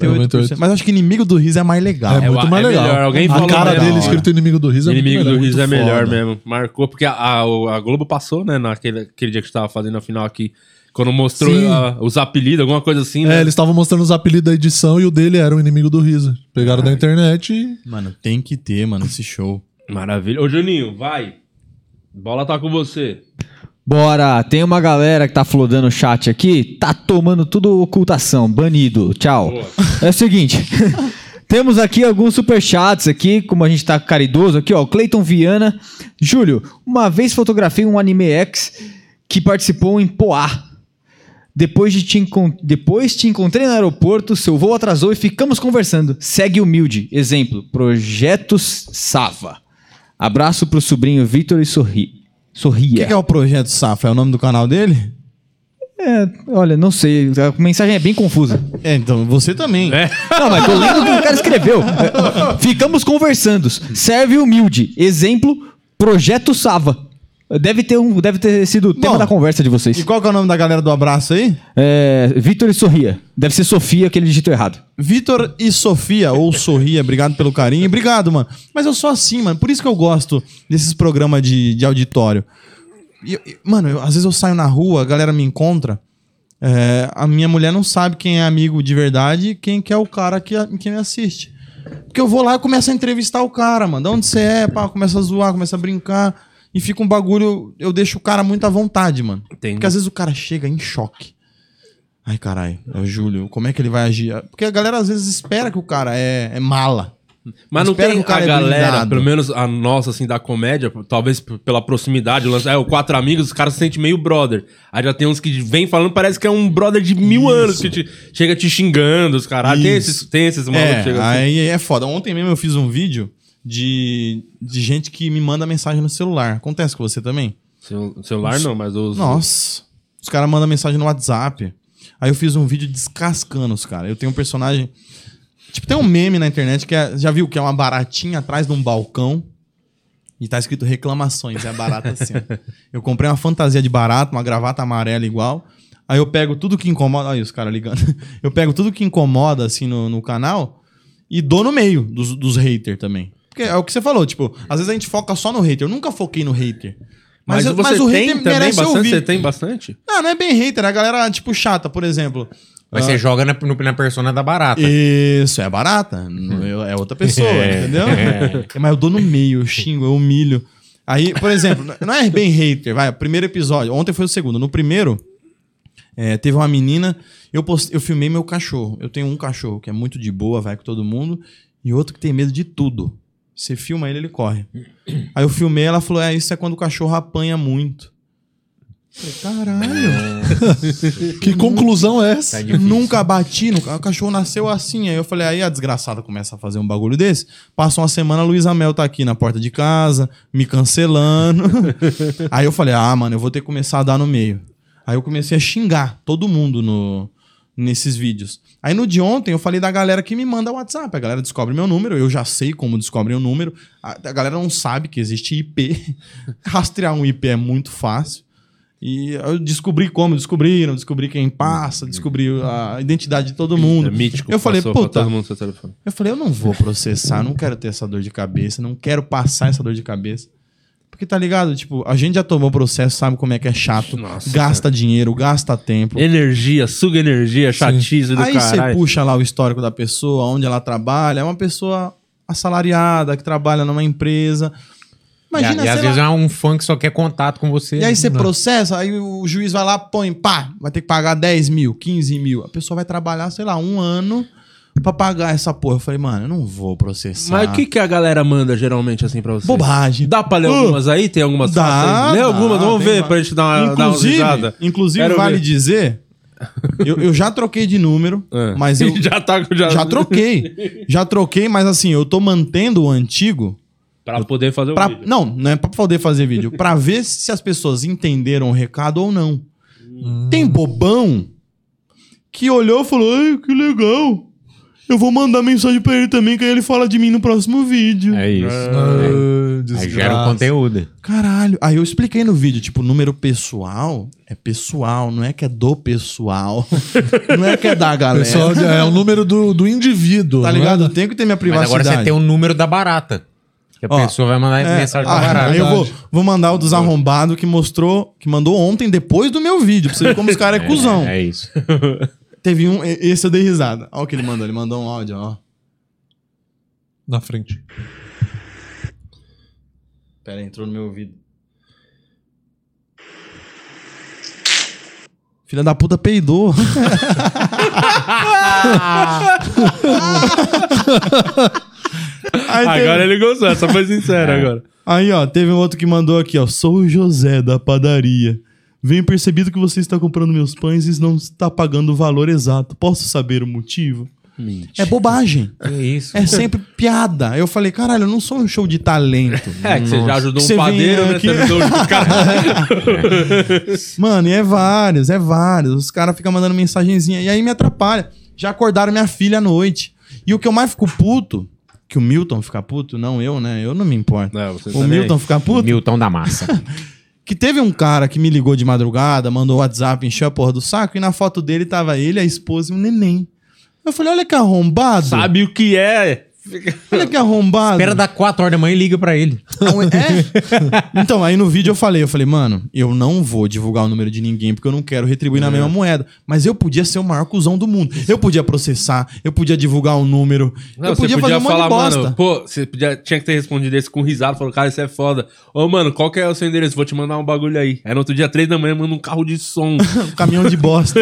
Speaker 2: 98%.
Speaker 4: Mas acho que Inimigo do Riso é mais legal.
Speaker 2: É, muito
Speaker 1: é
Speaker 2: mais legal.
Speaker 1: melhor, alguém
Speaker 2: a
Speaker 1: falou
Speaker 2: cara
Speaker 1: mesmo.
Speaker 2: dele escrito inimigo do riso é muito
Speaker 1: inimigo do
Speaker 2: melhor.
Speaker 1: riso é
Speaker 4: muito
Speaker 1: melhor
Speaker 4: foda.
Speaker 1: mesmo. Marcou, porque a, a- a Globo passou, né? Naquele aquele dia que a gente tava fazendo a final aqui. Quando mostrou
Speaker 2: Sim.
Speaker 1: a- os apelidos, alguma coisa assim, né?
Speaker 2: É, eles estavam mostrando os apelidos da edição e o dele era o inimigo do riso. Pegaram da internet e.
Speaker 4: Mano, tem que ter, mano, esse show.
Speaker 1: Maravilha. Ô, Juninho, vai. Bola tá com você.
Speaker 5: Bora, tem uma galera que tá flodando o chat aqui, tá tomando tudo ocultação, banido, tchau.
Speaker 1: Boa.
Speaker 5: É o seguinte, temos aqui alguns superchats aqui, como a gente tá caridoso aqui, ó, Cleiton Viana. Júlio, uma vez fotografei um anime X que participou em Poá. Depois, de te encon- Depois te encontrei no aeroporto, seu voo atrasou e ficamos conversando. Segue humilde. Exemplo, Projetos Sava. Abraço pro sobrinho Vitor e Sorri. Sorria.
Speaker 4: O que, que é o Projeto Safa? É o nome do canal dele?
Speaker 5: É, olha, não sei. A mensagem é bem confusa.
Speaker 4: É, então, você também.
Speaker 1: É.
Speaker 5: Não, mas tô lendo o que o cara escreveu. É, Ficamos conversando. Serve humilde. Exemplo, Projeto Sava. Deve ter, um, deve ter sido o tema
Speaker 4: Bom,
Speaker 5: da conversa de vocês.
Speaker 4: E qual que é o nome da galera do abraço aí?
Speaker 5: É, Vitor e Sorria. Deve ser Sofia que ele digitou errado.
Speaker 4: Vitor e Sofia, ou Sorria, obrigado pelo carinho. Obrigado, mano. Mas eu sou assim, mano. Por isso que eu gosto desses programas de, de auditório. E eu- e, mano, eu- às vezes eu saio na rua, a galera me encontra. é, a minha mulher não sabe quem é amigo de verdade e quem que é o cara que, a- que me assiste. Porque eu vou lá e começo a entrevistar o cara, mano. De onde você é, pá, começa a zoar, começa a brincar. E fica um bagulho, eu deixo o cara muito à vontade, mano.
Speaker 1: Entendi.
Speaker 4: Porque às vezes o cara chega em choque. Ai, caralho, é o Júlio, como é que ele vai agir? Porque a galera às vezes espera que o cara é, é mala.
Speaker 1: Mas não
Speaker 4: Espero
Speaker 1: tem
Speaker 4: que o cara
Speaker 1: a
Speaker 4: é
Speaker 1: galera,
Speaker 4: blindado.
Speaker 1: pelo menos a nossa, assim, da comédia, p- talvez p- pela proximidade, o lance- é, o Quatro Amigos, os caras se sentem meio brother. Aí já tem uns que vem falando, parece que é um brother de mil anos, que te- chega te xingando, os caras. Tem
Speaker 4: Isso.
Speaker 1: esses, tem esses malucos que
Speaker 4: É,
Speaker 1: chegam assim.
Speaker 4: aí é foda. Ontem mesmo eu fiz um vídeo de, de gente que me manda mensagem no celular. Acontece com você também?
Speaker 1: Cel- celular não, mas os.
Speaker 4: Nossa. Os caras mandam mensagem no WhatsApp. Aí eu fiz um vídeo descascando os caras. Eu tenho um personagem. Tipo, tem um meme na internet que é. Já viu que é uma baratinha atrás de um balcão. E tá escrito reclamações. É a barata assim. ó. eu comprei uma fantasia de barata, uma gravata amarela igual. Aí eu pego tudo que incomoda. Aí os caras ligando. Eu pego tudo que incomoda, assim, no, no canal e dou no meio dos, dos haters também. Porque é o que você falou, tipo, às vezes a gente foca só no hater. Eu nunca foquei no hater.
Speaker 1: Mas,
Speaker 4: eu-
Speaker 1: você tem também bastante?
Speaker 4: ouvir.
Speaker 1: Você tem bastante?
Speaker 4: Não, não é bem hater, é a galera, tipo, chata, por exemplo.
Speaker 3: Mas
Speaker 4: Ah.
Speaker 3: você joga na, no- na persona da barata.
Speaker 4: Isso, é barata. Não, eu- É outra pessoa, entendeu? É, Mas eu dou no meio, eu xingo, eu humilho. Aí, por exemplo, não é bem hater, vai. Primeiro episódio, ontem foi o segundo. No primeiro, é, teve uma menina, eu, post, eu filmei meu cachorro. Eu tenho um cachorro que é muito de boa, vai com todo mundo, e outro que tem medo de tudo. Você filma ele, ele corre. Aí eu filmei, ela falou: É, isso é quando o cachorro apanha muito. Eu Falei, caralho.
Speaker 2: Que conclusão é
Speaker 3: Tá
Speaker 2: essa?
Speaker 3: difícil.
Speaker 4: Nunca bati no ca- O cachorro nasceu assim. Aí eu falei, aí a desgraçada começa a fazer um bagulho desse. Passa uma semana, a Luísa Mel tá aqui na porta de casa, me cancelando. aí eu falei, ah, mano, eu vou ter que começar a dar no meio. Aí eu comecei a xingar todo mundo no, nesses vídeos. Aí no de ontem eu falei da galera que me manda WhatsApp. A galera descobre meu número, eu já sei como descobrem o número. A, a galera não sabe que existe IP. Rastrear um IP é muito fácil. E eu descobri como descobriram, descobri quem passa, descobri a identidade de todo mundo.
Speaker 1: É mítico.
Speaker 4: eu falei,
Speaker 1: passou pra
Speaker 4: puta,
Speaker 1: todo mundo seu telefone.
Speaker 4: eu falei, eu não vou processar, não quero ter essa dor de cabeça, não quero passar essa dor de cabeça. Porque tá ligado? Tipo, a gente já tomou processo, sabe como é que é chato.
Speaker 1: Nossa,
Speaker 4: gasta dinheiro, gasta tempo.
Speaker 1: Energia, suga energia, chatice é do
Speaker 4: Aí você
Speaker 1: caralho.
Speaker 4: puxa lá o histórico da pessoa, onde ela trabalha. É uma pessoa assalariada que trabalha numa empresa. Imagina,
Speaker 3: e, e às
Speaker 4: sei lá,
Speaker 3: vezes é um fã que só quer contato com você.
Speaker 4: E aí você processa, aí o juiz vai lá, põe, pá, vai ter que pagar 10 mil, 15 mil. A pessoa vai trabalhar, sei lá, um ano pra pagar essa porra. Eu falei, mano, eu não vou processar.
Speaker 1: Mas o que, que a galera manda geralmente assim pra você?
Speaker 4: Bobagem.
Speaker 1: Dá pra ler
Speaker 4: Uh,
Speaker 1: algumas aí? Tem algumas
Speaker 4: dá,
Speaker 1: fáceis? Lê
Speaker 4: dá,
Speaker 1: algumas, vamos
Speaker 4: tem
Speaker 1: ver
Speaker 4: lá.
Speaker 1: pra gente dar uma, dar uma
Speaker 4: Inclusive,
Speaker 1: risada.
Speaker 4: inclusive
Speaker 1: Quero
Speaker 4: vale
Speaker 1: ver.
Speaker 4: dizer, eu, eu já troquei de número,
Speaker 1: É.
Speaker 4: mas eu
Speaker 1: já tá com já,
Speaker 4: já troquei. Já troquei, mas assim, eu tô mantendo o antigo
Speaker 1: Pra poder fazer o
Speaker 4: Pra-
Speaker 1: vídeo.
Speaker 4: não, não é pra poder fazer vídeo. pra ver se as pessoas entenderam o recado ou não.
Speaker 1: Hum.
Speaker 4: Tem bobão que olhou e falou: Ai, que legal. Eu vou mandar mensagem pra ele também, que aí ele fala de mim no próximo vídeo.
Speaker 3: É isso.
Speaker 2: Ah,
Speaker 3: Aí
Speaker 2: desgraça.
Speaker 3: gera um conteúdo.
Speaker 4: Caralho. Aí eu expliquei no vídeo, tipo, número pessoal é pessoal, não é que é do pessoal. não é que é da galera.
Speaker 2: Pessoal, é o número do, do indivíduo.
Speaker 4: tá
Speaker 2: não é
Speaker 4: ligado?
Speaker 2: da-
Speaker 4: Eu tenho que ter minha
Speaker 3: Mas
Speaker 4: privacidade.
Speaker 3: agora você tem o número da barata. Que a
Speaker 4: Ó,
Speaker 3: pessoa vai mandar
Speaker 4: É,
Speaker 3: mensagem pra
Speaker 4: ah,
Speaker 3: barata.
Speaker 4: aí eu vou,
Speaker 2: Verdade.
Speaker 4: vou mandar o dos arrombados que mostrou, que mandou ontem depois do meu vídeo, pra você ver como os caras é cuzão.
Speaker 3: É, é isso.
Speaker 4: Teve um, e- esse eu dei risada. Olha o que ele mandou, ele mandou um áudio, ó.
Speaker 2: Na frente.
Speaker 4: Pera, entrou no meu ouvido. Filha da puta peidou. Aí teve-
Speaker 1: Ah, Agora ele gostou, essa foi sincera
Speaker 4: É.
Speaker 1: agora.
Speaker 4: Aí, ó, teve um outro que mandou aqui, ó. Sou o José da padaria. Venho percebido que você está comprando meus pães e não está pagando o valor exato. Posso saber o motivo? É bobagem.
Speaker 3: É isso.
Speaker 4: É sempre piada. Eu falei, caralho, eu não sou um show de talento.
Speaker 1: É, que você já ajudou
Speaker 4: Você
Speaker 1: um
Speaker 4: vem
Speaker 1: padeiro, né?
Speaker 4: aqui-
Speaker 1: Você ajudou um cara.
Speaker 4: Mano, e é vários, é vários. Os caras ficam mandando mensagenzinha. E aí me atrapalha. Já acordaram minha filha à noite. E o que eu mais fico puto, que o Milton fica puto, não eu, né? Eu não me importo.
Speaker 1: Não, você
Speaker 4: o
Speaker 1: tá nem
Speaker 4: Milton fica puto.
Speaker 3: Milton da massa.
Speaker 4: Que teve um cara que me ligou de madrugada, mandou WhatsApp, encheu a porra do saco, e na foto dele tava ele, a esposa e um neném. Eu falei, olha que arrombado.
Speaker 1: Sabe o que é?
Speaker 4: Olha que arrombado.
Speaker 3: Espera dar 4 horas da manhã e liga pra ele.
Speaker 4: Não, é- é. Então, aí no vídeo eu falei, eu falei, mano, eu não vou divulgar o número de ninguém porque eu não quero retribuir
Speaker 1: É.
Speaker 4: na mesma moeda. Mas eu podia ser o maior cuzão do mundo. Eu podia processar, eu podia divulgar o número,
Speaker 1: Não, você
Speaker 4: eu podia,
Speaker 1: podia
Speaker 4: fazer um monte de
Speaker 1: falar,
Speaker 4: bosta.
Speaker 1: mano, pô, você podia, tinha que ter respondido esse com risada, falou, cara, isso é foda. Ô, mano, qual que é o seu endereço? Vou te mandar um bagulho aí. Aí no outro dia, três da manhã, manda um carro de som.
Speaker 4: Um caminhão de bosta.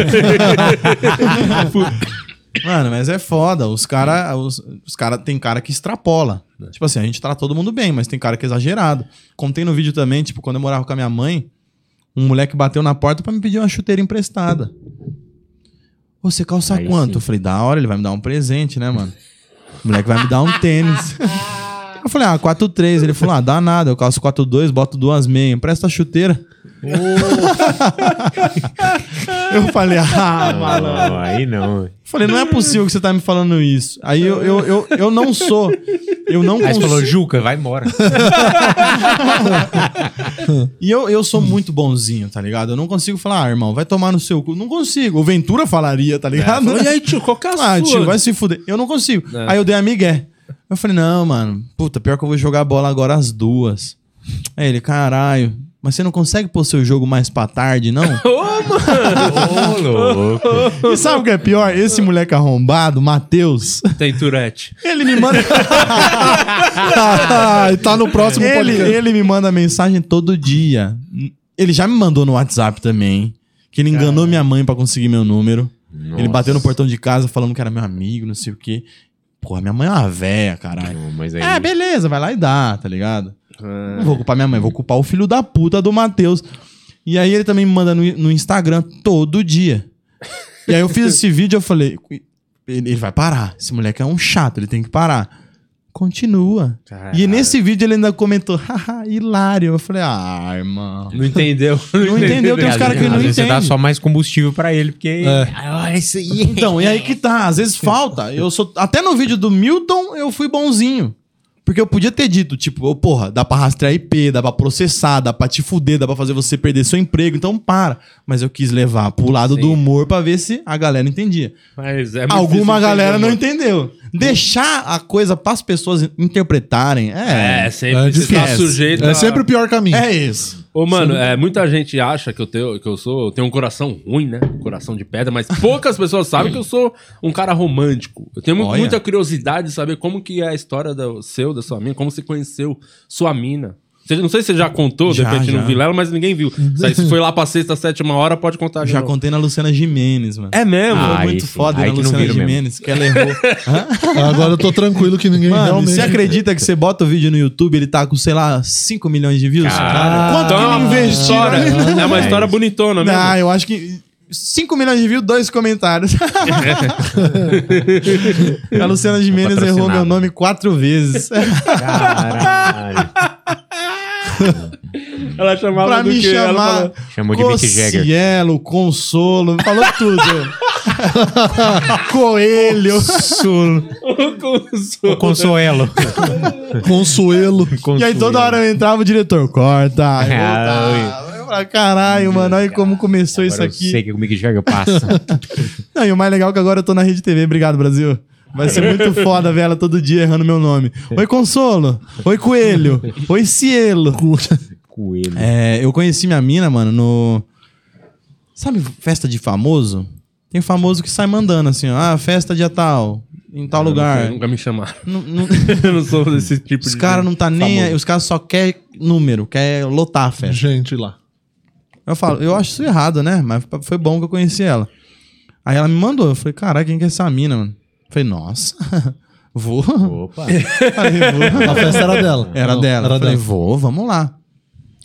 Speaker 4: Mano, mas é foda. Os cara, os, os cara, tem cara que extrapola. Tipo assim, a gente trata todo mundo bem, mas tem cara que é exagerado. Contei no vídeo também, tipo, quando eu morava com a minha mãe, um moleque bateu na porta pra me pedir uma chuteira emprestada. Ô, Você calça
Speaker 3: Aí
Speaker 4: quanto?
Speaker 3: sim.
Speaker 4: Eu falei, da hora, ele vai me dar um presente, né, mano? O moleque vai me dar um tênis. Eu falei, ah, 4-3. Ele falou, ah, dá nada, eu calço 4-2, boto duas meias, empresta a chuteira. Eu falei, ah,
Speaker 3: Não,
Speaker 4: mano.
Speaker 3: não, aí não.
Speaker 4: Eu falei, não é possível que você tá me falando isso. Aí eu, eu, eu, eu não sou. Eu não
Speaker 3: Aí você falou,
Speaker 4: consigo.
Speaker 3: Juca, vai embora.
Speaker 4: E eu, eu
Speaker 2: Hum.
Speaker 4: sou muito bonzinho, tá ligado? Eu não consigo falar, ah, irmão, vai tomar no seu cu. Não consigo. O Ventura falaria, tá ligado?
Speaker 1: Falou, e aí, tio, qual que é a
Speaker 4: Ah,
Speaker 1: sua?
Speaker 4: tio, vai se fuder. Eu não consigo. Aí eu dei a migué. Eu falei, não, mano. Puta, pior que eu vou jogar bola agora às duas. Aí ele, caralho. Mas você não consegue pôr seu jogo mais pra tarde, não?
Speaker 3: Ô, louco.
Speaker 4: e sabe o que é pior? Esse moleque arrombado, Matheus,
Speaker 1: Tem Tourette.
Speaker 4: ele me manda...
Speaker 2: Ah, e tá no próximo
Speaker 4: ele,
Speaker 2: podcast.
Speaker 4: ele me manda mensagem todo dia. Ele já me mandou no WhatsApp também, hein? que ele enganou minha mãe pra conseguir meu número. Ele bateu no portão de casa falando que era meu amigo, não sei o quê. Porra, minha mãe é uma véia, caralho.
Speaker 3: Não, Mas aí...
Speaker 4: É, beleza, vai lá e dá, tá ligado? Não vou culpar minha mãe, vou culpar o filho da puta do Matheus. E aí ele também me manda no, no Instagram todo dia. E aí eu fiz esse vídeo eu falei: ele, ele vai parar. Esse moleque é um chato, ele tem que parar. Continua. E nesse vídeo ele ainda comentou, haha, hilário. Eu falei, ah, irmão.
Speaker 1: Não entendeu.
Speaker 4: Não entendeu, tem uns caras que
Speaker 3: Às
Speaker 4: não
Speaker 3: vezes Você tá dá
Speaker 4: entendem.
Speaker 3: só mais combustível pra ele, porque... Ah, olha isso aí.
Speaker 4: Então, e aí que tá, às vezes falta. Eu sou. Até no vídeo do Milton eu fui bonzinho. Porque eu podia ter dito, tipo, ô, porra, dá pra rastrear IP, dá pra processar, dá pra te fuder, dá pra fazer você perder seu emprego, então para. Mas eu quis levar pro lado do humor pra ver se a galera entendia.
Speaker 1: Mas é muito
Speaker 4: Alguma
Speaker 1: difícil
Speaker 4: galera não
Speaker 1: entender.
Speaker 4: entendeu. Deixar a coisa pras pessoas interpretarem é.
Speaker 1: É, sempre
Speaker 2: É,
Speaker 1: você tá
Speaker 4: esquece.
Speaker 1: sujeito
Speaker 2: É
Speaker 1: a-
Speaker 2: sempre o pior caminho.
Speaker 4: É isso.
Speaker 1: Ô, mano, é, muita gente acha que eu, tenho, que eu sou. Eu tenho um coração ruim, né? Um coração de pedra, mas poucas pessoas sabem que eu sou um cara romântico. Eu tenho mu-
Speaker 4: Olha.
Speaker 1: muita curiosidade de saber como que é a história do seu, da sua mina, como você conheceu sua mina. Você- não sei se você já contou,
Speaker 4: Já,
Speaker 1: de repente
Speaker 4: já.
Speaker 1: no Vilela, mas ninguém viu. Se se foi lá pra sexta, sétima hora, pode contar de
Speaker 4: Já
Speaker 1: novo.
Speaker 4: contei na Luciana Jimenez, mano.
Speaker 1: É mesmo?
Speaker 3: Ah,
Speaker 4: Foi
Speaker 3: aí
Speaker 4: muito
Speaker 3: sim.
Speaker 4: foda
Speaker 3: Aí
Speaker 4: na
Speaker 3: que não
Speaker 4: Luciana
Speaker 3: vira mesmo.
Speaker 4: Jimenez, que ela errou.
Speaker 2: Agora eu tô tranquilo que ninguém
Speaker 4: Mano,
Speaker 2: realmente.
Speaker 4: você acredita que você bota o vídeo no YouTube ele tá com, sei lá, 5 milhões de views?
Speaker 3: Caralho.
Speaker 4: Quanto
Speaker 1: Então é
Speaker 4: Ah, que
Speaker 1: uma
Speaker 4: investiram?
Speaker 1: história. É uma história bonitona mesmo.
Speaker 4: Ah, eu acho que 5 milhões de views, dois comentários. a Luciana Jimenez errou
Speaker 3: Patrocinado.
Speaker 4: meu nome quatro vezes.
Speaker 3: Caralho.
Speaker 1: Ela chamava
Speaker 4: pra
Speaker 1: do
Speaker 4: me
Speaker 1: quê? Ela
Speaker 4: chamar
Speaker 1: falou-
Speaker 3: Chamou de Mick Jagger.
Speaker 4: Cossielo, Consolo, falou tudo. Coelho.
Speaker 1: O
Speaker 3: O
Speaker 1: consolo.
Speaker 3: Consuelo.
Speaker 2: Consuelo.
Speaker 4: E aí toda hora eu entrava, o diretor, corta. Eu voltava. Eu falava, Caralho, mano, olha como começou isso
Speaker 3: Ah, Agora Eu
Speaker 4: aqui.
Speaker 3: sei que o Mick Jagger passa.
Speaker 4: Não, e o mais legal é que agora eu tô na Rede TV. Obrigado, Brasil. Vai ser muito foda ver ela todo dia errando meu nome. Oi, Consolo. Oi, Coelho. Oi, Cielo.
Speaker 3: Coelho.
Speaker 4: É, eu conheci minha mina, mano, no. Sabe, festa de famoso? Tem um famoso que sai mandando assim, ó, ah, festa dia tal, em tal lugar.
Speaker 1: Nunca me chamaram.
Speaker 4: Não- não-
Speaker 1: Eu não sou desse tipo
Speaker 4: os
Speaker 1: de.
Speaker 4: caras não tá nem.
Speaker 1: famoso.
Speaker 4: aí, Os caras só quer número, quer lotar a festa.
Speaker 2: Gente lá.
Speaker 4: Eu falo, eu acho isso errado, né? Mas foi bom que eu conheci ela. Aí ela me mandou, eu falei, caralho, quem que é essa mina, mano? Eu falei, nossa, vou.
Speaker 3: Opa.
Speaker 4: Falei, vou.
Speaker 2: A festa era dela.
Speaker 4: Era
Speaker 2: Não,
Speaker 4: dela.
Speaker 2: Era
Speaker 4: eu falei,
Speaker 2: dela.
Speaker 4: vou, vamos lá.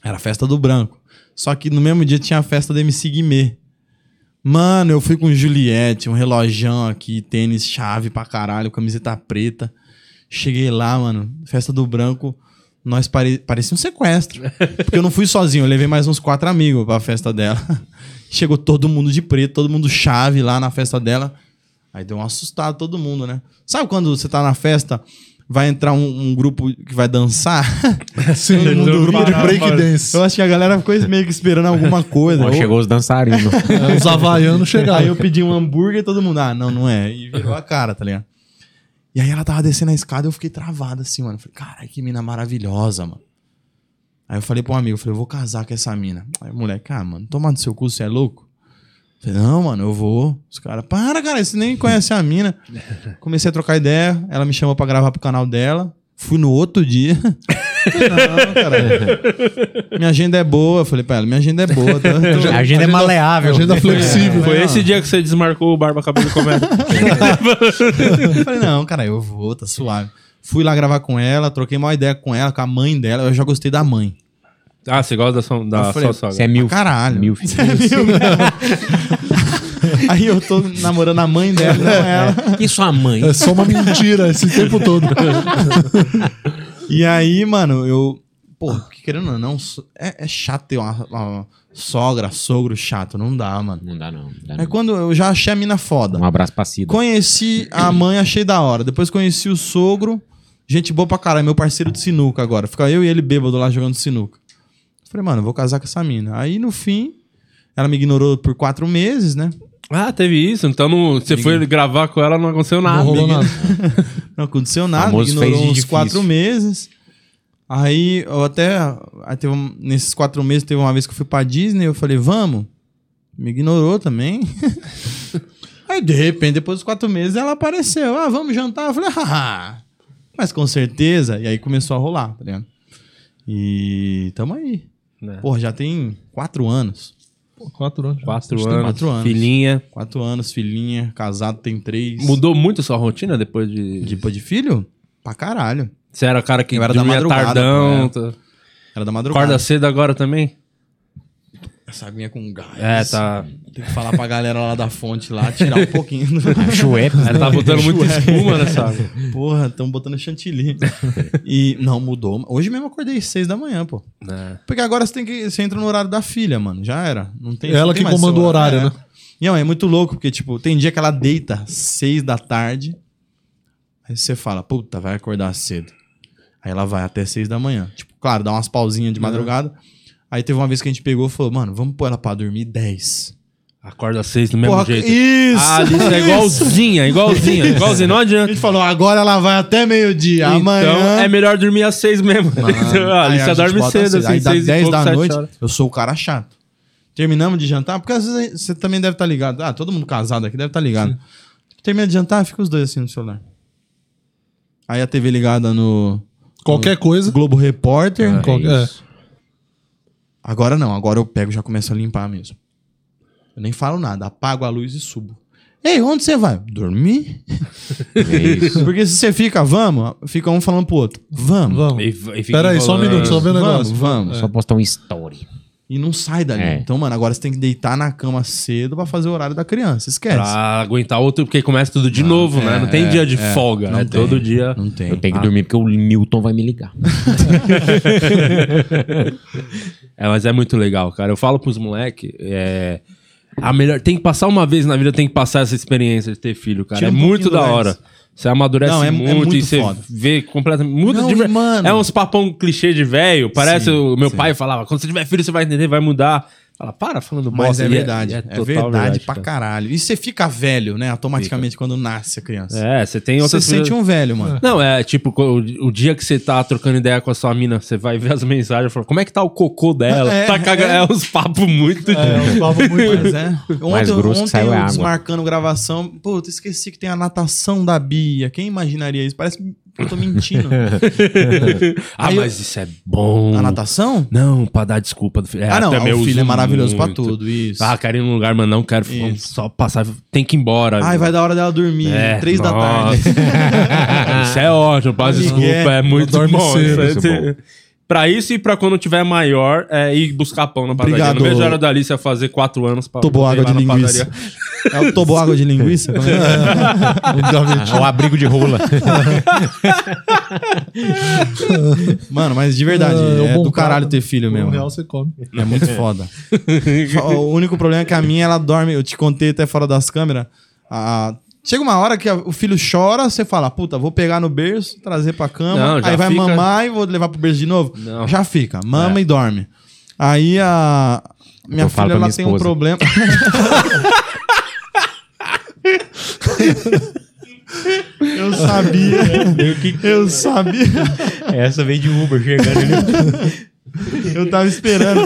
Speaker 4: Era a festa do branco. Só que no mesmo dia tinha a festa da MC Guimê. Mano, eu fui com Juliette, um relojão aqui, tênis, chave pra caralho, camiseta preta. Cheguei lá, mano, festa do branco, nós pare... parecia um sequestro. Porque eu não fui sozinho, eu levei mais uns quatro amigos pra festa dela. Chegou todo mundo de preto, todo mundo chave lá na festa dela. Aí deu um assustado todo mundo, né? Sabe quando você tá na festa, vai entrar um, um grupo que vai dançar?
Speaker 2: Sim,
Speaker 4: Todo mundo
Speaker 2: no grupo de
Speaker 4: parava,
Speaker 2: breakdance.
Speaker 4: Eu acho que a galera ficou meio que esperando alguma coisa.
Speaker 3: Ó,
Speaker 4: Ou-
Speaker 3: chegou os dançarinos.
Speaker 2: É, Os havaianos
Speaker 4: Aí
Speaker 2: chegaram.
Speaker 4: eu pedi um hambúrguer e todo mundo, ah, não, não é. E virou a cara, tá ligado? E aí ela tava descendo a escada e eu fiquei travado assim, mano. Eu Falei, caralho, que mina maravilhosa, mano. Aí eu falei pra um amigo, eu falei, eu vou casar com essa mina. Aí o moleque, ah, mano, toma no seu cu, você é louco? Eu falei, não, mano, eu vou. Os caras, para, cara, você nem conhece a mina. Comecei a trocar ideia, ela me chamou pra gravar pro canal dela. Fui no outro dia. Falei, não, cara. Minha agenda é boa. Eu falei pra ela, minha agenda é boa. Tá?
Speaker 3: A agenda é maleável.
Speaker 2: Agenda flexível.
Speaker 1: Foi
Speaker 4: Não. né?
Speaker 1: esse dia que você desmarcou o Barba Cabelo Comédia.
Speaker 4: Eu falei, não, cara, eu vou, tá suave. Fui lá gravar com ela, troquei uma ideia com ela, com a mãe dela. Eu já gostei da mãe.
Speaker 1: ah, você gosta da sua, da
Speaker 4: Eu falei,
Speaker 1: sua sogra?
Speaker 3: Você é mil.
Speaker 4: Caralho.
Speaker 3: Mil.
Speaker 4: Aí eu tô namorando a mãe dela, não
Speaker 3: É,
Speaker 4: ela.
Speaker 3: E sua mãe?
Speaker 2: É só uma mentira esse tempo todo.
Speaker 4: E aí, mano, eu Porra, porque querendo ou não, so- é, é chato ter uma, uma sogra, sogro chato. Não dá, mano.
Speaker 3: Não dá, não. não dá,
Speaker 4: É
Speaker 3: não.
Speaker 4: quando eu já achei a mina foda.
Speaker 3: Um abraço pra Cida.
Speaker 4: Conheci a mãe, achei da hora. Depois conheci o sogro. Gente boa pra caralho, meu parceiro de sinuca agora. Fica eu e ele bêbado lá jogando sinuca. Falei, mano, eu vou casar com essa mina. Aí no fim, ela me ignorou por quatro meses, né?
Speaker 1: Ah, teve isso. Então não- você foi gravar com ela, não aconteceu nada.
Speaker 2: Não rolou nada.
Speaker 4: Não aconteceu nada,
Speaker 3: Famoso
Speaker 4: ignorou
Speaker 3: fez de
Speaker 4: uns
Speaker 3: difícil.
Speaker 4: quatro meses. Aí eu até. aí teve um- nesses quatro meses teve uma vez que eu fui pra Disney, eu falei, vamos. Me ignorou também. aí de repente, depois dos quatro meses, ela apareceu. Ah, vamos jantar. Eu falei, ah, mas com certeza. E aí começou a rolar, tá ligado? E tamo aí.
Speaker 1: Né?
Speaker 4: Porra, já tem quatro anos.
Speaker 2: Pô, quatro anos.
Speaker 1: Quatro
Speaker 4: Acho que tem
Speaker 1: anos,
Speaker 4: quatro anos.
Speaker 1: Filhinha.
Speaker 4: Quatro anos, filhinha, casado tem três.
Speaker 1: Mudou muito a sua rotina depois de.
Speaker 4: De, de filho? Pra caralho.
Speaker 1: Você era o cara que
Speaker 4: Eu era da
Speaker 1: dormia
Speaker 4: madrugada,
Speaker 1: tardão.
Speaker 4: né?
Speaker 1: tá-
Speaker 4: Era da madrugada.
Speaker 1: Acorda cedo agora também?
Speaker 4: Essa aguinha com gás.
Speaker 1: É, tá.
Speaker 4: Tem que falar pra galera lá da fonte lá, tirar um pouquinho.
Speaker 3: Chuep,
Speaker 1: Ela tá botando muita espuma nessa.
Speaker 4: Porra, estão botando chantilly. E não mudou. Hoje mesmo eu acordei às seis da manhã, pô.
Speaker 2: É.
Speaker 1: né?
Speaker 4: Porque agora você tem que você entra no horário da filha, mano. Já era. Não tem
Speaker 2: É Ela
Speaker 4: não tem
Speaker 2: que
Speaker 4: mais
Speaker 2: comanda o
Speaker 4: seu
Speaker 2: horário, né?
Speaker 4: É. Não, é muito louco porque tipo, tem dia que ela deita às seis da tarde. Aí você fala, puta, vai acordar cedo. Aí ela vai até seis da manhã. Tipo, claro, dá umas pausinhas
Speaker 2: Uhum.
Speaker 4: de madrugada. Aí teve uma vez que a gente pegou e falou, mano, vamos pôr ela pra dormir 10.
Speaker 1: Acorda às seis do mesmo
Speaker 4: Porra,
Speaker 1: jeito.
Speaker 4: Isso!
Speaker 1: Ah, Alice é igualzinha, igualzinha, igualzinha. Não
Speaker 4: A
Speaker 1: adianta.
Speaker 4: gente falou, agora ela vai até meio-dia.
Speaker 1: Então
Speaker 4: amanhã.
Speaker 1: é melhor dormir às seis mesmo. Então, a
Speaker 4: Aí
Speaker 1: Alice
Speaker 4: gente
Speaker 1: dorme
Speaker 4: bota
Speaker 1: cedo,
Speaker 4: cedo. Aí
Speaker 1: assim,
Speaker 4: dá
Speaker 1: seis
Speaker 4: 10
Speaker 1: e pouco,
Speaker 4: da
Speaker 1: sete
Speaker 4: noite.
Speaker 1: horas.
Speaker 4: Eu sou o cara chato. Terminamos de jantar, porque às vezes você também deve estar ligado. Ah, todo mundo casado aqui deve estar ligado. Termina de jantar, fica os dois assim no celular. Aí a TV ligada no
Speaker 2: Qualquer coisa.
Speaker 4: Globo Repórter.
Speaker 2: É, qualquer-
Speaker 4: isso. Agora não, agora eu pego e já começo a limpar mesmo. Eu nem falo nada, apago a luz e subo. Ei, onde você vai? Dormir?
Speaker 3: É isso.
Speaker 4: Porque se você fica, vamos, fica um falando pro outro, vamos.
Speaker 2: Vamos.
Speaker 1: E v- e fica é,
Speaker 2: Pera aí, só um
Speaker 1: enrolando.
Speaker 2: minuto, só ver o
Speaker 4: Vamos,
Speaker 2: negócio.
Speaker 4: vamos.
Speaker 3: Só postar um story.
Speaker 4: É. E não sai dali.
Speaker 3: É.
Speaker 4: Então, mano, agora você tem que deitar na cama cedo pra fazer o horário da criança. Esquece.
Speaker 1: Pra aguentar outro, porque começa tudo de novo, né? Não tem dia de folga,
Speaker 4: é, não
Speaker 1: né?
Speaker 4: tem.
Speaker 1: Todo dia.
Speaker 4: Não tem.
Speaker 3: Eu tenho que dormir porque o Milton vai me ligar.
Speaker 1: É, mas é muito legal, cara. Eu falo pros moleques, a melhor tem que passar uma vez na vida, tem que passar essa experiência de ter filho, cara.
Speaker 4: Tira
Speaker 1: é
Speaker 4: um
Speaker 1: muito
Speaker 4: pouquinho
Speaker 1: da
Speaker 4: do
Speaker 1: hora.
Speaker 4: gás.
Speaker 1: Você amadurece
Speaker 4: Não, é- é
Speaker 1: muito,
Speaker 4: muito
Speaker 1: e você
Speaker 4: foda.
Speaker 1: vê completamente. Muda
Speaker 4: Não,
Speaker 1: de ver-
Speaker 4: e, mano-
Speaker 1: É uns papão clichê de velho. Parece
Speaker 4: Sim,
Speaker 1: o meu
Speaker 4: sim.
Speaker 1: pai falava: quando você tiver filho, você vai entender, vai mudar. Fala, para falando bosta.
Speaker 4: Mas é
Speaker 1: E
Speaker 4: verdade.
Speaker 1: e
Speaker 4: É,
Speaker 1: total
Speaker 4: verdade, pra
Speaker 1: cara.
Speaker 4: caralho. E você fica velho, né? Automaticamente quando nasce a criança.
Speaker 1: É, você tem
Speaker 4: Você
Speaker 1: outras
Speaker 4: sente
Speaker 1: coisas-
Speaker 4: um velho, mano.
Speaker 1: Não, é tipo, co- o, o dia que você tá trocando ideia com a sua mina, você vai ver as mensagens e fala, como é que tá o cocô dela?
Speaker 4: É,
Speaker 1: tá cagando.
Speaker 4: é.
Speaker 1: É, uns papos muito de-
Speaker 2: É, um papo muito
Speaker 4: Mas é.
Speaker 3: Mais
Speaker 4: Ontem,
Speaker 3: grosso que
Speaker 4: ontem
Speaker 3: saiu é
Speaker 4: eu
Speaker 3: água.
Speaker 4: desmarcando gravação. Pô, eu esqueci que tem a natação da Bia. Quem imaginaria isso? Parece que eu tô mentindo.
Speaker 1: Ah,
Speaker 4: Aí eu-
Speaker 1: mas isso é bom.
Speaker 4: a natação?
Speaker 1: Não, pra dar desculpa do filho. É,
Speaker 4: ah, não.
Speaker 1: também
Speaker 4: O
Speaker 1: eu
Speaker 4: filho é
Speaker 1: uso
Speaker 4: maravilhoso pra
Speaker 1: muito.
Speaker 4: tudo. Isso.
Speaker 1: Ah, quero ir num lugar, mas não quero vamos só passar. Tem que ir embora.
Speaker 4: Ai, vai dar hora dela dormir.
Speaker 1: É,
Speaker 4: Três da
Speaker 1: nossa.
Speaker 4: tarde.
Speaker 1: Isso é ótimo, pra
Speaker 4: Ninguém-
Speaker 1: desculpa. É muito
Speaker 2: Dorme
Speaker 1: bom.
Speaker 2: cedo,
Speaker 1: isso
Speaker 3: isso é
Speaker 1: é- Pra isso e pra quando tiver maior, é ir buscar pão na padaria.
Speaker 4: Obrigado.
Speaker 1: Não vejo a hora da Alice fazer quatro anos pra
Speaker 4: Tobou
Speaker 1: pra ir
Speaker 4: água
Speaker 1: lá
Speaker 4: de
Speaker 1: na
Speaker 4: linguiça.
Speaker 1: padaria.
Speaker 4: É o tobou água de linguiça? Como é?
Speaker 3: É o abrigo de rola.
Speaker 4: Mano, mas de verdade,
Speaker 2: Ah,
Speaker 4: é,
Speaker 2: o bom
Speaker 4: do
Speaker 2: cara.
Speaker 4: caralho ter filho
Speaker 2: Um
Speaker 4: mesmo.
Speaker 2: real você come.
Speaker 4: É muito foda. o único problema é que a minha, ela dorme. Eu te contei até fora das câmeras. a- Chega uma hora que a- o filho chora, você fala, puta, vou pegar no berço, trazer pra cama,
Speaker 1: Não, já
Speaker 4: aí vai
Speaker 1: fica-
Speaker 4: mamar e vou levar pro berço de novo.
Speaker 1: Não.
Speaker 4: Já fica, mama e dorme. Aí a minha
Speaker 3: Eu falo
Speaker 4: filha,
Speaker 3: pra
Speaker 4: ela
Speaker 3: minha
Speaker 4: tem um
Speaker 3: esposa.
Speaker 4: problema. Eu sabia. Eu sabia.
Speaker 3: Essa veio de Uber chegando ali.
Speaker 4: Eu tava esperando.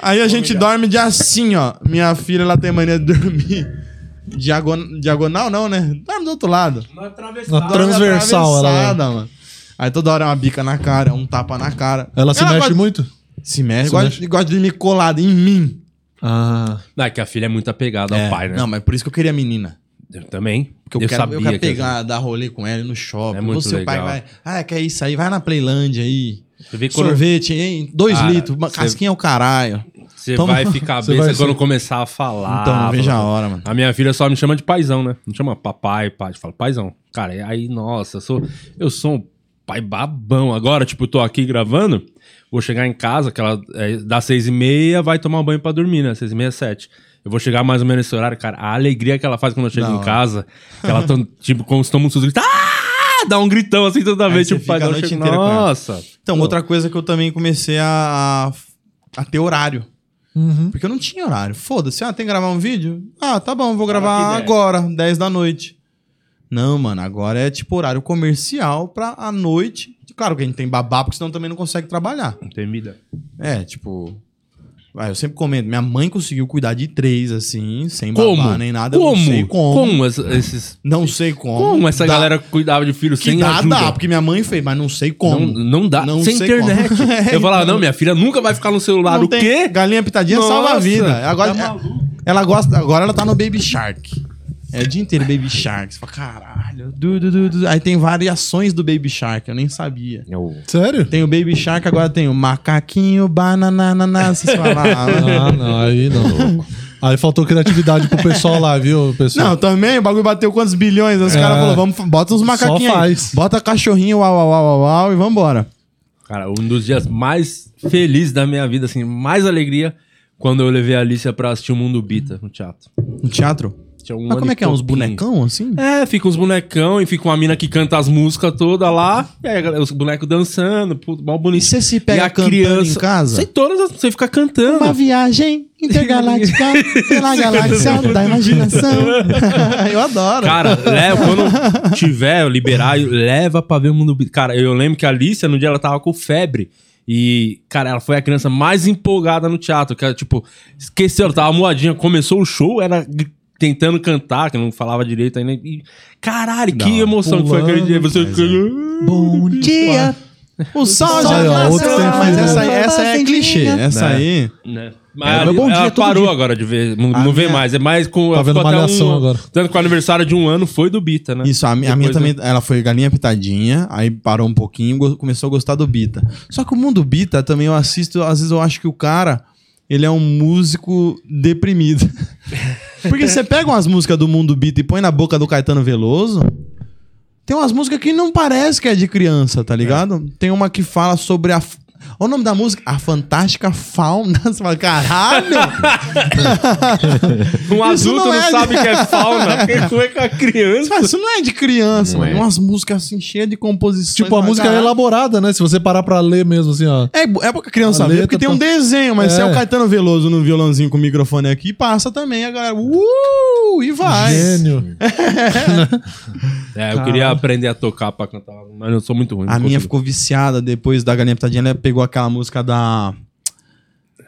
Speaker 4: Aí a gente dorme de assim, ó. Minha filha, ela tem mania de dormir. Diagon... Diagonal, não, né? Dorme do outro lado. um
Speaker 2: Na transversal,
Speaker 4: Dorme
Speaker 2: ela, é.
Speaker 4: atravessada, mano. Aí toda hora é uma bica na cara, um tapa na cara.
Speaker 2: ela se mexe
Speaker 4: gosta-
Speaker 2: muito?
Speaker 4: Se mexe.
Speaker 2: Se
Speaker 4: Gosta,
Speaker 2: mexe.
Speaker 4: gosta de dormir colada em mim.
Speaker 2: Ah.
Speaker 1: Não, é que a filha é muito apegada
Speaker 4: É,
Speaker 1: ao pai, né?
Speaker 4: Não, mas por isso que eu queria menina.
Speaker 1: Eu também.
Speaker 4: Porque eu, quero,
Speaker 1: sabia
Speaker 4: eu quero
Speaker 1: que-
Speaker 4: pegar, dar rolê com ela no shopping.
Speaker 1: É muito
Speaker 4: Você, o pai,
Speaker 1: legal.
Speaker 4: vai. Ah, quer isso aí? Vai na Playlândia aí.
Speaker 1: Você vê quando
Speaker 4: Sorvete, hein? Dois
Speaker 1: Cara,
Speaker 4: litros. Uma
Speaker 1: cê-
Speaker 4: casquinha é o caralho.
Speaker 1: você
Speaker 4: Toma-
Speaker 1: vai ficar
Speaker 2: Você
Speaker 1: besta
Speaker 2: vai-
Speaker 1: quando começar a falar.
Speaker 4: então, não vejo a
Speaker 1: falar-
Speaker 4: hora, mano.
Speaker 1: A minha filha só me chama de paizão, né? Não chama papai, pai. Fala paizão. Cara, e aí, nossa, eu sou, eu sou um pai babão. Agora, tipo, eu tô aqui gravando, vou chegar em casa, que ela é, dá seis e meia, vai tomar banho pra dormir, né? Seis e meia, sete. Eu vou chegar mais ou menos nesse horário, cara. A alegria que ela faz quando eu chego
Speaker 4: Da
Speaker 1: em
Speaker 4: hora.
Speaker 1: casa, que ela tão, tipo, como se toma um susto, grita, "Ah!" dá um gritão assim toda
Speaker 4: Aí
Speaker 1: vez,
Speaker 4: você
Speaker 1: tipo, pai,
Speaker 4: fica a
Speaker 1: dela
Speaker 4: noite
Speaker 1: chega,
Speaker 4: inteira com ela.
Speaker 1: nossa.
Speaker 4: Então,
Speaker 1: Pô.
Speaker 4: outra coisa que eu também comecei a, a, a ter horário. Porque eu não tinha horário. Foda-se. Ah, tem que gravar um vídeo? Ah, tá bom, vou gravar
Speaker 1: né?
Speaker 4: agora, 10 da noite. Não, mano, agora é tipo horário comercial pra a noite. Claro que a gente tem babá, porque senão também não consegue trabalhar.
Speaker 1: Não tem vida.
Speaker 4: É, tipo. Ah, eu sempre comento, minha mãe conseguiu cuidar de três, assim, sem babá
Speaker 1: Como?
Speaker 4: nem nada. Eu
Speaker 1: Como?
Speaker 4: não sei como.
Speaker 1: es- esses.
Speaker 4: Não sei como.
Speaker 1: Como essa
Speaker 4: Dá-
Speaker 1: galera cuidava de filho
Speaker 4: que
Speaker 1: sem
Speaker 4: dá,
Speaker 1: ajuda?
Speaker 4: dá, porque minha mãe fez, mas não sei
Speaker 1: Não,
Speaker 4: como.
Speaker 1: não dá.
Speaker 4: Não
Speaker 1: sem
Speaker 4: sei
Speaker 1: internet.
Speaker 4: como. É,
Speaker 1: eu falava,
Speaker 4: então.
Speaker 1: não, minha filha nunca vai ficar no celular.
Speaker 4: Não
Speaker 1: o
Speaker 4: tem-
Speaker 1: Ah, quê?
Speaker 4: Galinha pitadinha
Speaker 1: Nossa,
Speaker 4: salva a vida.
Speaker 1: tá
Speaker 4: Agora, ela gosta, agora ela tá no Baby Shark. É o dia inteiro Baby Shark. Você fala, caralho. du, du, du, du. Aí tem variações do Baby Shark, eu nem sabia.
Speaker 3: É o-
Speaker 2: Sério?
Speaker 4: Tem o Baby Shark, agora tem o macaquinho, bananana, vocês falam. ah,
Speaker 2: Ah, não, aí não. aí faltou criatividade pro pessoal lá, viu, pessoal?
Speaker 4: Não, também o bagulho bateu quantos bilhões? Aí Os
Speaker 2: É.
Speaker 4: caras falaram, vamos, bota uns macaquinhos aí.
Speaker 2: faz.
Speaker 4: Bota cachorrinho, uau, uau, uau, uau, uau, e vambora.
Speaker 1: Cara, um dos dias mais felizes da minha vida, assim, mais alegria, quando eu levei a Alicia pra assistir o Mundo Bita no teatro.
Speaker 4: No teatro?
Speaker 1: Tinha um
Speaker 4: Mas
Speaker 1: ano e
Speaker 4: como é que é? Uns
Speaker 1: pouquinho.
Speaker 4: bonecão, assim?
Speaker 1: É, fica uns bonecão e fica uma mina que canta as músicas toda lá, e aí a galera- os bonecos dançando, puto, mal
Speaker 4: E
Speaker 1: bonito.
Speaker 4: você se
Speaker 1: e
Speaker 4: pega
Speaker 1: a
Speaker 4: cantando
Speaker 1: criança-
Speaker 4: em casa?
Speaker 1: Sem todas, as- sem ficar cantando.
Speaker 4: Uma viagem intergaláctica pela galáxia da imaginação. eu adoro.
Speaker 1: Cara, leva, quando tiver, liberar, leva pra ver o mundo. Bi- Cara, eu lembro que a Alicia, no dia ela tava com febre. E, cara, ela foi a criança mais empolgada no teatro. Que ela, tipo, esqueceu, ela tava moadinha, começou o show, era gr- tentando cantar, que não falava direito ainda. E, caralho, que
Speaker 4: hora.
Speaker 1: emoção que foi aquele dia. Você.
Speaker 4: Mas é. Bom dia. O sol já
Speaker 2: Olha,
Speaker 4: nasceu.
Speaker 2: outro tempo.
Speaker 4: Mas essa, aí- essa aí é clichê. Essa aí.
Speaker 1: Né? Mas
Speaker 4: Era meu
Speaker 1: ali-
Speaker 4: bom dia
Speaker 1: ela
Speaker 4: todo
Speaker 1: parou
Speaker 4: dia.
Speaker 1: agora de ver, não,
Speaker 4: A
Speaker 1: não vê
Speaker 4: minha- tá
Speaker 1: mais. É mais com. ela
Speaker 2: vendo
Speaker 1: ficou até um,
Speaker 2: Malhação agora.
Speaker 1: Tanto que o aniversário de um ano foi do Bita, né?
Speaker 4: Isso, a, mi- a minha
Speaker 1: Depois
Speaker 4: também. Ela foi galinha pitadinha, aí parou um pouquinho, go- começou a gostar do Bita. Só que o mundo Bita também eu assisto, às vezes eu acho que o cara, ele é um músico deprimido. Porque você pega umas músicas do mundo Bita e põe na boca do Caetano Veloso. Tem umas músicas que não parece que é de criança, tá ligado? Tem uma que fala sobre a. f- Olha o nome da música? A Fantástica Fauna. Você fala, caralho!
Speaker 1: Um
Speaker 4: Isso
Speaker 1: adulto não,
Speaker 4: não é-
Speaker 1: sabe que é fauna. porque Como é que a criança.
Speaker 4: Mas isso não é de criança,
Speaker 3: Não
Speaker 4: mano.
Speaker 3: é.
Speaker 4: Umas músicas assim, cheias de composições.
Speaker 2: Tipo, a
Speaker 4: Mas,
Speaker 2: música é
Speaker 4: caralho.
Speaker 2: elaborada, né? Se você parar pra ler mesmo, assim, ó.
Speaker 4: É, bo- é pra criança
Speaker 2: A
Speaker 4: ver,
Speaker 2: letra
Speaker 4: porque tem
Speaker 2: tá-
Speaker 4: um desenho, mas se é
Speaker 2: É.
Speaker 4: o Caetano Veloso no violãozinho com o microfone aqui, passa também, a galera. Uh! E vai.
Speaker 2: Gênio.
Speaker 1: É, eu queria aprender a tocar pra cantar, mas eu sou muito ruim.
Speaker 4: A
Speaker 1: não
Speaker 4: minha
Speaker 1: consigo.
Speaker 4: ficou viciada depois da Galinha Pitadinha, ela pegou aquela música da.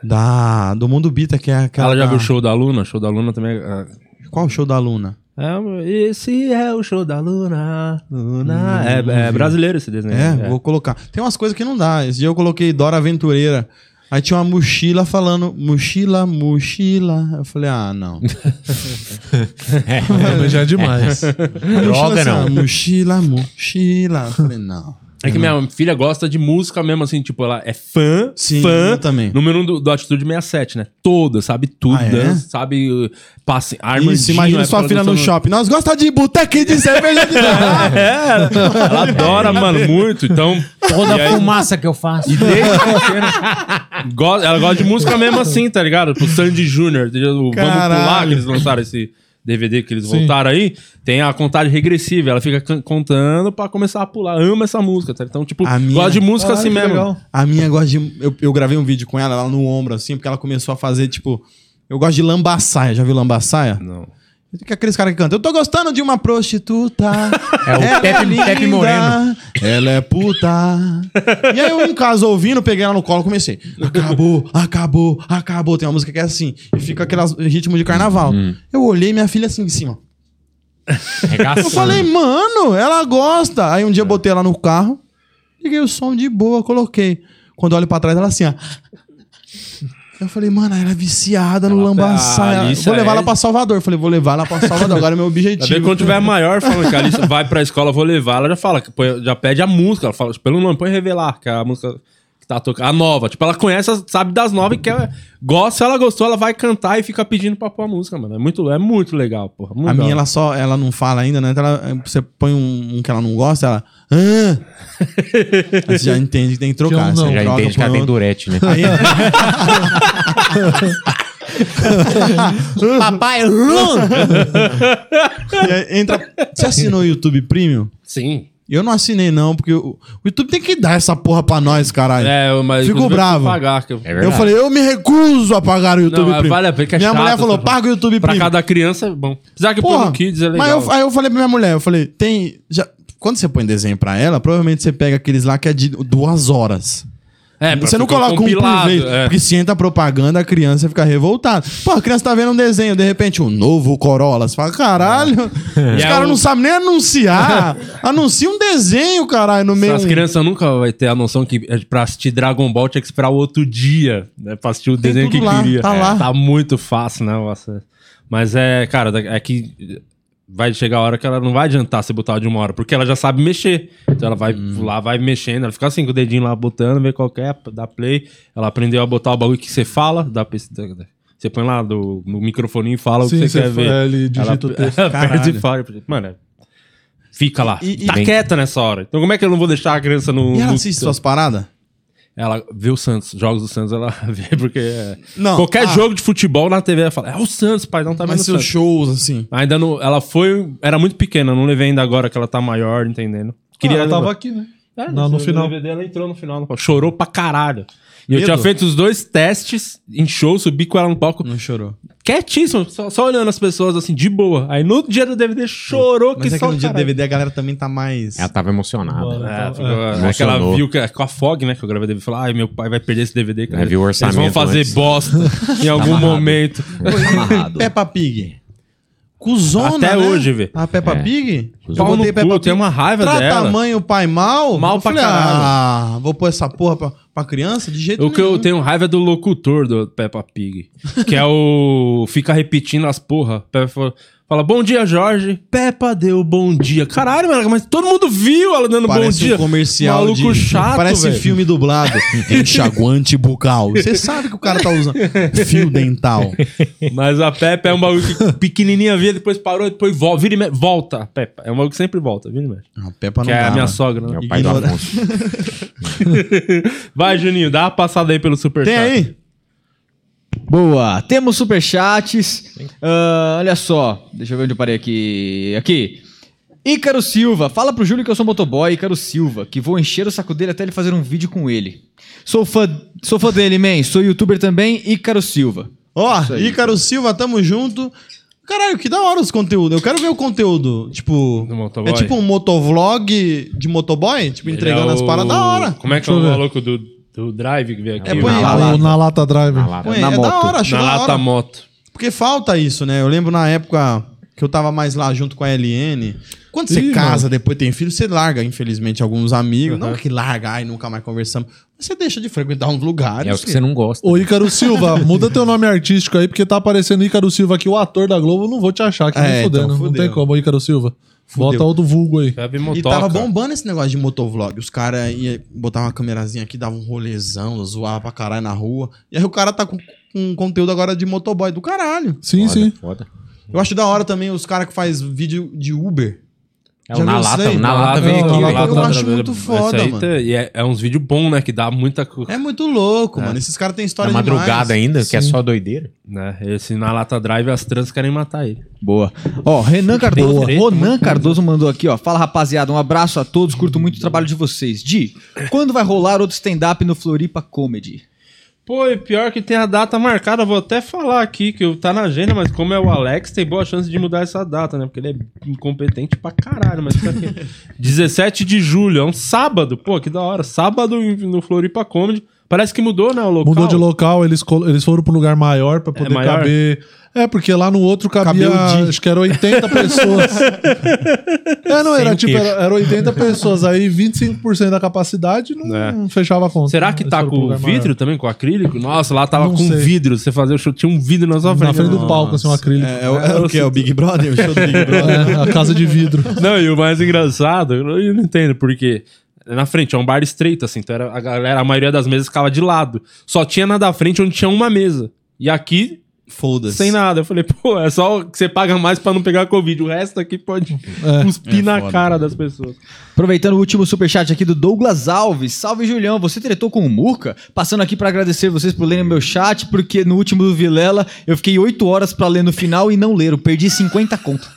Speaker 4: Da. Do Mundo Bita, que é aquela.
Speaker 1: Ela já
Speaker 4: da-
Speaker 1: viu o show da Luna? O show da Luna também. é-
Speaker 4: Qual o show da Luna?
Speaker 1: É, esse é o show da Luna. Luna. é, é brasileiro esse desenho.
Speaker 4: Hum.
Speaker 1: né?
Speaker 4: É, vou colocar. Tem umas coisas que não dá. Esse dia eu coloquei Dora Aventureira. Aí tinha uma mochila falando, mochila, mochila. Eu falei, ah, não.
Speaker 2: Mas já é demais.
Speaker 3: Droga, não.
Speaker 4: mochila, assim, ó, Mochila, mochila. Eu falei, não.
Speaker 1: É que
Speaker 4: Uhum.
Speaker 1: minha filha gosta de música mesmo, assim, tipo, ela é fã,
Speaker 4: Sim,
Speaker 1: fã.
Speaker 4: eu também.
Speaker 1: Número um do, do Atitude 67, né? Toda, sabe tudo,
Speaker 4: Ah, é?
Speaker 1: dança, sabe, uh, passe, arma
Speaker 4: Isso, imagina sua filha no shopping. Nós gosta de boteca e de cerveja de graça.
Speaker 1: É, ela adora, mano, muito. Então,
Speaker 3: Toda
Speaker 1: E aí-
Speaker 3: fumaça que eu faço.
Speaker 1: Desde pequena. Go- ela gosta de música mesmo assim, tá ligado? Pro Sandy Júnior. entendeu? O Vamos Pular,
Speaker 4: Caralho.
Speaker 1: que eles lançaram esse DVD que eles voltaram aí. Tem a contagem regressiva. Ela fica can- contando pra começar a pular. Ama essa música, tá? Então, tipo,
Speaker 4: A minha-
Speaker 1: gosta de música assim
Speaker 2: que
Speaker 1: mesmo.
Speaker 2: legal.
Speaker 4: A minha gosta de. Eu, eu gravei um vídeo com ela, ela no ombro, assim, porque ela começou a fazer, tipo. Eu gosto de lambaçaia. Já viu lambaçaia?
Speaker 1: Não.
Speaker 4: Que é aqueles caras que cantam. Eu tô gostando de uma prostituta.
Speaker 3: É o
Speaker 4: Ela
Speaker 3: Pepe-
Speaker 4: linda,
Speaker 3: Pepe Moreno.
Speaker 4: Ela é puta. e aí eu em casa ouvindo, peguei ela no colo e comecei. Acabou, acabou, acabou. Tem uma música que é assim. E fica aquele ritmo de carnaval. Eu olhei minha filha assim em cima. Eu falei, mano, ela gosta. Aí um dia eu botei ela no carro, liguei o som de boa, coloquei. Quando eu olho pra trás, ela assim, ó. Eu falei, mano, ela é viciada no
Speaker 1: Ela- a
Speaker 4: lambaçaia.
Speaker 1: Alicia
Speaker 4: Vou levar
Speaker 1: é-
Speaker 4: ela pra Salvador. Eu falei, vou levar ela pra Salvador. Agora é meu
Speaker 1: Tá vendo?
Speaker 4: objetivo.
Speaker 1: Quando tiver maior, falando que a Alice vai pra escola, vou levar. Ela já fala, que põe- já pede a música. Ela fala, pelo nome, põe revelar, que é a música. que tá tocando. A nova. Tipo, ela conhece, as- sabe das novas e quer. Gosta, se ela gostou, ela vai cantar e fica pedindo pra pôr a música, mano. É muito, é muito legal, porra. Muito
Speaker 4: A
Speaker 1: da
Speaker 4: minha,
Speaker 1: hora.
Speaker 4: ela só, ela não fala ainda, né? Então ela- você põe um, um que ela não gosta, ela. "Ah!" Aí você já entende que tem que trocar.
Speaker 2: Que eu não.
Speaker 4: Você
Speaker 3: Já
Speaker 4: troca
Speaker 3: entende que
Speaker 4: por
Speaker 3: ela tem
Speaker 4: outro.
Speaker 3: durete, né?
Speaker 4: Aí-
Speaker 3: Papai, Lula!
Speaker 4: e aí entra. Você assinou o YouTube Premium?
Speaker 1: Sim.
Speaker 4: Eu não assinei, não, porque o, o YouTube tem que dar essa porra pra nós, caralho.
Speaker 1: É, mas. inclusive,
Speaker 4: Fico
Speaker 1: eu fui
Speaker 4: bravo.
Speaker 1: Pagar, que eu...
Speaker 3: É
Speaker 4: eu
Speaker 3: verdade.
Speaker 4: falei, eu me recuso a pagar o YouTube
Speaker 1: Não, mas
Speaker 4: Premium.
Speaker 1: vale a pena, que é
Speaker 4: minha
Speaker 1: chato,
Speaker 4: mulher falou,
Speaker 1: tá-
Speaker 4: paga o YouTube
Speaker 1: Pra
Speaker 4: Premium.
Speaker 1: cada criança é bom. Já que põe no Kids é legal.
Speaker 4: Mas eu- aí eu falei pra minha mulher, eu falei, tem. Já, quando você põe desenho pra ela, provavelmente você pega aqueles lá que é de duas horas.
Speaker 1: é, pra
Speaker 4: você não
Speaker 1: ficar
Speaker 4: coloca um por
Speaker 1: compilado,
Speaker 4: vez,
Speaker 1: é.
Speaker 4: porque se entra propaganda, a criança fica revoltada. Pô, a criança tá vendo um desenho, de repente, um novo Corolla. Você fala, caralho, os
Speaker 1: E é
Speaker 4: caras
Speaker 1: o-
Speaker 4: não sabem nem anunciar. Anuncia um desenho, caralho, no meio.
Speaker 1: As crianças nunca vai ter a noção que é, pra assistir Dragon Ball tinha que esperar o outro dia, né? Pra assistir o
Speaker 4: Tem
Speaker 1: desenho
Speaker 4: tudo
Speaker 1: que
Speaker 4: lá,
Speaker 1: queria.
Speaker 4: tá
Speaker 1: É,
Speaker 4: lá.
Speaker 1: tá muito fácil, né? Nossa. Mas é, cara, da- é que vai chegar a hora que ela não vai adiantar se botar de uma hora, porque ela já sabe mexer. Então ela vai lá, vai mexendo, ela fica assim com o dedinho lá botando, vê qual que é, dá play. Ela aprendeu a botar o bagulho que você fala, dá pra esse- Você põe lá do, no microfone e fala o
Speaker 2: Sim,
Speaker 1: que você
Speaker 2: você
Speaker 1: quer ver.
Speaker 2: é, ele digita
Speaker 1: Ela-
Speaker 2: o texto.
Speaker 1: ela perde
Speaker 4: Caralho.
Speaker 1: e fala. Mano, é- fica lá.
Speaker 4: E- e-
Speaker 1: tá
Speaker 4: Bem-
Speaker 1: quieta nessa hora. Então como é que eu não vou deixar a criança no...
Speaker 4: um E ela
Speaker 1: no-
Speaker 4: assiste suas paradas?
Speaker 1: Tá Ela vê o Santos. Jogos do Santos ela vê, porque... é-
Speaker 4: Não,
Speaker 1: Qualquer
Speaker 4: ah.
Speaker 1: jogo de futebol na TV ela fala, é o Santos, pai, não tá vendo o
Speaker 4: Mas seus
Speaker 1: Santos.
Speaker 4: shows, assim.
Speaker 1: Ainda não... Ela foi... Era muito pequena, não levei ainda agora que ela tá maior, entendendo. Queria...
Speaker 2: Ah, ela tava aqui, né?
Speaker 1: É,
Speaker 2: Não, no final.
Speaker 1: O DVD ela entrou no final. no- Chorou pra caralho. E eu
Speaker 4: Medo?
Speaker 1: tinha feito os dois testes em show, subi com ela no palco,
Speaker 4: Não chorou.
Speaker 1: quietíssimo, só, só olhando as pessoas assim, de boa. Aí no dia do DVD chorou
Speaker 4: Mas
Speaker 1: que
Speaker 4: é que
Speaker 1: só o
Speaker 4: no dia do
Speaker 1: caralho.
Speaker 4: DVD a galera também tá mais.
Speaker 3: Ela tava emocionada.
Speaker 1: É, ficou-
Speaker 3: Emocionou.
Speaker 1: é que ela viu que, com a FOG, né? Que eu gravei o DVD e falou: ai, meu pai vai perder esse DVD. Cara.
Speaker 4: É,
Speaker 3: Aí viu o orçamento
Speaker 1: Eles vão fazer
Speaker 3: antes.
Speaker 1: bosta em algum
Speaker 3: amarrado.
Speaker 1: momento.
Speaker 3: Amarrado.
Speaker 4: Peppa Pig. Cusona,
Speaker 1: Até
Speaker 4: né?
Speaker 1: hoje, vê. É.
Speaker 4: A Peppa Pig?
Speaker 1: Pau no
Speaker 4: botei Peppa
Speaker 1: cu, tem uma raiva
Speaker 4: Trata
Speaker 1: dela.
Speaker 4: a mãe e o pai mal?
Speaker 1: Mal
Speaker 4: Eu
Speaker 1: pra
Speaker 4: falei,
Speaker 1: caralho.
Speaker 4: Ah, vou pôr essa porra pra, pra criança? De jeito
Speaker 1: O que
Speaker 4: nenhum.
Speaker 1: eu tenho raiva é do locutor do Peppa Pig. Que é o. Fica repetindo as porra. Peppa fala- Fala, bom dia, Jorge. Peppa deu um bom dia. Caralho, mano, mas todo mundo viu ela dando bom
Speaker 4: Parece
Speaker 1: dia.
Speaker 4: um comercial
Speaker 1: Maluco
Speaker 4: de...
Speaker 1: chato,
Speaker 4: Parece
Speaker 1: velho.
Speaker 4: filme dublado. É Enxaguante bucal. Você sabe que o cara tá usando fio dental.
Speaker 1: Mas a Peppa é um bagulho que pequenininha via, depois parou, depois volta. Vira e me... Volta, Peppa. É um bagulho que sempre volta, vira e mexe.
Speaker 4: A Peppa não
Speaker 1: Que é a
Speaker 4: dá,
Speaker 1: minha
Speaker 4: mano.
Speaker 1: sogra, né?
Speaker 3: É o pai do
Speaker 4: Ignora-
Speaker 3: Afonso.
Speaker 1: Vai, Juninho, dá uma passada aí pelo superchat.
Speaker 4: Tem aí?
Speaker 5: Boa, temos superchats. Ah, olha só, deixa eu ver onde eu parei aqui. Aqui. Ícaro Silva, fala pro Júlio que eu sou motoboy, Ícaro Silva, que vou encher o saco dele até ele fazer um vídeo com ele. Sou fã, sou fã dele, man, sou youtuber também, Ícaro Silva.
Speaker 1: É
Speaker 4: Ó,
Speaker 5: Isso aí,
Speaker 4: Ícaro Silva, tamo junto. Caralho, que da hora os conteúdos. Eu quero ver o conteúdo, tipo...
Speaker 1: Do motoboy?
Speaker 4: É tipo um motovlog de motoboy? Tipo,
Speaker 1: Ele
Speaker 4: entregando
Speaker 1: é
Speaker 4: as
Speaker 1: o-
Speaker 4: paradas da hora.
Speaker 1: Como é que é
Speaker 2: Deixa eu
Speaker 1: o
Speaker 2: ver.
Speaker 1: maluco do, do Drive que veio aqui?
Speaker 4: É, põe
Speaker 2: Na,
Speaker 4: aí,
Speaker 1: na,
Speaker 4: põe aí.
Speaker 2: lata. na lata drive.
Speaker 3: Na lata.
Speaker 4: Ué,
Speaker 5: na
Speaker 4: é
Speaker 5: moto.
Speaker 4: da hora, acho
Speaker 1: na
Speaker 4: da
Speaker 1: lata
Speaker 4: hora.
Speaker 1: moto.
Speaker 4: Porque falta isso, né? Eu lembro na época que eu tava mais lá junto com a LN. Quando você
Speaker 2: Ih,
Speaker 4: casa, depois tem filho, você larga, infelizmente, alguns amigos. Não que larga, ai, nunca mais conversamos. Mas você deixa de frequentar uns lugares.
Speaker 3: É os que você não gosta.
Speaker 2: Ô, Ícaro Silva, muda teu nome artístico aí, porque tá aparecendo Ícaro Silva aqui, o ator da Globo. eu Não vou te achar aqui,
Speaker 4: É,
Speaker 2: nem
Speaker 4: então,
Speaker 2: fudendo. não
Speaker 4: fudeu.
Speaker 2: tem como, Ícaro Silva.
Speaker 4: Fudeu.
Speaker 2: Bota outro vulgo aí.
Speaker 1: Bebe
Speaker 4: E
Speaker 1: motoca.
Speaker 4: tava bombando esse negócio de motovlog. Os caras iam botar uma câmerazinha aqui, dava um rolezão, zoava pra caralho na rua. E aí o cara tá com, com conteúdo agora de motoboy do caralho.
Speaker 2: Sim, sim.
Speaker 3: Foda.
Speaker 4: Eu acho da hora também os caras que faz vídeo de Uber.
Speaker 3: É
Speaker 4: Já
Speaker 3: o na
Speaker 4: viu isso
Speaker 3: lata,
Speaker 4: aí?
Speaker 3: o na lata vem
Speaker 2: Não,
Speaker 3: aqui.
Speaker 2: na
Speaker 3: velho.
Speaker 2: lata.
Speaker 4: eu acho muito foda,
Speaker 1: Esse aí
Speaker 4: mano.
Speaker 1: tem- e é, é uns vídeos bons, né? Que dá muita... cu-
Speaker 4: É muito louco, mano. Esses caras têm história
Speaker 3: Na É madrugada
Speaker 4: demais.
Speaker 3: ainda, que é só doideira.
Speaker 1: Né? Esse na lata drive, as trans querem matar ele.
Speaker 5: Boa. Ó, Renan Cardoso.
Speaker 3: Boa.
Speaker 5: Ronan Cardoso mandou aqui, ó. Fala, rapaziada, um abraço a todos, curto muito o trabalho de vocês. Di, quando vai rolar outro stand-up no Floripa Comedy?
Speaker 1: Pô, e pior que tem a data marcada, vou até falar aqui que eu- tá na agenda, mas como é o Alex, tem boa chance de mudar essa data, né? Porque ele é incompetente pra caralho, mas tá aqui. 17 de julho, é um sábado, pô, que da hora. Sábado em- no Floripa Comedy. Parece que mudou, né, o local?
Speaker 2: Mudou de local, eles, colo- eles foram pro lugar maior pra poder
Speaker 1: maior?
Speaker 2: caber. É, porque lá no outro
Speaker 4: Cabia
Speaker 2: cabia,
Speaker 4: o Di.
Speaker 2: acho que era 80 pessoas. é, não, era
Speaker 3: Sem
Speaker 2: tipo,
Speaker 3: queixo.
Speaker 2: era, era 80 pessoas, aí 25% da capacidade não,
Speaker 1: É.
Speaker 2: não fechava a conta. né?
Speaker 1: Será que
Speaker 2: Eles
Speaker 1: tá
Speaker 2: foram pro
Speaker 1: com
Speaker 2: lugar
Speaker 1: vidro
Speaker 2: maior.
Speaker 1: também, com acrílico? Nossa, lá tava
Speaker 2: Não
Speaker 1: com
Speaker 2: sei.
Speaker 1: vidro. Você fazia o show, tinha um vidro na sua
Speaker 2: Na
Speaker 1: frente.
Speaker 2: frente do
Speaker 1: Nossa.
Speaker 2: palco, assim, um acrílico.
Speaker 4: É, é o- é o que? É o Big Brother? O show do Big Brother?
Speaker 2: É, a casa de vidro.
Speaker 1: Não, e o mais engraçado, eu não entendo porque na frente, é um bar estreito, assim. Então era, a galera, a maioria das mesas ficava de lado. Só tinha na da frente onde tinha uma mesa. E aqui,
Speaker 4: Foda-se.
Speaker 1: sem nada. Eu falei, pô, é só que você paga mais pra não pegar Covid. O resto aqui pode cuspir
Speaker 4: É
Speaker 1: na cara
Speaker 4: foda, cara.
Speaker 1: das pessoas.
Speaker 5: Aproveitando o último superchat aqui do Douglas Alves. Salve, Julião. Você tretou com o Murca? Passando aqui pra agradecer vocês por lerem meu chat, porque no último do Vilela eu fiquei 8 horas pra ler no final e não leram. Perdi 50 conto.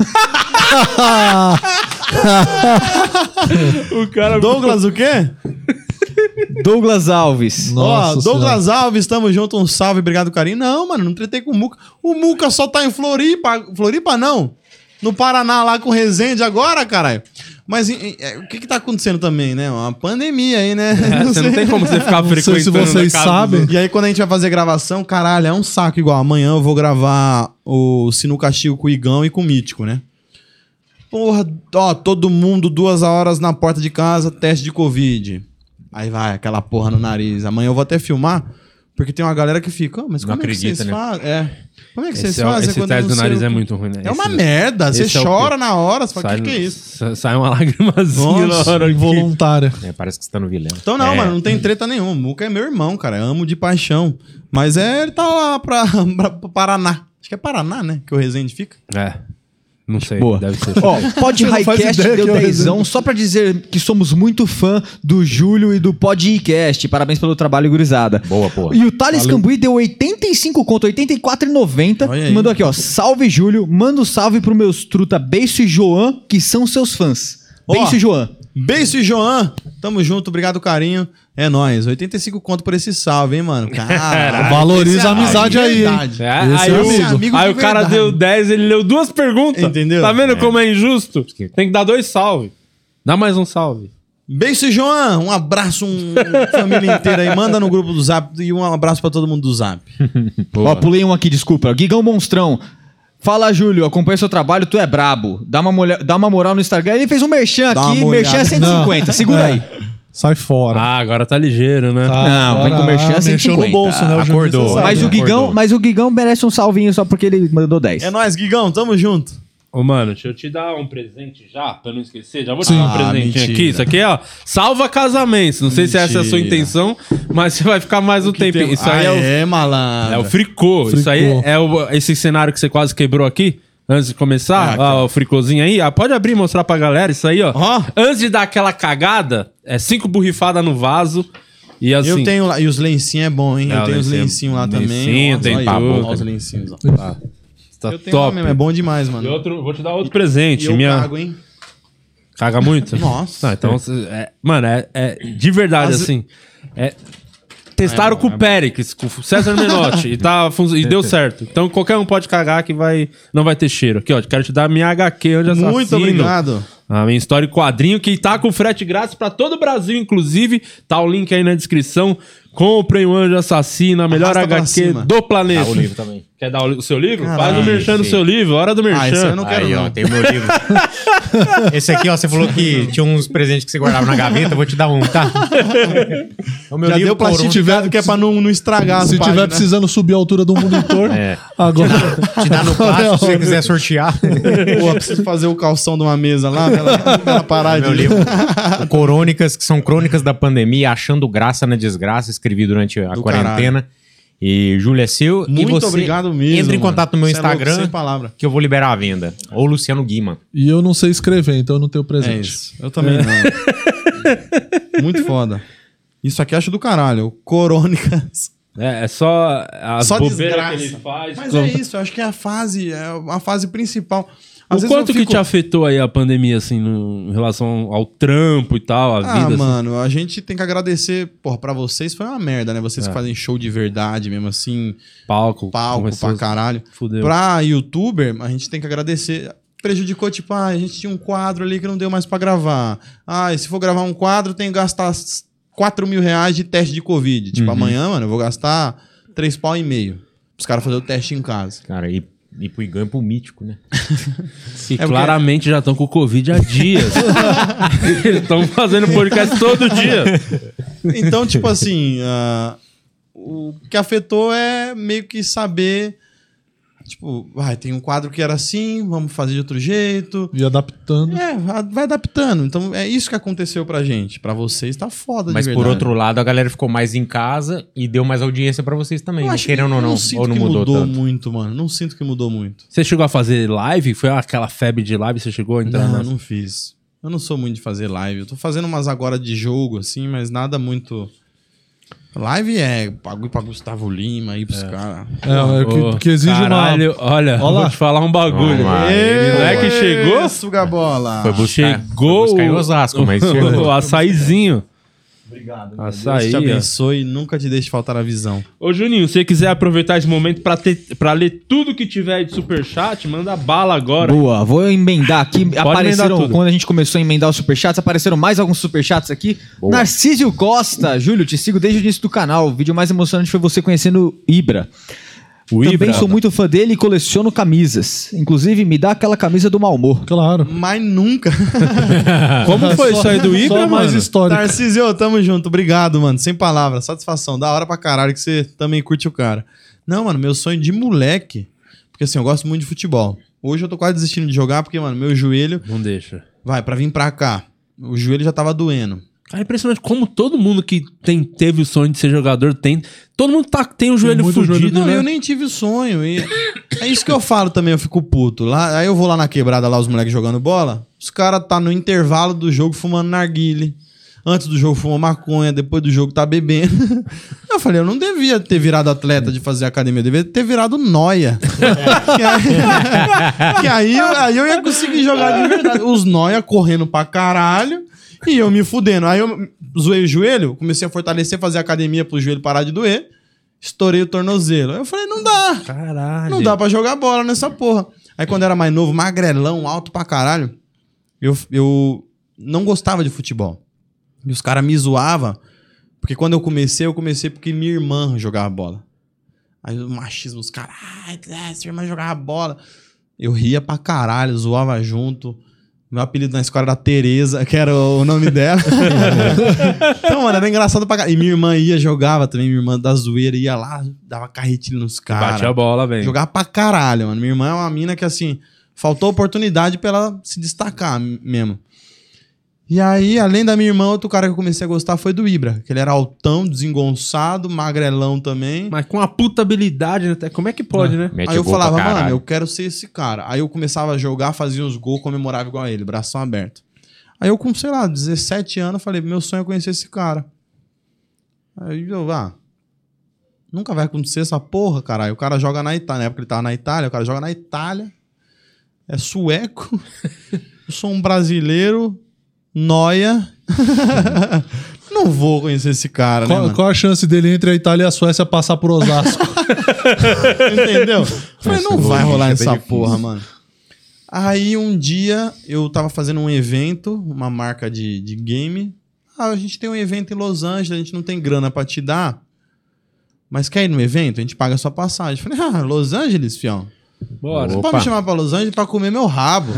Speaker 1: O cara.
Speaker 4: Douglas o quê?
Speaker 5: Douglas Alves.
Speaker 4: Ó,
Speaker 2: Nossa
Speaker 4: Douglas Alves, tamo junto, um salve, obrigado, carinho. Não, mano, não tretei com o Muca. O Muca só tá em Floripa, Floripa não. No Paraná, lá com o Resende agora, caralho. Mas em- em- é, o que que tá acontecendo também, né? Uma pandemia aí, né?
Speaker 1: É, você não
Speaker 4: sei.
Speaker 1: tem como você ficar
Speaker 2: sei se
Speaker 1: frequentando. né,
Speaker 2: vocês
Speaker 1: a casa dos
Speaker 2: sabem.
Speaker 1: outros.
Speaker 4: E aí, quando a gente vai fazer gravação, caralho, é um saco igual. Amanhã eu vou gravar o Sinu Castigo com o Igão e com o Mítico, né? Porra, ó, todo mundo duas horas na porta de casa, teste de Covid. Aí vai aquela porra no nariz. Amanhã eu vou até filmar, porque tem uma galera que fica, "Ah, mas
Speaker 3: Não
Speaker 4: como é que
Speaker 3: acredita,
Speaker 4: vocês
Speaker 3: né?
Speaker 4: fazem? É. Como é que vocês
Speaker 1: Esse, é-
Speaker 4: fazem?
Speaker 1: esse
Speaker 4: quando
Speaker 1: teste
Speaker 4: não
Speaker 1: do
Speaker 4: sei
Speaker 1: nariz
Speaker 4: o
Speaker 1: é
Speaker 4: quê?"
Speaker 1: muito ruim, né?
Speaker 4: É uma
Speaker 1: Esse-
Speaker 4: merda, você
Speaker 1: esse é o
Speaker 4: chora na hora, você fala,
Speaker 1: sai-
Speaker 4: o que, que é isso?
Speaker 1: sa- Sai uma lagrimazinha na
Speaker 4: Nossa,
Speaker 1: hora que-
Speaker 2: Voluntária.
Speaker 3: É, parece que você tá no vilão.
Speaker 4: Então não,
Speaker 3: É.
Speaker 4: mano, não tem treta nenhuma. O Muca é meu irmão, cara. Eu amo de paixão. Mas é, ele tá lá pra, pra, pro Paraná. Acho que é Paraná, né? Que o Resende fica.
Speaker 1: É. Não sei,
Speaker 5: Boa.
Speaker 1: deve ser.
Speaker 5: Ó, Pod
Speaker 2: Você não faz
Speaker 5: Highcast
Speaker 2: ideia
Speaker 5: deu
Speaker 2: que eu
Speaker 5: 10
Speaker 2: resumo.
Speaker 5: só pra dizer que somos muito fã do Júlio e do Podcast. Parabéns pelo trabalho, gurizada.
Speaker 3: Boa, porra.
Speaker 5: E o Thales Cambuí deu 85 conto, 84,90.
Speaker 4: Olha
Speaker 5: E
Speaker 4: aí.
Speaker 5: mandou aqui, ó. Salve, Júlio. Manda um salve pro meus truta Beiço e Joan, que são seus fãs.
Speaker 4: Ó.
Speaker 5: Beiço e Joan.
Speaker 4: Beijo e Joan. Tamo junto, obrigado, carinho. É nóis. 85 conto por esse salve, hein, mano. Cara,
Speaker 2: Valoriza a amizade aí, hein?
Speaker 1: É,
Speaker 2: Esse
Speaker 1: aí
Speaker 2: é
Speaker 1: o,
Speaker 2: amigo.
Speaker 4: Amigo de
Speaker 1: aí o cara
Speaker 4: verdade.
Speaker 1: deu 10, ele leu duas perguntas.
Speaker 4: Entendeu?
Speaker 1: Tá vendo como é injusto? Tem que dar dois salve. Dá mais um salve.
Speaker 4: Beijo e Joan. Um abraço, um família inteira aí. Manda no grupo do Zap e um abraço pra todo mundo do Zap.
Speaker 5: Ó, pulei um aqui, desculpa. Guigão Monstrão. Fala, Júlio, acompanha seu trabalho, tu é brabo. Dá uma, molha- dá uma moral no Instagram. Ele fez um merchan
Speaker 4: Dá
Speaker 5: aqui,
Speaker 4: uma
Speaker 5: merchan é
Speaker 4: olhada.
Speaker 5: 150. Segura aí.
Speaker 2: Sai fora.
Speaker 1: Ah, agora tá ligeiro, né?
Speaker 5: não,
Speaker 2: agora-
Speaker 5: vem com merchan,
Speaker 2: ah, mexeu
Speaker 5: 150.
Speaker 2: no bolso, né? O jornalista
Speaker 3: Acordou.
Speaker 2: sabe,
Speaker 5: Mas
Speaker 2: né?
Speaker 5: o, Guigão,
Speaker 3: Acordou.
Speaker 5: mas o Guigão merece um salvinho só porque ele mandou 10.
Speaker 4: É nóis, Guigão. Tamo junto.
Speaker 1: Ô, mano, deixa eu te dar um presente já, pra eu não esquecer. Já vou te dar um
Speaker 4: Ah,
Speaker 1: presentinho
Speaker 4: mentira.
Speaker 1: aqui. Isso aqui, ó. Salva casamentos. Não sei se essa é a sua
Speaker 4: Mentira.
Speaker 1: intenção, mas você vai ficar mais um tempinho. Isso aí é o
Speaker 4: é, malandro.
Speaker 1: É o fricô. Isso aí
Speaker 2: Fricô.
Speaker 1: é o- esse cenário que você quase quebrou aqui. Antes de começar,
Speaker 4: Ah,
Speaker 1: ó,
Speaker 4: cara.
Speaker 1: o fricôzinho aí. Ah, pode abrir e mostrar pra galera isso aí, ó.
Speaker 4: Ó.
Speaker 1: Antes de dar aquela cagada, é cinco borrifadas no vaso. E assim.
Speaker 4: Eu tenho lá. E os lencinhos é bom, hein?
Speaker 1: É,
Speaker 4: eu
Speaker 1: o
Speaker 4: tenho os
Speaker 1: lencinho-
Speaker 4: lencinhos lá também.
Speaker 1: lencinho,
Speaker 4: Ó,
Speaker 1: tem
Speaker 4: olha aí,
Speaker 1: papo,
Speaker 4: ó,
Speaker 1: tem-
Speaker 4: Os lencinhos, ó.
Speaker 1: Tá
Speaker 4: Eu tenho lá
Speaker 1: top.
Speaker 4: mesmo, é bom demais,
Speaker 1: E
Speaker 4: mano.
Speaker 1: outro, vou te dar outro
Speaker 4: E
Speaker 1: presente.
Speaker 4: eu
Speaker 1: minha...
Speaker 4: cago, hein?
Speaker 1: Caga muito?
Speaker 4: Nossa.
Speaker 1: Não, então, cê- é- mano, é, é de verdade,
Speaker 4: As-
Speaker 1: assim. é- testaram
Speaker 3: É,
Speaker 1: com o Périx, com o César Menotti, e, tá, fun- e deu certo. Então qualquer um pode cagar que vai, não vai ter cheiro. Aqui, ó, quero te dar a minha HQ, onde assassino.
Speaker 4: Muito obrigado.
Speaker 1: A minha história e quadrinho que tá com frete grátis pra todo o Brasil, inclusive. Tá o link aí na descrição. Comprem o Anjo Assassino, a melhor
Speaker 4: Arrasta pra
Speaker 1: HQ
Speaker 4: cima.
Speaker 1: do planeta.
Speaker 3: Dá Tá, o livro também.
Speaker 1: Quer dar o, li- o seu livro? Faz o
Speaker 4: Caralho,
Speaker 1: merchan do
Speaker 3: sim.
Speaker 1: seu livro, hora do merchan.
Speaker 4: Ah, esse eu não quero,
Speaker 3: Aí, ó,
Speaker 4: não.
Speaker 3: tem o meu livro. Esse aqui, ó, você falou que tinha uns presentes que você guardava na gaveta, eu vou te dar um, tá? É o meu
Speaker 4: Já deu
Speaker 3: por
Speaker 4: plástico
Speaker 3: um-
Speaker 4: tiver que é pra não, não estragar
Speaker 2: Se
Speaker 4: as
Speaker 2: tiver
Speaker 4: páginas.
Speaker 2: precisando subir a altura do monitor,
Speaker 3: É.
Speaker 2: agora.
Speaker 3: Te dá no plástico se você quiser sortear.
Speaker 4: Pô, preciso fazer o calção de uma mesa lá, pra ela, tá pra ela parar de...
Speaker 3: Meu livro. O Corônicas, que são crônicas da pandemia, achando graça na desgraça, escrevi durante a
Speaker 4: Do
Speaker 3: quarentena. E Júlia é seu. e
Speaker 4: Muito
Speaker 3: você
Speaker 4: obrigado mesmo.
Speaker 3: Entra em
Speaker 4: mano.
Speaker 3: contato no meu
Speaker 4: Cê é louco,
Speaker 3: Instagram
Speaker 4: sem palavra.
Speaker 3: que eu vou liberar a venda. Ou Luciano Guima.
Speaker 2: E eu não sei escrever, então eu não tenho
Speaker 4: É
Speaker 2: presente.
Speaker 4: isso. Eu também não. Muito foda. Isso aqui eu acho do caralho. O Corônicas.
Speaker 1: É, é só as
Speaker 4: Só
Speaker 1: bobeiras que
Speaker 4: desgraça.
Speaker 1: ele faz.
Speaker 4: Mas
Speaker 1: como-
Speaker 4: é isso. Eu acho que é a fase, é a fase principal.
Speaker 1: o
Speaker 4: eu
Speaker 1: quanto que
Speaker 4: fico-
Speaker 1: te afetou aí a pandemia, assim, no, em relação ao trampo e tal, a
Speaker 4: Ah,
Speaker 1: vida? assim?
Speaker 4: mano, a gente tem que agradecer, porra, pra vocês foi uma merda, né?
Speaker 1: É.
Speaker 4: Vocês que fazem show de verdade mesmo, assim,
Speaker 1: palco,
Speaker 4: palco
Speaker 1: começou
Speaker 4: pra
Speaker 1: a-
Speaker 4: caralho.
Speaker 1: Fudeu.
Speaker 4: Pra youtuber, a gente tem que agradecer. Prejudicou, tipo, ah, a gente tinha um quadro ali que não deu mais pra gravar. Ah, e se for gravar um quadro, tem que gastar s- 4 mil reais de teste de Covid.
Speaker 3: Uhum.
Speaker 4: Tipo, amanhã, mano, eu vou gastar 3 pau e meio. Os caras fazer o teste em casa.
Speaker 3: Cara, e, e pro Igão e pro Mítico, né?
Speaker 1: E
Speaker 4: é porque-
Speaker 1: claramente já estão com Covid há dias. Eles estão fazendo podcast todo dia.
Speaker 4: Então, tipo assim, ah, o que afetou é meio que saber Tipo, vai, tem um quadro que era assim, vamos fazer de outro jeito.
Speaker 2: E adaptando.
Speaker 4: É, va- vai adaptando. Então é isso que aconteceu pra gente. Pra vocês tá foda
Speaker 3: Mas
Speaker 4: de
Speaker 3: por
Speaker 4: verdade.
Speaker 3: outro lado, a galera ficou mais em casa e deu mais audiência pra vocês também. né?
Speaker 4: eu acho que-
Speaker 3: Querendo ou
Speaker 4: eu
Speaker 3: não,
Speaker 4: sinto
Speaker 3: ou não
Speaker 4: que
Speaker 3: mudou, tanto.
Speaker 4: muito, mano. Não sinto que mudou muito.
Speaker 1: Você chegou a fazer live? Foi aquela febre de live? Você chegou a entrar
Speaker 4: não,
Speaker 1: nessa?
Speaker 4: não fiz. Eu não sou muito de fazer live. Eu tô fazendo umas agora de jogo, assim, mas nada muito. Live é bagulho pra Gustavo Lima aí pros caras.
Speaker 2: É, é que,
Speaker 1: Ô,
Speaker 2: que exige
Speaker 1: caralho, Olha,
Speaker 2: Olha lá.
Speaker 1: vou te falar um bagulho.
Speaker 3: Vamos lá.
Speaker 1: Ê, moleque chegou,
Speaker 4: Isso, Gabola!
Speaker 3: Foi buscar,
Speaker 1: Chegou
Speaker 3: foi buscar em
Speaker 1: o-
Speaker 3: Osasco, mas
Speaker 1: o
Speaker 3: chegou.
Speaker 1: açaizinho. Obrigado.
Speaker 4: Deus
Speaker 1: Açaí.
Speaker 4: te
Speaker 1: ó.
Speaker 4: abençoe e nunca te deixe faltar a visão.
Speaker 1: Ô Juninho, se você quiser aproveitar esse momento pra, ter, pra ler tudo que tiver aí de superchat, manda bala agora.
Speaker 5: Boa, vou emendar aqui. apareceram,
Speaker 1: emendar tudo.
Speaker 5: quando a gente começou a emendar os superchats, apareceram mais alguns superchats aqui. Narcísio Costa, Júlio, te sigo desde o início do canal. O vídeo mais emocionante foi você conhecendo o Ibra.
Speaker 1: O
Speaker 5: Também
Speaker 1: Ibra.
Speaker 5: sou muito fã dele e coleciono camisas. Inclusive, me dá aquela camisa do mau humor.
Speaker 2: Claro. É
Speaker 4: Mas nunca.
Speaker 1: Como foi isso aí do Ibra,
Speaker 2: Só mais
Speaker 1: mano?
Speaker 4: Tá
Speaker 2: histórico.
Speaker 4: Tarcísio, tamo junto. Obrigado, mano. Sem palavras. Satisfação. Da hora pra caralho que você também curte o cara. Não, mano, meu sonho de moleque. Porque assim, eu gosto muito de futebol. Hoje eu tô quase desistindo de jogar porque, mano, meu joelho.
Speaker 1: Não deixa.
Speaker 4: Vai, pra vir pra cá. O joelho já tava doendo.
Speaker 1: Cara, é impressionante como todo mundo que tem, teve o sonho de ser jogador tem. Todo mundo tá, tem o joelho
Speaker 2: muito
Speaker 1: fudido,
Speaker 2: joelho-
Speaker 4: Não,
Speaker 1: né?
Speaker 4: eu nem tive o sonho. E é isso que eu falo também, eu fico puto. Lá, aí eu vou lá na quebrada, lá os moleques jogando bola. Os caras tá no intervalo do jogo fumando narguile. Antes do jogo fuma maconha, depois do jogo tá bebendo. Eu falei, eu não devia ter virado atleta de fazer academia, eu devia ter virado noia. que aí, que aí, eu- aí eu ia conseguir jogar de verdade. Os noia correndo pra caralho e eu me fudendo. Aí eu zoei o joelho, comecei a fortalecer, fazer academia pro joelho parar de doer. Estourei o tornozelo. Aí eu falei, não dá.
Speaker 1: Caralho.
Speaker 4: Não dá pra jogar bola nessa porra. Aí quando eu era mais novo, magrelão, alto pra caralho, eu, eu não gostava de futebol. E os caras me zoavam, porque quando eu comecei, eu comecei porque minha irmã jogava bola. Aí o machismo, os caras, ah, é, sua irmã jogava bola. Eu ria pra caralho, zoava junto. Meu apelido na escola era Tereza, que era o nome dela. então, mano, era engraçado pra caralho. E minha irmã ia, jogava também, minha irmã da zoeira ia lá, dava carretilha nos caras.
Speaker 1: Bate a bola, velho.
Speaker 4: Jogar pra caralho, mano. Minha irmã é uma mina que, assim, faltou oportunidade pra ela se destacar m- mesmo. E aí, além da minha irmã, outro cara que eu comecei a gostar foi do Ibra, que ele era altão, desengonçado, magrelão também.
Speaker 1: Mas com a puta habilidade, né? Como é que pode, né?
Speaker 3: Mete
Speaker 4: aí eu
Speaker 3: gol pra
Speaker 4: falava, mano,
Speaker 3: caralho.
Speaker 4: eu quero ser esse cara. Aí eu começava a jogar, fazia uns gols, comemorava igual a ele, bração aberto. Aí eu com, sei lá, 17 anos, falei, meu sonho é conhecer esse cara. Aí eu, ah, nunca vai acontecer essa porra, caralho. O cara joga na Itália, na época ele tava na Itália, o cara joga na Itália, é sueco, eu sou um brasileiro, noia. Não vou conhecer esse cara, né,
Speaker 2: Qual,
Speaker 4: mano?
Speaker 2: qual a chance dele entre a Itália e a Suécia passar por Osasco?
Speaker 4: Entendeu? Falei, não
Speaker 3: Essa logística
Speaker 4: vai rolar
Speaker 3: é
Speaker 4: essa
Speaker 3: difícil.
Speaker 4: porra, mano. Aí um dia eu tava fazendo um evento, uma marca de, de game. Ah, a gente tem um evento em Los Angeles, a gente não tem grana pra te dar. Mas quer ir no evento? A gente paga a sua passagem. Falei, ah, Los Angeles, fião.
Speaker 1: Bora.
Speaker 4: Você
Speaker 3: Opa.
Speaker 4: pode me chamar pra Los Angeles pra comer meu rabo.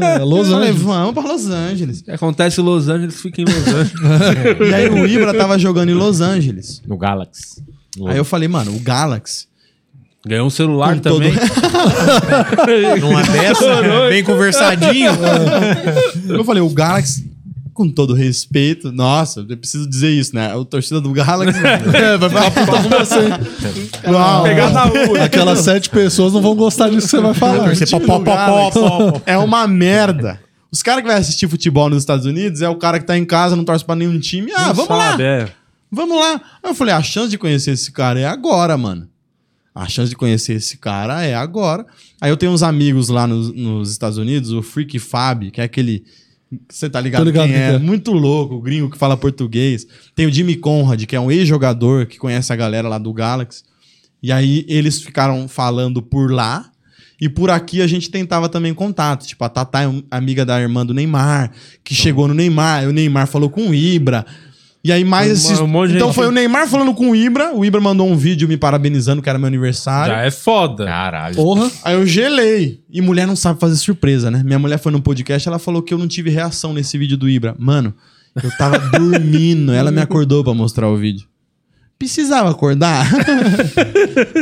Speaker 2: É, Los
Speaker 4: Eu falei,
Speaker 2: Angeles.
Speaker 4: vamos pra Los Angeles.
Speaker 1: Acontece em Los Angeles, fica em Los Angeles.
Speaker 4: E aí o Ibra tava jogando em Los Angeles.
Speaker 3: No Galaxy.
Speaker 4: Aí eu falei, mano, o Galaxy.
Speaker 1: Ganhou um celular
Speaker 4: Com todo-
Speaker 1: também.
Speaker 3: Numa dessa, bem conversadinho.
Speaker 4: Eu falei, o Galaxy, com todo respeito, nossa, eu preciso dizer isso, né? O torcida do Galaxy. é, vai falar puta com assim. você. Uau,
Speaker 1: Pegar na rua.
Speaker 2: Aquelas sete pessoas não vão gostar disso que você vai falar.
Speaker 4: o time do Galaxy É uma merda. Os caras que vai assistir futebol nos Estados Unidos é o cara que tá em casa, não torce pra nenhum time. Ah, vamos lá,
Speaker 1: É.
Speaker 4: vamos lá. Aí eu falei, a chance de conhecer esse cara é agora, mano. A chance de conhecer esse cara é agora. Aí eu tenho uns amigos lá nos, nos Estados Unidos, o Freak Fab, que é aquele. Você tá ligado,
Speaker 2: Tô ligado
Speaker 4: quem
Speaker 2: quem
Speaker 4: é?
Speaker 2: que é.
Speaker 4: Muito louco, o gringo que fala português. Tem o Jimmy Conrad, que é um ex-jogador que conhece a galera lá do Galaxy. E aí eles ficaram falando por lá. E por aqui a gente tentava também contato. Tipo, a Tatá é um- amiga da irmã do Neymar, que
Speaker 1: Então.
Speaker 4: chegou no Neymar. E o Neymar falou com o Ibra. E aí mais
Speaker 1: Um-
Speaker 4: esses...
Speaker 1: um monte de
Speaker 4: então
Speaker 1: gente.
Speaker 4: foi o Neymar falando com o Ibra. O Ibra mandou um vídeo me parabenizando que era meu aniversário.
Speaker 1: Já é foda.
Speaker 3: Caralho.
Speaker 2: Porra.
Speaker 4: Aí eu gelei. E mulher não sabe fazer surpresa, né? Minha mulher foi num podcast, ela falou que eu não tive reação nesse vídeo do Ibra. Mano, eu tava dormindo. Ela me acordou pra mostrar o vídeo. Precisava acordar?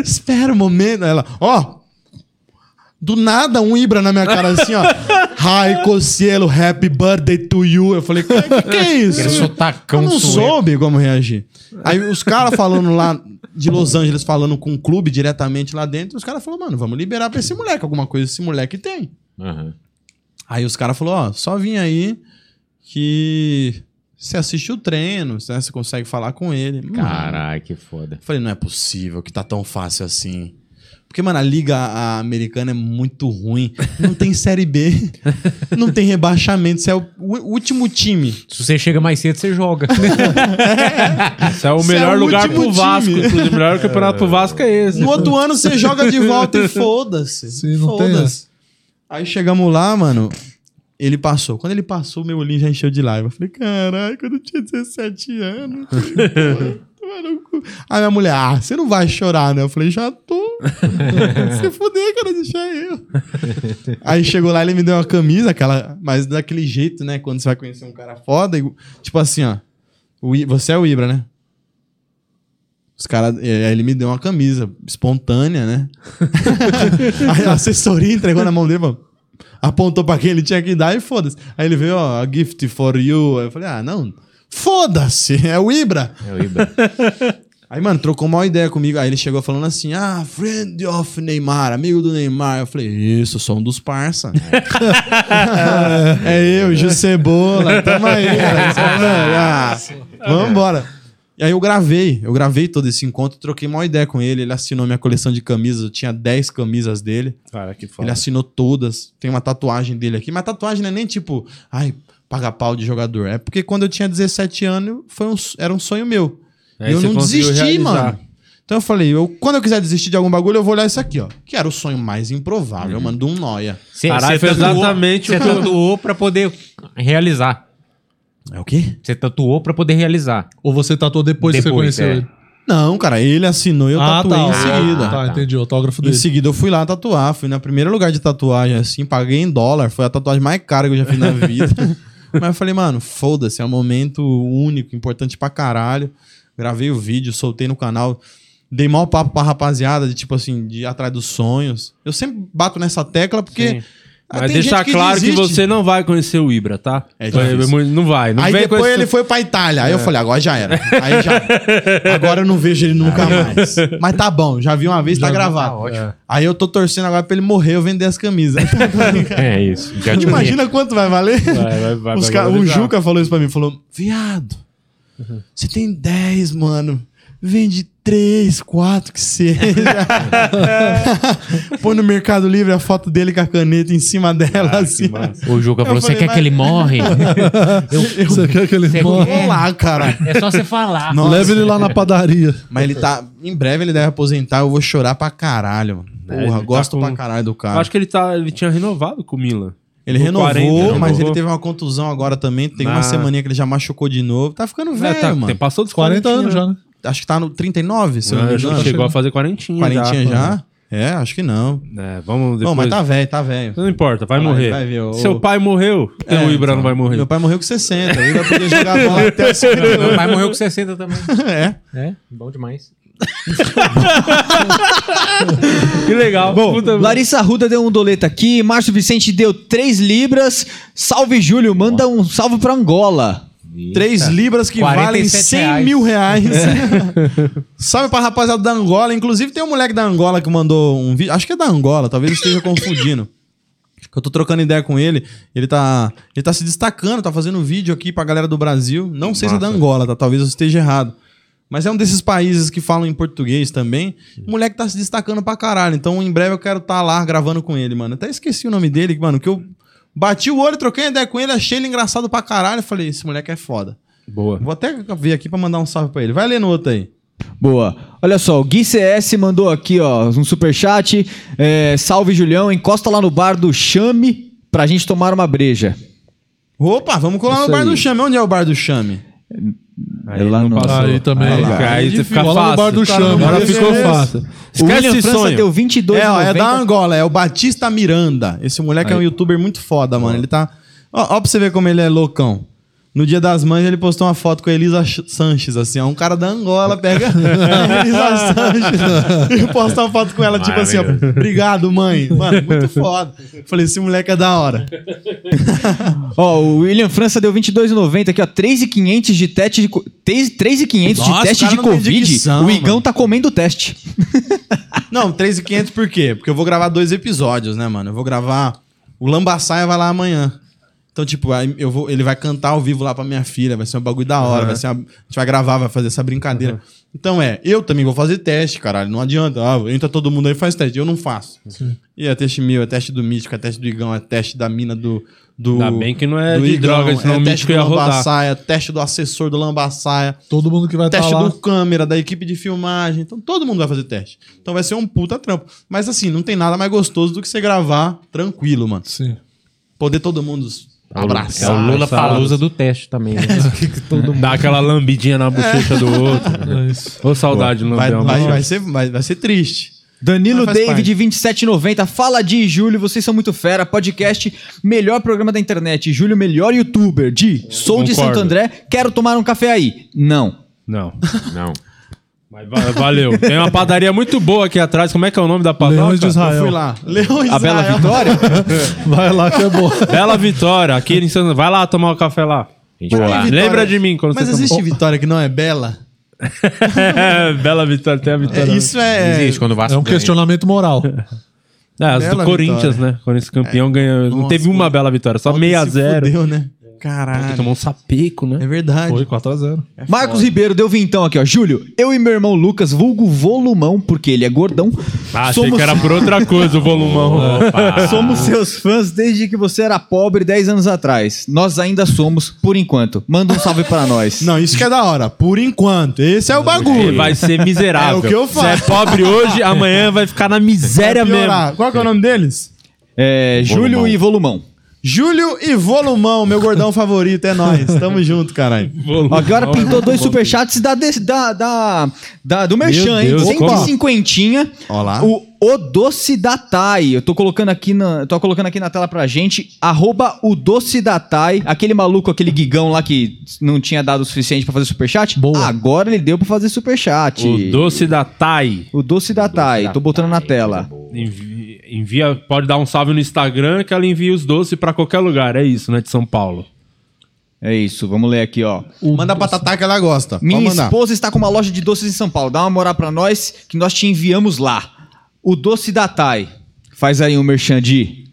Speaker 4: Espera um momento. Ela, ó, Do nada, um Ibra na minha cara assim, ó. Hi, Cocielo, happy birthday to you. Eu falei, que, que, que é isso?
Speaker 3: Aquele sotacão
Speaker 4: Eu não
Speaker 3: sueco.
Speaker 4: soube como reagir. Aí os caras falando lá de Los Angeles, falando com o clube diretamente lá dentro, os caras falaram, mano, vamos liberar pra esse moleque. Alguma coisa esse moleque tem.
Speaker 3: Aham.
Speaker 4: Aí os caras falaram, ó, só vim aí que você assiste o treino, né, você consegue falar com ele. Mano,
Speaker 3: Caralho, que foda.
Speaker 4: eu Falei, não é possível que tá tão fácil assim. Porque, mano, a liga a- americana é muito ruim. Não tem Série B, não tem rebaixamento. Você é o, o último time.
Speaker 3: Se você chega mais cedo, você joga.
Speaker 1: Esse é o
Speaker 4: Esse é
Speaker 1: melhor
Speaker 4: o
Speaker 1: lugar
Speaker 4: último
Speaker 1: pro Vasco.
Speaker 4: time.
Speaker 1: Inclusive, o melhor campeonato pro Vasco é esse.
Speaker 4: No outro ano você joga de volta e foda-se.
Speaker 2: Sim, não tem
Speaker 4: Foda-se. Aí chegamos lá, mano. Ele passou. Quando ele passou, meu olhinho já encheu de lágrima. Eu falei, caralho, quando eu tinha 17 anos. tomar no cu. Aí minha mulher, ah, você não vai chorar, né? Eu falei, já tô. Se fuder, cara, deixar eu. Aí chegou lá, ele me deu uma camisa, aquela, mas daquele jeito, né? Quando você vai conhecer um cara foda, e- tipo assim, ó. o I- você é o Ibra, né? Os caras. Aí ele me deu uma camisa espontânea, né? aí a assessoria entregou na mão dele, mano. Apontou pra quem ele tinha que dar e foda-se. Aí ele veio, ó, a gift for you. Aí eu falei, ah, não. Foda-se, é o Ibra.
Speaker 3: É o Ibra.
Speaker 4: Aí, mano, trocou uma ideia comigo. Aí ele chegou falando assim: Ah, friend of Neymar, amigo do Neymar. Eu falei: Isso, sou um dos parça. é eu, Gil Cebola, tamo aí. cara. Você é velho. ah, vambora. E aí eu gravei, eu gravei todo esse encontro, troquei uma ideia com ele. Ele assinou minha coleção de camisas, eu tinha 10 camisas dele.
Speaker 1: Cara, que
Speaker 4: Ele assinou todas. Tem uma tatuagem dele aqui. Mas tatuagem não é nem tipo, ai, paga pau de jogador. É porque quando eu tinha 17 anos, foi um, era um sonho meu.
Speaker 1: Aí
Speaker 4: e eu
Speaker 1: você
Speaker 4: não
Speaker 1: conseguiu
Speaker 4: desisti,
Speaker 1: realizar.
Speaker 4: mano. Então eu falei, eu, quando eu quiser desistir de algum bagulho, eu vou olhar isso aqui, ó. Que era o sonho mais
Speaker 1: Uhum.
Speaker 4: improvável, mano, de um noia.
Speaker 3: Você,
Speaker 1: Caralho,
Speaker 3: você
Speaker 1: foi
Speaker 3: tatuou-
Speaker 1: exatamente
Speaker 3: Você
Speaker 1: o que eu-
Speaker 3: tatuou pra poder realizar.
Speaker 4: É o quê?
Speaker 3: Você tatuou pra poder realizar.
Speaker 2: Ou você tatuou depois, que você
Speaker 3: Depois,
Speaker 2: conheceu
Speaker 3: é.
Speaker 2: ele?
Speaker 4: Não, cara, ele assinou e eu tatuei em seguida.
Speaker 2: Ah, tá,
Speaker 3: tá.
Speaker 2: entendi. O autógrafo
Speaker 4: Em
Speaker 2: dele.
Speaker 4: seguida eu fui lá tatuar, fui no primeiro lugar de tatuagem, assim, paguei em dólar, foi a tatuagem mais cara que eu já fiz na vida. Mas eu falei, mano, foda-se, é um momento único, importante pra caralho. Gravei o vídeo, soltei no canal, dei mau papo pra rapaziada, de tipo assim, de ir atrás dos sonhos. Eu sempre bato nessa tecla porque.
Speaker 1: Sim.
Speaker 4: Ah,
Speaker 1: Mas
Speaker 4: tem
Speaker 1: deixar
Speaker 4: gente
Speaker 1: claro que
Speaker 4: desiste.
Speaker 1: você não vai conhecer o Ibra, tá?
Speaker 4: É
Speaker 1: Foi-
Speaker 4: difícil.
Speaker 1: Não vai. Não
Speaker 4: Aí
Speaker 1: vem
Speaker 4: depois
Speaker 1: com esse- tipo- É.
Speaker 4: ele foi pra Itália. Aí eu falei, agora já era. Aí já. Agora eu não vejo ele nunca mais. Mas tá bom, já vi uma vez, tá
Speaker 1: ah,
Speaker 4: gravado. Aí eu tô torcendo agora pra ele morrer eu vender as camisas.
Speaker 3: É isso. Já te
Speaker 4: Imagina quanto vai valer.
Speaker 1: Vai, vai, vai,
Speaker 4: Os
Speaker 1: vai
Speaker 4: ca- o
Speaker 1: valorizar.
Speaker 4: Juca falou isso pra mim, falou, viado,
Speaker 1: Uhum.
Speaker 4: você tem 10, mano. Vende 3, 4, que seja. Põe no Mercado Livre a foto dele com a caneta em cima dela,
Speaker 1: Ah,
Speaker 4: assim.
Speaker 3: O Juca falou: você
Speaker 4: falei,
Speaker 3: quer
Speaker 4: mas-
Speaker 3: que ele morre?
Speaker 2: Você quer que ele
Speaker 3: Você-
Speaker 2: morra?
Speaker 4: Vamos lá, cara.
Speaker 3: É só você falar.
Speaker 4: Nossa.
Speaker 2: Leve ele lá na padaria.
Speaker 4: Mas ele tá... Em breve ele deve aposentar, eu vou chorar pra caralho, mano.
Speaker 1: É, ele
Speaker 4: Porra,
Speaker 1: tá
Speaker 4: gosto
Speaker 1: com-
Speaker 4: pra caralho do cara.
Speaker 1: Acho que ele, tá, ele tinha renovado com o Milan.
Speaker 4: Ele
Speaker 1: com
Speaker 4: renovou,
Speaker 1: 40,
Speaker 4: mas
Speaker 1: renovou.
Speaker 4: ele teve uma contusão agora também. Tem
Speaker 1: Ah.
Speaker 4: uma semaninha que ele já machucou de novo. Tá ficando velho,
Speaker 1: É, tá,
Speaker 4: mano.
Speaker 1: tem- Passou dos
Speaker 2: 40 anos já, né?
Speaker 4: Acho que tá no 39, se eu não
Speaker 1: Não,
Speaker 4: me
Speaker 1: acho que
Speaker 4: engano.
Speaker 1: chegou a fazer quarentinha.
Speaker 4: Quarentinha já? É, acho que não.
Speaker 1: É, vamos depois.
Speaker 4: Não, mas tá velho, tá velho.
Speaker 1: Não importa, vai
Speaker 4: Vai,
Speaker 1: morrer.
Speaker 4: vai ver, o-
Speaker 1: Seu pai morreu,
Speaker 4: É,
Speaker 1: o Ibra
Speaker 4: então.
Speaker 1: não vai morrer.
Speaker 4: Meu pai morreu com 60, ele vai poder jogar bola até os 50.
Speaker 3: Meu pai morreu com 60 também.
Speaker 4: É.
Speaker 3: É, bom demais.
Speaker 1: Que legal. Puta-
Speaker 5: Larissa Ruda deu um doleta aqui, Márcio Vicente deu 3 libras. Salve, Júlio, manda um salve pra Angola.
Speaker 4: 3 libras que
Speaker 3: 47
Speaker 4: valem 100
Speaker 3: reais.
Speaker 4: mil reais. Salve pra rapaziada da Angola. Inclusive tem um moleque da Angola que mandou um vídeo. Acho que é da Angola, talvez eu esteja confundindo. Eu tô trocando ideia com ele. Ele tá, ele tá se destacando, tá fazendo vídeo aqui pra galera do Brasil. Não sei se é da Angola, tá? Talvez eu esteja errado. Mas é um desses países que falam em português também. O moleque tá se destacando pra caralho. Então, em breve eu quero estar lá gravando com ele, mano. Até esqueci o nome dele, mano. Que eu bati o olho, troquei ideia com ele, achei ele engraçado pra caralho. Falei, esse moleque é foda.
Speaker 1: Boa.
Speaker 4: Vou até ver aqui pra mandar um salve pra ele. Vai ler no outro aí.
Speaker 5: Boa. Olha só, o Gui CS mandou aqui, ó, um superchat. É, salve, Julião. Encosta lá no bar do Chame pra gente tomar uma breja.
Speaker 4: Opa, vamos colar
Speaker 5: Isso
Speaker 4: no Bar
Speaker 5: aí.
Speaker 4: do Chame. Onde é o Bar do Chame?
Speaker 1: Aí
Speaker 5: lá
Speaker 1: não
Speaker 5: no-
Speaker 1: passou.
Speaker 2: Aí também.
Speaker 1: Aí,
Speaker 2: lá.
Speaker 1: aí você fica
Speaker 2: Cola É no
Speaker 1: fácil.
Speaker 2: bar do
Speaker 1: Cara,
Speaker 2: chão. é
Speaker 1: Agora
Speaker 4: Beleza.
Speaker 1: ficou fácil. Esquece
Speaker 5: o William
Speaker 1: esse
Speaker 5: França
Speaker 1: sonho.
Speaker 5: deu 22
Speaker 4: É, ó, é da Angola, é o Batista Miranda. Esse moleque é um youtuber muito foda, mano. Ele tá. Ó, ó pra você ver como ele é loucão. No dia das mães, ele postou uma foto com a Elisa Ch- Sanches, assim, ó. Um cara da Angola pega a Elisa Sanches e posta uma foto com ela, tipo assim, ó. Obrigado, mãe. Mano, muito foda. Falei, esse moleque é da hora.
Speaker 5: Ó, o William França deu 22,90 aqui, ó. 3,500 de teste de, co- 3 3,500 de,
Speaker 4: Nossa,
Speaker 5: teste
Speaker 4: o cara
Speaker 5: de
Speaker 4: não tem
Speaker 5: Covid.
Speaker 4: dicção,
Speaker 5: o Igão
Speaker 4: mano.
Speaker 5: tá comendo o teste.
Speaker 4: Não, 3,500 por quê? Porque eu vou gravar dois episódios, né, mano? Eu vou gravar. O Lambaçaia vai lá amanhã. Então, tipo, aí eu vou, ele vai cantar ao vivo lá pra minha filha, vai ser um bagulho da hora, vai ser uma- a gente vai gravar, vai fazer essa brincadeira. Então é, eu também vou fazer teste, caralho, não adianta. Ah, entra todo mundo aí e faz teste, eu não faço. E é teste meu, é teste do Mítico, é teste do Igão, é teste da mina do... do
Speaker 1: Ainda bem que não é
Speaker 4: do
Speaker 1: de droga, senão
Speaker 4: é
Speaker 1: o
Speaker 4: teste
Speaker 1: Mítico
Speaker 4: do
Speaker 1: ia rodar.
Speaker 4: Lambaçaia, teste do assessor do Lambaçaia,
Speaker 2: Todo mundo que vai estar
Speaker 4: teste
Speaker 2: lá.
Speaker 4: do câmera, da equipe de filmagem. Então todo mundo vai fazer teste. Então vai ser um puta trampo. Mas assim, não tem nada mais gostoso do que você gravar tranquilo, mano.
Speaker 2: Sim.
Speaker 4: Poder todo mundo s-
Speaker 3: É o
Speaker 4: abraçar.
Speaker 3: Lula Palusa do teste também. Né?
Speaker 1: Dá aquela lambidinha na bochecha do outro.
Speaker 2: É isso.
Speaker 1: Ô, saudade,
Speaker 4: Vai,
Speaker 1: lambidão.
Speaker 4: É. vai, vai, ser, vai, vai ser triste.
Speaker 5: Danilo
Speaker 4: Mas faz
Speaker 5: David, 2790. Fala de Júlio, vocês são muito fera. Podcast, melhor programa da internet. Júlio, melhor youtuber. Di, sou de
Speaker 1: Concordo.
Speaker 5: Santo André, quero tomar um café aí. Não.
Speaker 1: Não.
Speaker 3: Não.
Speaker 1: Mas va- valeu. Tem uma padaria muito boa aqui atrás. Como é que é o nome da padaria?
Speaker 2: Leões de Israel.
Speaker 4: Eu fui lá. Leões
Speaker 1: A Bela Vitória?
Speaker 2: Vai lá que é boa.
Speaker 1: Bela Vitória, aqui em Santa... Vai lá tomar o café lá.
Speaker 3: gente vai lá.
Speaker 1: Lembra de mim quando
Speaker 4: Mas
Speaker 1: você
Speaker 4: existe Vitória que não é Bela?
Speaker 1: tomar- Bela Vitória, tem a
Speaker 4: É,
Speaker 1: Vitória.
Speaker 4: isso
Speaker 3: Não
Speaker 4: é.
Speaker 3: existe quando o Vasco
Speaker 2: É um
Speaker 3: ganha.
Speaker 2: questionamento moral.
Speaker 1: É, as do
Speaker 4: Bela
Speaker 1: Corinthians,
Speaker 4: vitória. É.
Speaker 1: né? Corinthians campeão ganhou. Não
Speaker 4: Nossa,
Speaker 1: teve uma
Speaker 4: pô.
Speaker 1: bela vitória, só
Speaker 4: Ontem se
Speaker 1: 6x0.
Speaker 4: Fudeu, né?
Speaker 1: Porque
Speaker 4: Caralho.
Speaker 1: Tomou um sapeco, né?
Speaker 4: É verdade.
Speaker 2: Foi 4x0.
Speaker 5: Marcos Ribeiro deu vintão aqui, ó. Júlio, eu e meu irmão Lucas, vulgo volumão, porque ele é gordão.
Speaker 1: Ah, achei que era por outra coisa o volumão.
Speaker 5: Somos seus fãs desde que você era pobre 10 anos atrás. Nós ainda somos, por enquanto. Manda um salve pra nós.
Speaker 4: Não, isso que é da hora. Por enquanto. Esse é o
Speaker 1: Ele
Speaker 4: bagulho.
Speaker 1: vai ser miserável.
Speaker 4: É o que eu
Speaker 1: Se é
Speaker 4: falo.
Speaker 1: pobre hoje, amanhã vai ficar na miséria
Speaker 4: Vai piorar.
Speaker 1: mesmo.
Speaker 4: Qual que é o nome deles?
Speaker 5: É, Júlio e Volumão.
Speaker 4: Júlio e Volumão, meu gordão favorito, é nóis. Tamo junto, caralho.
Speaker 5: Ó, Agora pintou dois superchats da, des- da, da, da- do Merchan, hein?
Speaker 1: Deus, como?
Speaker 5: 150.
Speaker 4: Ó lá.
Speaker 5: O, o Doce da Thay. Eu tô colocando aqui na, eu tô colocando aqui na tela pra gente. Arroba o Doce da Thay. Aquele maluco, aquele gigão lá que não tinha dado o suficiente pra fazer superchat.
Speaker 2: Boa.
Speaker 5: Agora ele deu pra fazer superchat.
Speaker 1: O doce da Thay.
Speaker 5: O Doce da Thay. Tô botando na
Speaker 3: tá
Speaker 5: tela.
Speaker 1: Envi- Envia, pode dar um salve no Instagram que ela envia os doces pra qualquer lugar. É isso, né? De São Paulo.
Speaker 5: É isso, vamos ler aqui, ó.
Speaker 4: Manda pra Tatá que ela gosta. Pode
Speaker 5: Minha
Speaker 4: mandar.
Speaker 5: esposa está com uma loja de doces em São Paulo. Dá uma moral pra nós que nós te enviamos lá. O doce da Thay. Faz aí um merchan de.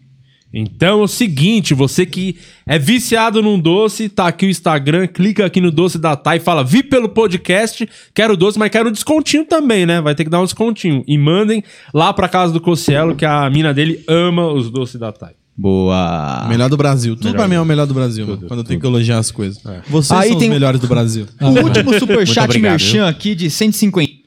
Speaker 1: Então é o seguinte, você que é viciado num doce, tá aqui o Instagram, clica aqui no doce da Thay e fala: "Vi pelo podcast, quero doce, mas quero um descontinho também, né? Vai ter que dar um descontinho". E mandem lá pra casa do Cocielo, que a mina dele ama os doces da Thay.
Speaker 5: Boa.
Speaker 4: Melhor do Brasil. Tudo pra mim é o melhor do Brasil, mano, quando eu tenho que elogiar as coisas.
Speaker 1: É.
Speaker 4: Vocês
Speaker 5: Aí
Speaker 4: são
Speaker 5: tem um-
Speaker 4: os melhores do Brasil.
Speaker 5: O último superchat
Speaker 3: obrigado,
Speaker 5: merchan aqui de 150.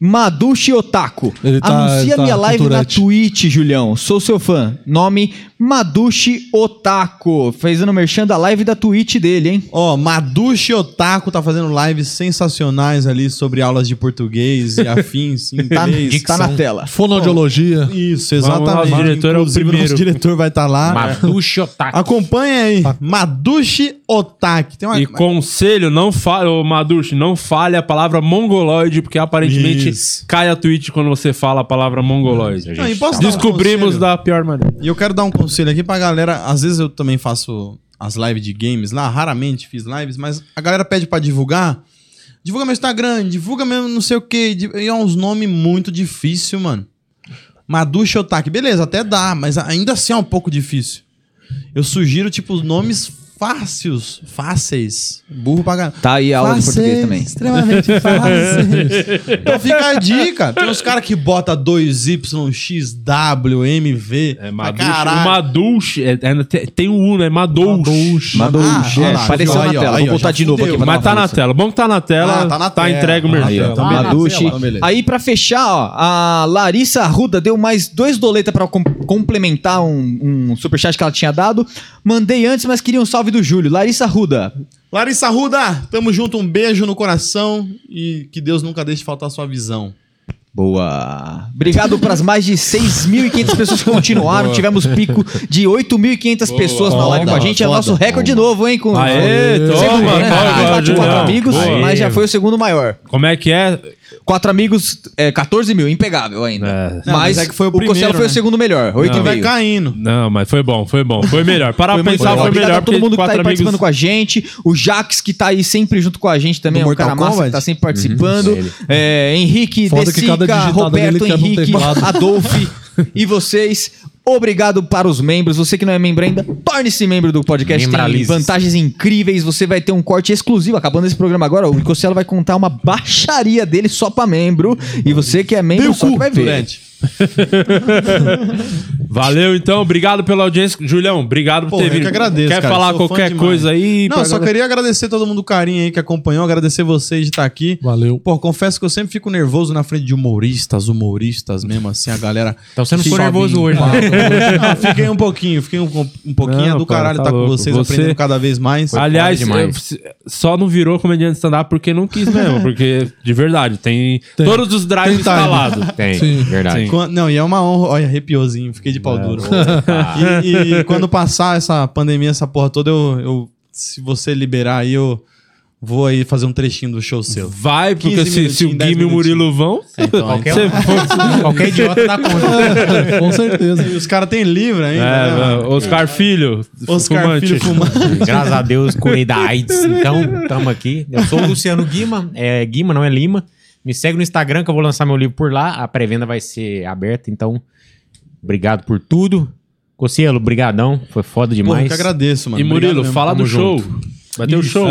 Speaker 5: Madushi Otaku.
Speaker 2: Ele tá-
Speaker 5: Anuncia
Speaker 2: ele tá
Speaker 5: minha live na
Speaker 2: culturante.
Speaker 5: Twitch, Julião. Sou seu fã. Nome Madushi Otaku. Fazendo merchan da live da Twitch dele, hein?
Speaker 4: Ó, Madushi Otaku tá fazendo lives sensacionais ali sobre aulas de português e afins,
Speaker 5: Tá,
Speaker 4: inglês.
Speaker 5: tá na tela.
Speaker 2: Fonoaudiologia.
Speaker 4: Isso,
Speaker 1: Vamos
Speaker 4: exatamente.
Speaker 1: lá, o diretor é o
Speaker 4: Inclusive,
Speaker 1: primeiro.
Speaker 4: nosso diretor vai estar lá.
Speaker 3: Maducho
Speaker 1: tá
Speaker 3: Otaku.
Speaker 4: Acompanha aí. Madushi Otaku. Tem uma...
Speaker 1: E conselho, não fale, ô Madushi, não fale a palavra mongoloide, porque aparentemente
Speaker 4: Isso.
Speaker 1: cai a tweet quando você fala a palavra mongoloide.
Speaker 4: Não, e posso dar um
Speaker 1: Descobrimos
Speaker 4: conselho?
Speaker 1: da pior maneira.
Speaker 4: E eu quero dar um conselho aqui pra galera. Às vezes eu também faço as lives de games lá, raramente fiz lives, mas a galera pede pra divulgar. Divulga meu Instagram, divulga meu não sei o quê. di- E é uns nomes muito difícil, mano. Madushi Otaku, beleza, até dá, mas ainda assim é um pouco difícil. Eu sugiro, tipo, os nomes fáceis, fáceis. Burro pra caralho.
Speaker 5: Tá aí a aula de português também.
Speaker 4: Extremamente fáceis. então fica a dica. Tem uns caras que botam 2Y, X, W, M, V.
Speaker 1: É
Speaker 4: Mas
Speaker 1: Madushi, o Madushi, é- é- tem- tem o U, né? Madushi.
Speaker 4: Ah,
Speaker 5: Madushi. é,
Speaker 4: olha lá,
Speaker 5: apareceu
Speaker 4: viu?
Speaker 5: na
Speaker 4: Aí, ó,
Speaker 5: tela.
Speaker 4: aí,
Speaker 5: Vou
Speaker 4: ó,
Speaker 5: botar
Speaker 4: já
Speaker 5: de novo aqui.
Speaker 4: fudeu.
Speaker 5: pra
Speaker 1: Mas
Speaker 5: dar
Speaker 1: tá
Speaker 5: uma
Speaker 1: na
Speaker 5: força.
Speaker 1: tela. Bom que tá na tela.
Speaker 4: Ah, tá na tela.
Speaker 1: entregue o
Speaker 4: Ah,
Speaker 1: merchan.
Speaker 4: tá.
Speaker 5: Aí, ó.
Speaker 4: Beleza.
Speaker 5: Madushi.
Speaker 4: Sei lá, beleza.
Speaker 5: Aí, pra fechar, ó, a Larissa Arruda deu mais dois doletas pra com- complementar um, um superchat que ela tinha dado. Mandei antes, mas queria um salve do Júlio. Larissa Arruda.
Speaker 4: Larissa Ruda, tamo junto, um beijo no coração e que Deus nunca deixe faltar sua visão.
Speaker 5: Boa. Obrigado para as mais de 6.500 pessoas que continuaram. Tivemos pico de 8.500 pessoas na live com a
Speaker 4: Foda,
Speaker 5: gente. é
Speaker 4: foda.
Speaker 5: nosso recorde novo, hein? Com
Speaker 1: Aê,
Speaker 5: segundo,
Speaker 1: toma,
Speaker 5: né?
Speaker 1: toma,
Speaker 5: A gente bateu
Speaker 1: Julião.
Speaker 5: quatro amigos,
Speaker 1: Aê.
Speaker 5: mas já foi o segundo maior.
Speaker 1: Como é que é?
Speaker 5: Quatro amigos, é, 14 mil, impegável ainda.
Speaker 1: É.
Speaker 4: Não,
Speaker 5: Mas,
Speaker 4: mas é que foi o primeiro,
Speaker 5: Costello foi o
Speaker 4: né?
Speaker 5: segundo melhor, oito e
Speaker 4: Então vai
Speaker 5: meio.
Speaker 4: caindo.
Speaker 1: Não, mas foi bom, foi bom. Foi melhor. Para
Speaker 5: Foi muito
Speaker 1: pensar,
Speaker 5: legal.
Speaker 1: foi
Speaker 5: Obrigado
Speaker 1: melhor
Speaker 5: a todo mundo que
Speaker 1: porque
Speaker 5: tá aí
Speaker 1: quatro
Speaker 5: participando
Speaker 1: amigos...
Speaker 5: com a gente. O Jax, que tá aí sempre junto com a gente também.
Speaker 4: Do
Speaker 5: é um
Speaker 4: Mortal
Speaker 5: cara massa que
Speaker 4: Kombat? Uhum,
Speaker 5: tá sempre participando. É, Henrique,
Speaker 2: Foda que cada
Speaker 5: Desica,
Speaker 2: digitado
Speaker 5: Roberto
Speaker 2: dele quebra um
Speaker 5: Henrique,
Speaker 2: teclado.
Speaker 5: Adolfo e vocês. Obrigado para os membros. Você que não é membro ainda, torne-se membro do podcast. Tem
Speaker 3: Membralize-se.
Speaker 5: vantagens incríveis. Você vai ter um corte exclusivo. Acabando esse programa agora, o Nicocello vai contar uma baixaria dele só para membro. E você que é membro só que vai ver.
Speaker 4: Durante.
Speaker 1: Valeu, então. Obrigado pela audiência. Julião, obrigado por
Speaker 4: Pô,
Speaker 1: ter
Speaker 4: eu
Speaker 1: vindo.
Speaker 4: que agradeço,
Speaker 1: Quer
Speaker 4: cara.
Speaker 1: falar
Speaker 4: Sou fã
Speaker 1: qualquer
Speaker 4: demais.
Speaker 1: coisa aí?
Speaker 4: Não,
Speaker 1: pra
Speaker 4: só
Speaker 1: galera?
Speaker 4: queria agradecer todo mundo o carinho aí que acompanhou, agradecer vocês de estar aqui.
Speaker 2: Valeu.
Speaker 4: Pô, confesso que eu sempre fico nervoso na frente de humoristas, humoristas mesmo, assim, a galera.
Speaker 3: Então você não ficou
Speaker 4: sobe
Speaker 3: nervoso
Speaker 4: em
Speaker 3: hoje, né?
Speaker 4: palco. Ah, Não, fiquei um pouquinho, fiquei um, um pouquinho.
Speaker 1: Não,
Speaker 4: é do
Speaker 1: cara,
Speaker 4: caralho
Speaker 1: tá
Speaker 4: estar com
Speaker 1: louco.
Speaker 4: vocês,
Speaker 1: Você-
Speaker 4: aprendendo cada vez mais.
Speaker 1: Aliás,
Speaker 3: foda demais.
Speaker 1: eu- se- só não virou comediante stand-up porque não quis mesmo. porque, de verdade, tem, todos os drives
Speaker 2: Tem time.
Speaker 1: instalados.
Speaker 3: Tem,
Speaker 2: Sim.
Speaker 3: verdade.
Speaker 1: Sim.
Speaker 4: Quan- Não, e é uma honra. Olha, arrepiouzinho, fiquei de pau duro. E, e quando passar essa pandemia, essa porra toda, eu, eu- se você liberar aí, eu vou aí fazer um trechinho do show seu.
Speaker 1: Vai, porque
Speaker 4: 15
Speaker 1: se, se o
Speaker 4: minutinhos, 10
Speaker 1: Guilherme e o Murilo vão,
Speaker 3: qualquer
Speaker 1: você
Speaker 3: um.
Speaker 1: for-
Speaker 3: Qualquer idiota dá conta.
Speaker 2: Com certeza.
Speaker 4: E os caras têm livro ainda. né,
Speaker 1: É,
Speaker 4: mano?
Speaker 1: Oscar Filho.
Speaker 4: Oscar
Speaker 1: fumante.
Speaker 4: Filho fumando.
Speaker 3: Graças a Deus, curei da AIDS. Então, tamo aqui. Eu sou o Luciano Guima. É Guima, não é Lima. Me segue no Instagram que eu vou lançar meu livro por lá. A pré-venda vai ser aberta, então obrigado por tudo. Cocielo, brigadão. Foi foda
Speaker 4: Porra, eu
Speaker 3: demais.
Speaker 4: que agradeço, mano.
Speaker 1: E Murilo,
Speaker 4: Obrigado mesmo.
Speaker 1: fala do
Speaker 4: Tamo
Speaker 1: show.
Speaker 4: junto.
Speaker 1: Vai ter o show.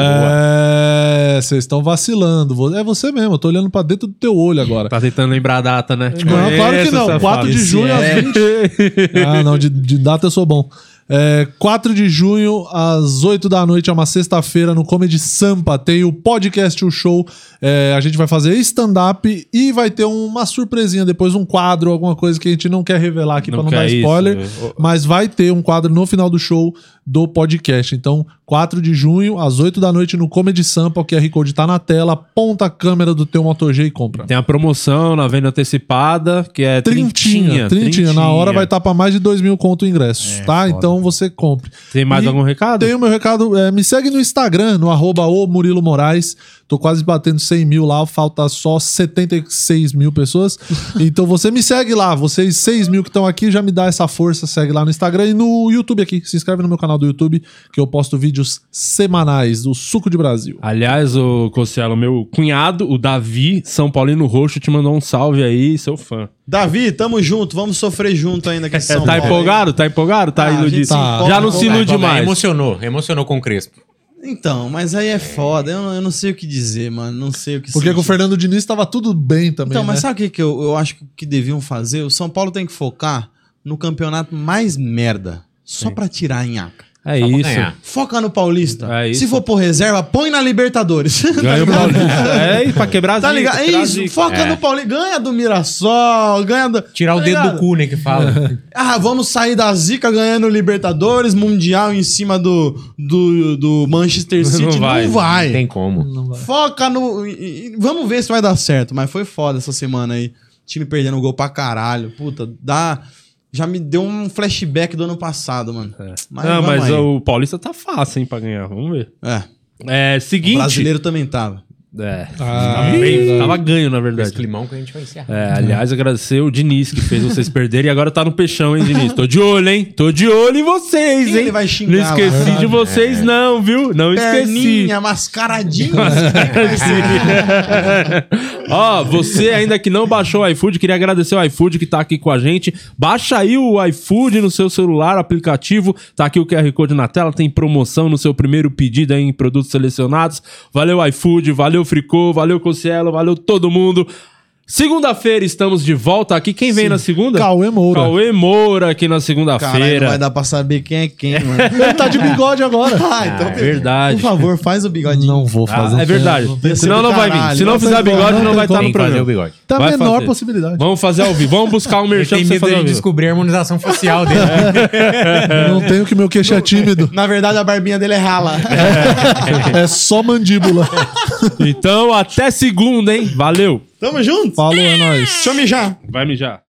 Speaker 2: É, vocês estão vacilando. Vo- É você mesmo, eu tô olhando pra dentro do teu olho agora.
Speaker 1: Tá tentando lembrar a data, né?
Speaker 2: Não, claro que não. 4 de
Speaker 1: É.
Speaker 2: junho às 20. É. Ah, não, de, de data eu sou bom. É, 4 de junho, às 8 da noite, é uma sexta-feira, no Comedy Sampa. Tem o podcast, o show. É, a gente vai fazer stand-up e vai ter uma surpresinha depois, um quadro, alguma coisa que a gente não quer revelar aqui
Speaker 1: Não
Speaker 2: pra não
Speaker 1: quer
Speaker 2: dar
Speaker 1: isso,
Speaker 2: spoiler.
Speaker 1: né?
Speaker 2: Mas vai ter um quadro no final do show do podcast. Então, 4 de junho, às 8 da noite, no Comedy Sampa. O QR Code tá na tela. Aponta a câmera do teu Moto G e compra.
Speaker 1: Tem a promoção na venda antecipada, que é
Speaker 2: Trintinha, trintinha,
Speaker 1: trintinha. É,
Speaker 2: Na hora vai tá- estar pra mais de dois mil conto o ingresso, tá? Então você compre.
Speaker 1: Tem mais
Speaker 2: E
Speaker 1: algum recado?
Speaker 2: Tem o meu recado, é, me segue no Instagram, no arroba o Murilo Moraes. Tô quase batendo 100 mil lá, falta só 76 mil pessoas. Então você me segue lá, vocês 6 mil que estão aqui, já me dá essa força, segue lá no Instagram e no YouTube aqui. Se inscreve no meu canal do YouTube, que eu posto vídeos semanais do Suco de Brasil.
Speaker 1: Aliás, o Cossielo, meu cunhado, o Davi, São Paulino Roxo, te mandou um salve aí, seu fã.
Speaker 4: Davi, tamo junto. Vamos sofrer junto ainda com esse É, São
Speaker 1: tá
Speaker 4: Paulo.
Speaker 1: empolgado? Tá empolgado? Tá
Speaker 4: Ah, a gente
Speaker 1: iludido?
Speaker 4: se empolga, É,
Speaker 1: Já não se
Speaker 4: empolga.
Speaker 1: ilude mais.
Speaker 3: Emocionou, emocionou com o Crespo.
Speaker 4: Então, mas aí é foda. Eu não, eu não sei o que dizer, mano. Não sei o que
Speaker 2: Porque com o
Speaker 4: sentir.
Speaker 2: Fernando Diniz tava tudo bem também.
Speaker 4: Então, mas
Speaker 2: né?
Speaker 4: sabe o que, que eu, eu acho que deviam fazer? O São Paulo tem que focar no campeonato mais merda. Só pra tirar a nhaca.
Speaker 1: É
Speaker 3: Só pra
Speaker 1: isso.
Speaker 3: ganhar.
Speaker 4: Foca no Paulista.
Speaker 1: É isso.
Speaker 4: Se for por reserva, põe na Libertadores.
Speaker 1: Ganha o
Speaker 2: Tá
Speaker 1: Paulista. É, e pra quebrar as
Speaker 4: tá
Speaker 1: zicas,
Speaker 4: ligado? É
Speaker 1: quebrar as
Speaker 4: isso.
Speaker 1: zicas.
Speaker 4: Foca
Speaker 3: É.
Speaker 4: no Paulista. Ganha do Mirassol, ganha do.
Speaker 3: Tirar o
Speaker 4: Tá
Speaker 3: dedo
Speaker 4: ligado?
Speaker 3: do cu, né, que fala.
Speaker 4: Ah, vamos sair da zica ganhando Libertadores, Mundial em cima do, do, do Manchester City. Não vai.
Speaker 1: vai.
Speaker 3: Não tem como.
Speaker 4: Foca no. e- e- Vamos ver se vai dar certo. Mas foi foda essa semana aí. Time perdendo gol pra caralho. Puta, dá. Já me deu um flashback do ano passado, mano. Mas,
Speaker 1: Ah,
Speaker 4: vamos
Speaker 1: mas
Speaker 4: aí.
Speaker 1: o Paulista tá fácil, hein, pra ganhar. Vamos ver.
Speaker 4: É,
Speaker 1: É,
Speaker 4: o
Speaker 1: seguinte.
Speaker 4: brasileiro também tava.
Speaker 1: É.
Speaker 2: Ah,
Speaker 1: Tava bem, tava ganho, na
Speaker 3: Esse
Speaker 1: verdade.
Speaker 3: climão que a gente vai encerrar.
Speaker 1: É, aliás, agradecer o Diniz que fez vocês perderem e agora tá no peixão, hein, Diniz? Tô de olho, hein? Tô de olho em vocês,
Speaker 4: Quem
Speaker 1: hein?
Speaker 4: ele vai xingar
Speaker 1: Não
Speaker 4: lá, É.
Speaker 1: esqueci
Speaker 4: verdade?
Speaker 1: de vocês, não, viu? Não esqueci.
Speaker 4: Perninha, mascaradinha.
Speaker 1: Sim. Ó, você ainda que não baixou o iFood, queria agradecer o iFood que tá aqui com a gente. Baixa aí o iFood no seu celular, aplicativo. Tá aqui o QR Code na tela, tem promoção no seu primeiro pedido aí em produtos selecionados. Valeu, iFood, valeu, Fricô, valeu, Cossielo, valeu todo mundo. Segunda-feira estamos de volta aqui. Quem vem na segunda?
Speaker 2: Cauê Moura.
Speaker 1: Cauê Moura aqui na
Speaker 4: Caralho, não vai
Speaker 1: segunda-feira.
Speaker 4: dar pra saber quem é quem, mano.
Speaker 2: Ele tá de bigode agora.
Speaker 4: ah, então,
Speaker 1: É verdade.
Speaker 4: Por favor, faz o bigodinho.
Speaker 2: Não vou
Speaker 1: Ah,
Speaker 2: fazer.
Speaker 1: é verdade.
Speaker 4: tem
Speaker 1: Senão não
Speaker 4: como.
Speaker 1: vai vir.
Speaker 4: Caralho,
Speaker 1: Se não
Speaker 4: não
Speaker 1: fizer
Speaker 2: tem como,
Speaker 1: bigode,
Speaker 2: não
Speaker 1: não
Speaker 2: tem
Speaker 1: vai estar
Speaker 2: como.
Speaker 1: no
Speaker 3: Tem que fazer o
Speaker 1: programa.
Speaker 3: bigode.
Speaker 2: Tá a
Speaker 1: Vai
Speaker 2: menor
Speaker 1: fazer.
Speaker 2: possibilidade.
Speaker 1: Vamos fazer ao vivo. Vamos buscar um merchan
Speaker 3: Tem
Speaker 1: pra você
Speaker 3: medo
Speaker 1: fazer ao
Speaker 3: de
Speaker 1: vivo.
Speaker 3: descobrir a harmonização facial dele.
Speaker 2: Não tenho que meu queixo é tímido.
Speaker 4: Na verdade, a barbinha dele é rala.
Speaker 2: É só mandíbula.
Speaker 1: Então, até segunda, hein? Valeu!
Speaker 4: Tamo junto?
Speaker 7: Falou, é nóis.
Speaker 4: Chame já.
Speaker 1: Vai mijar.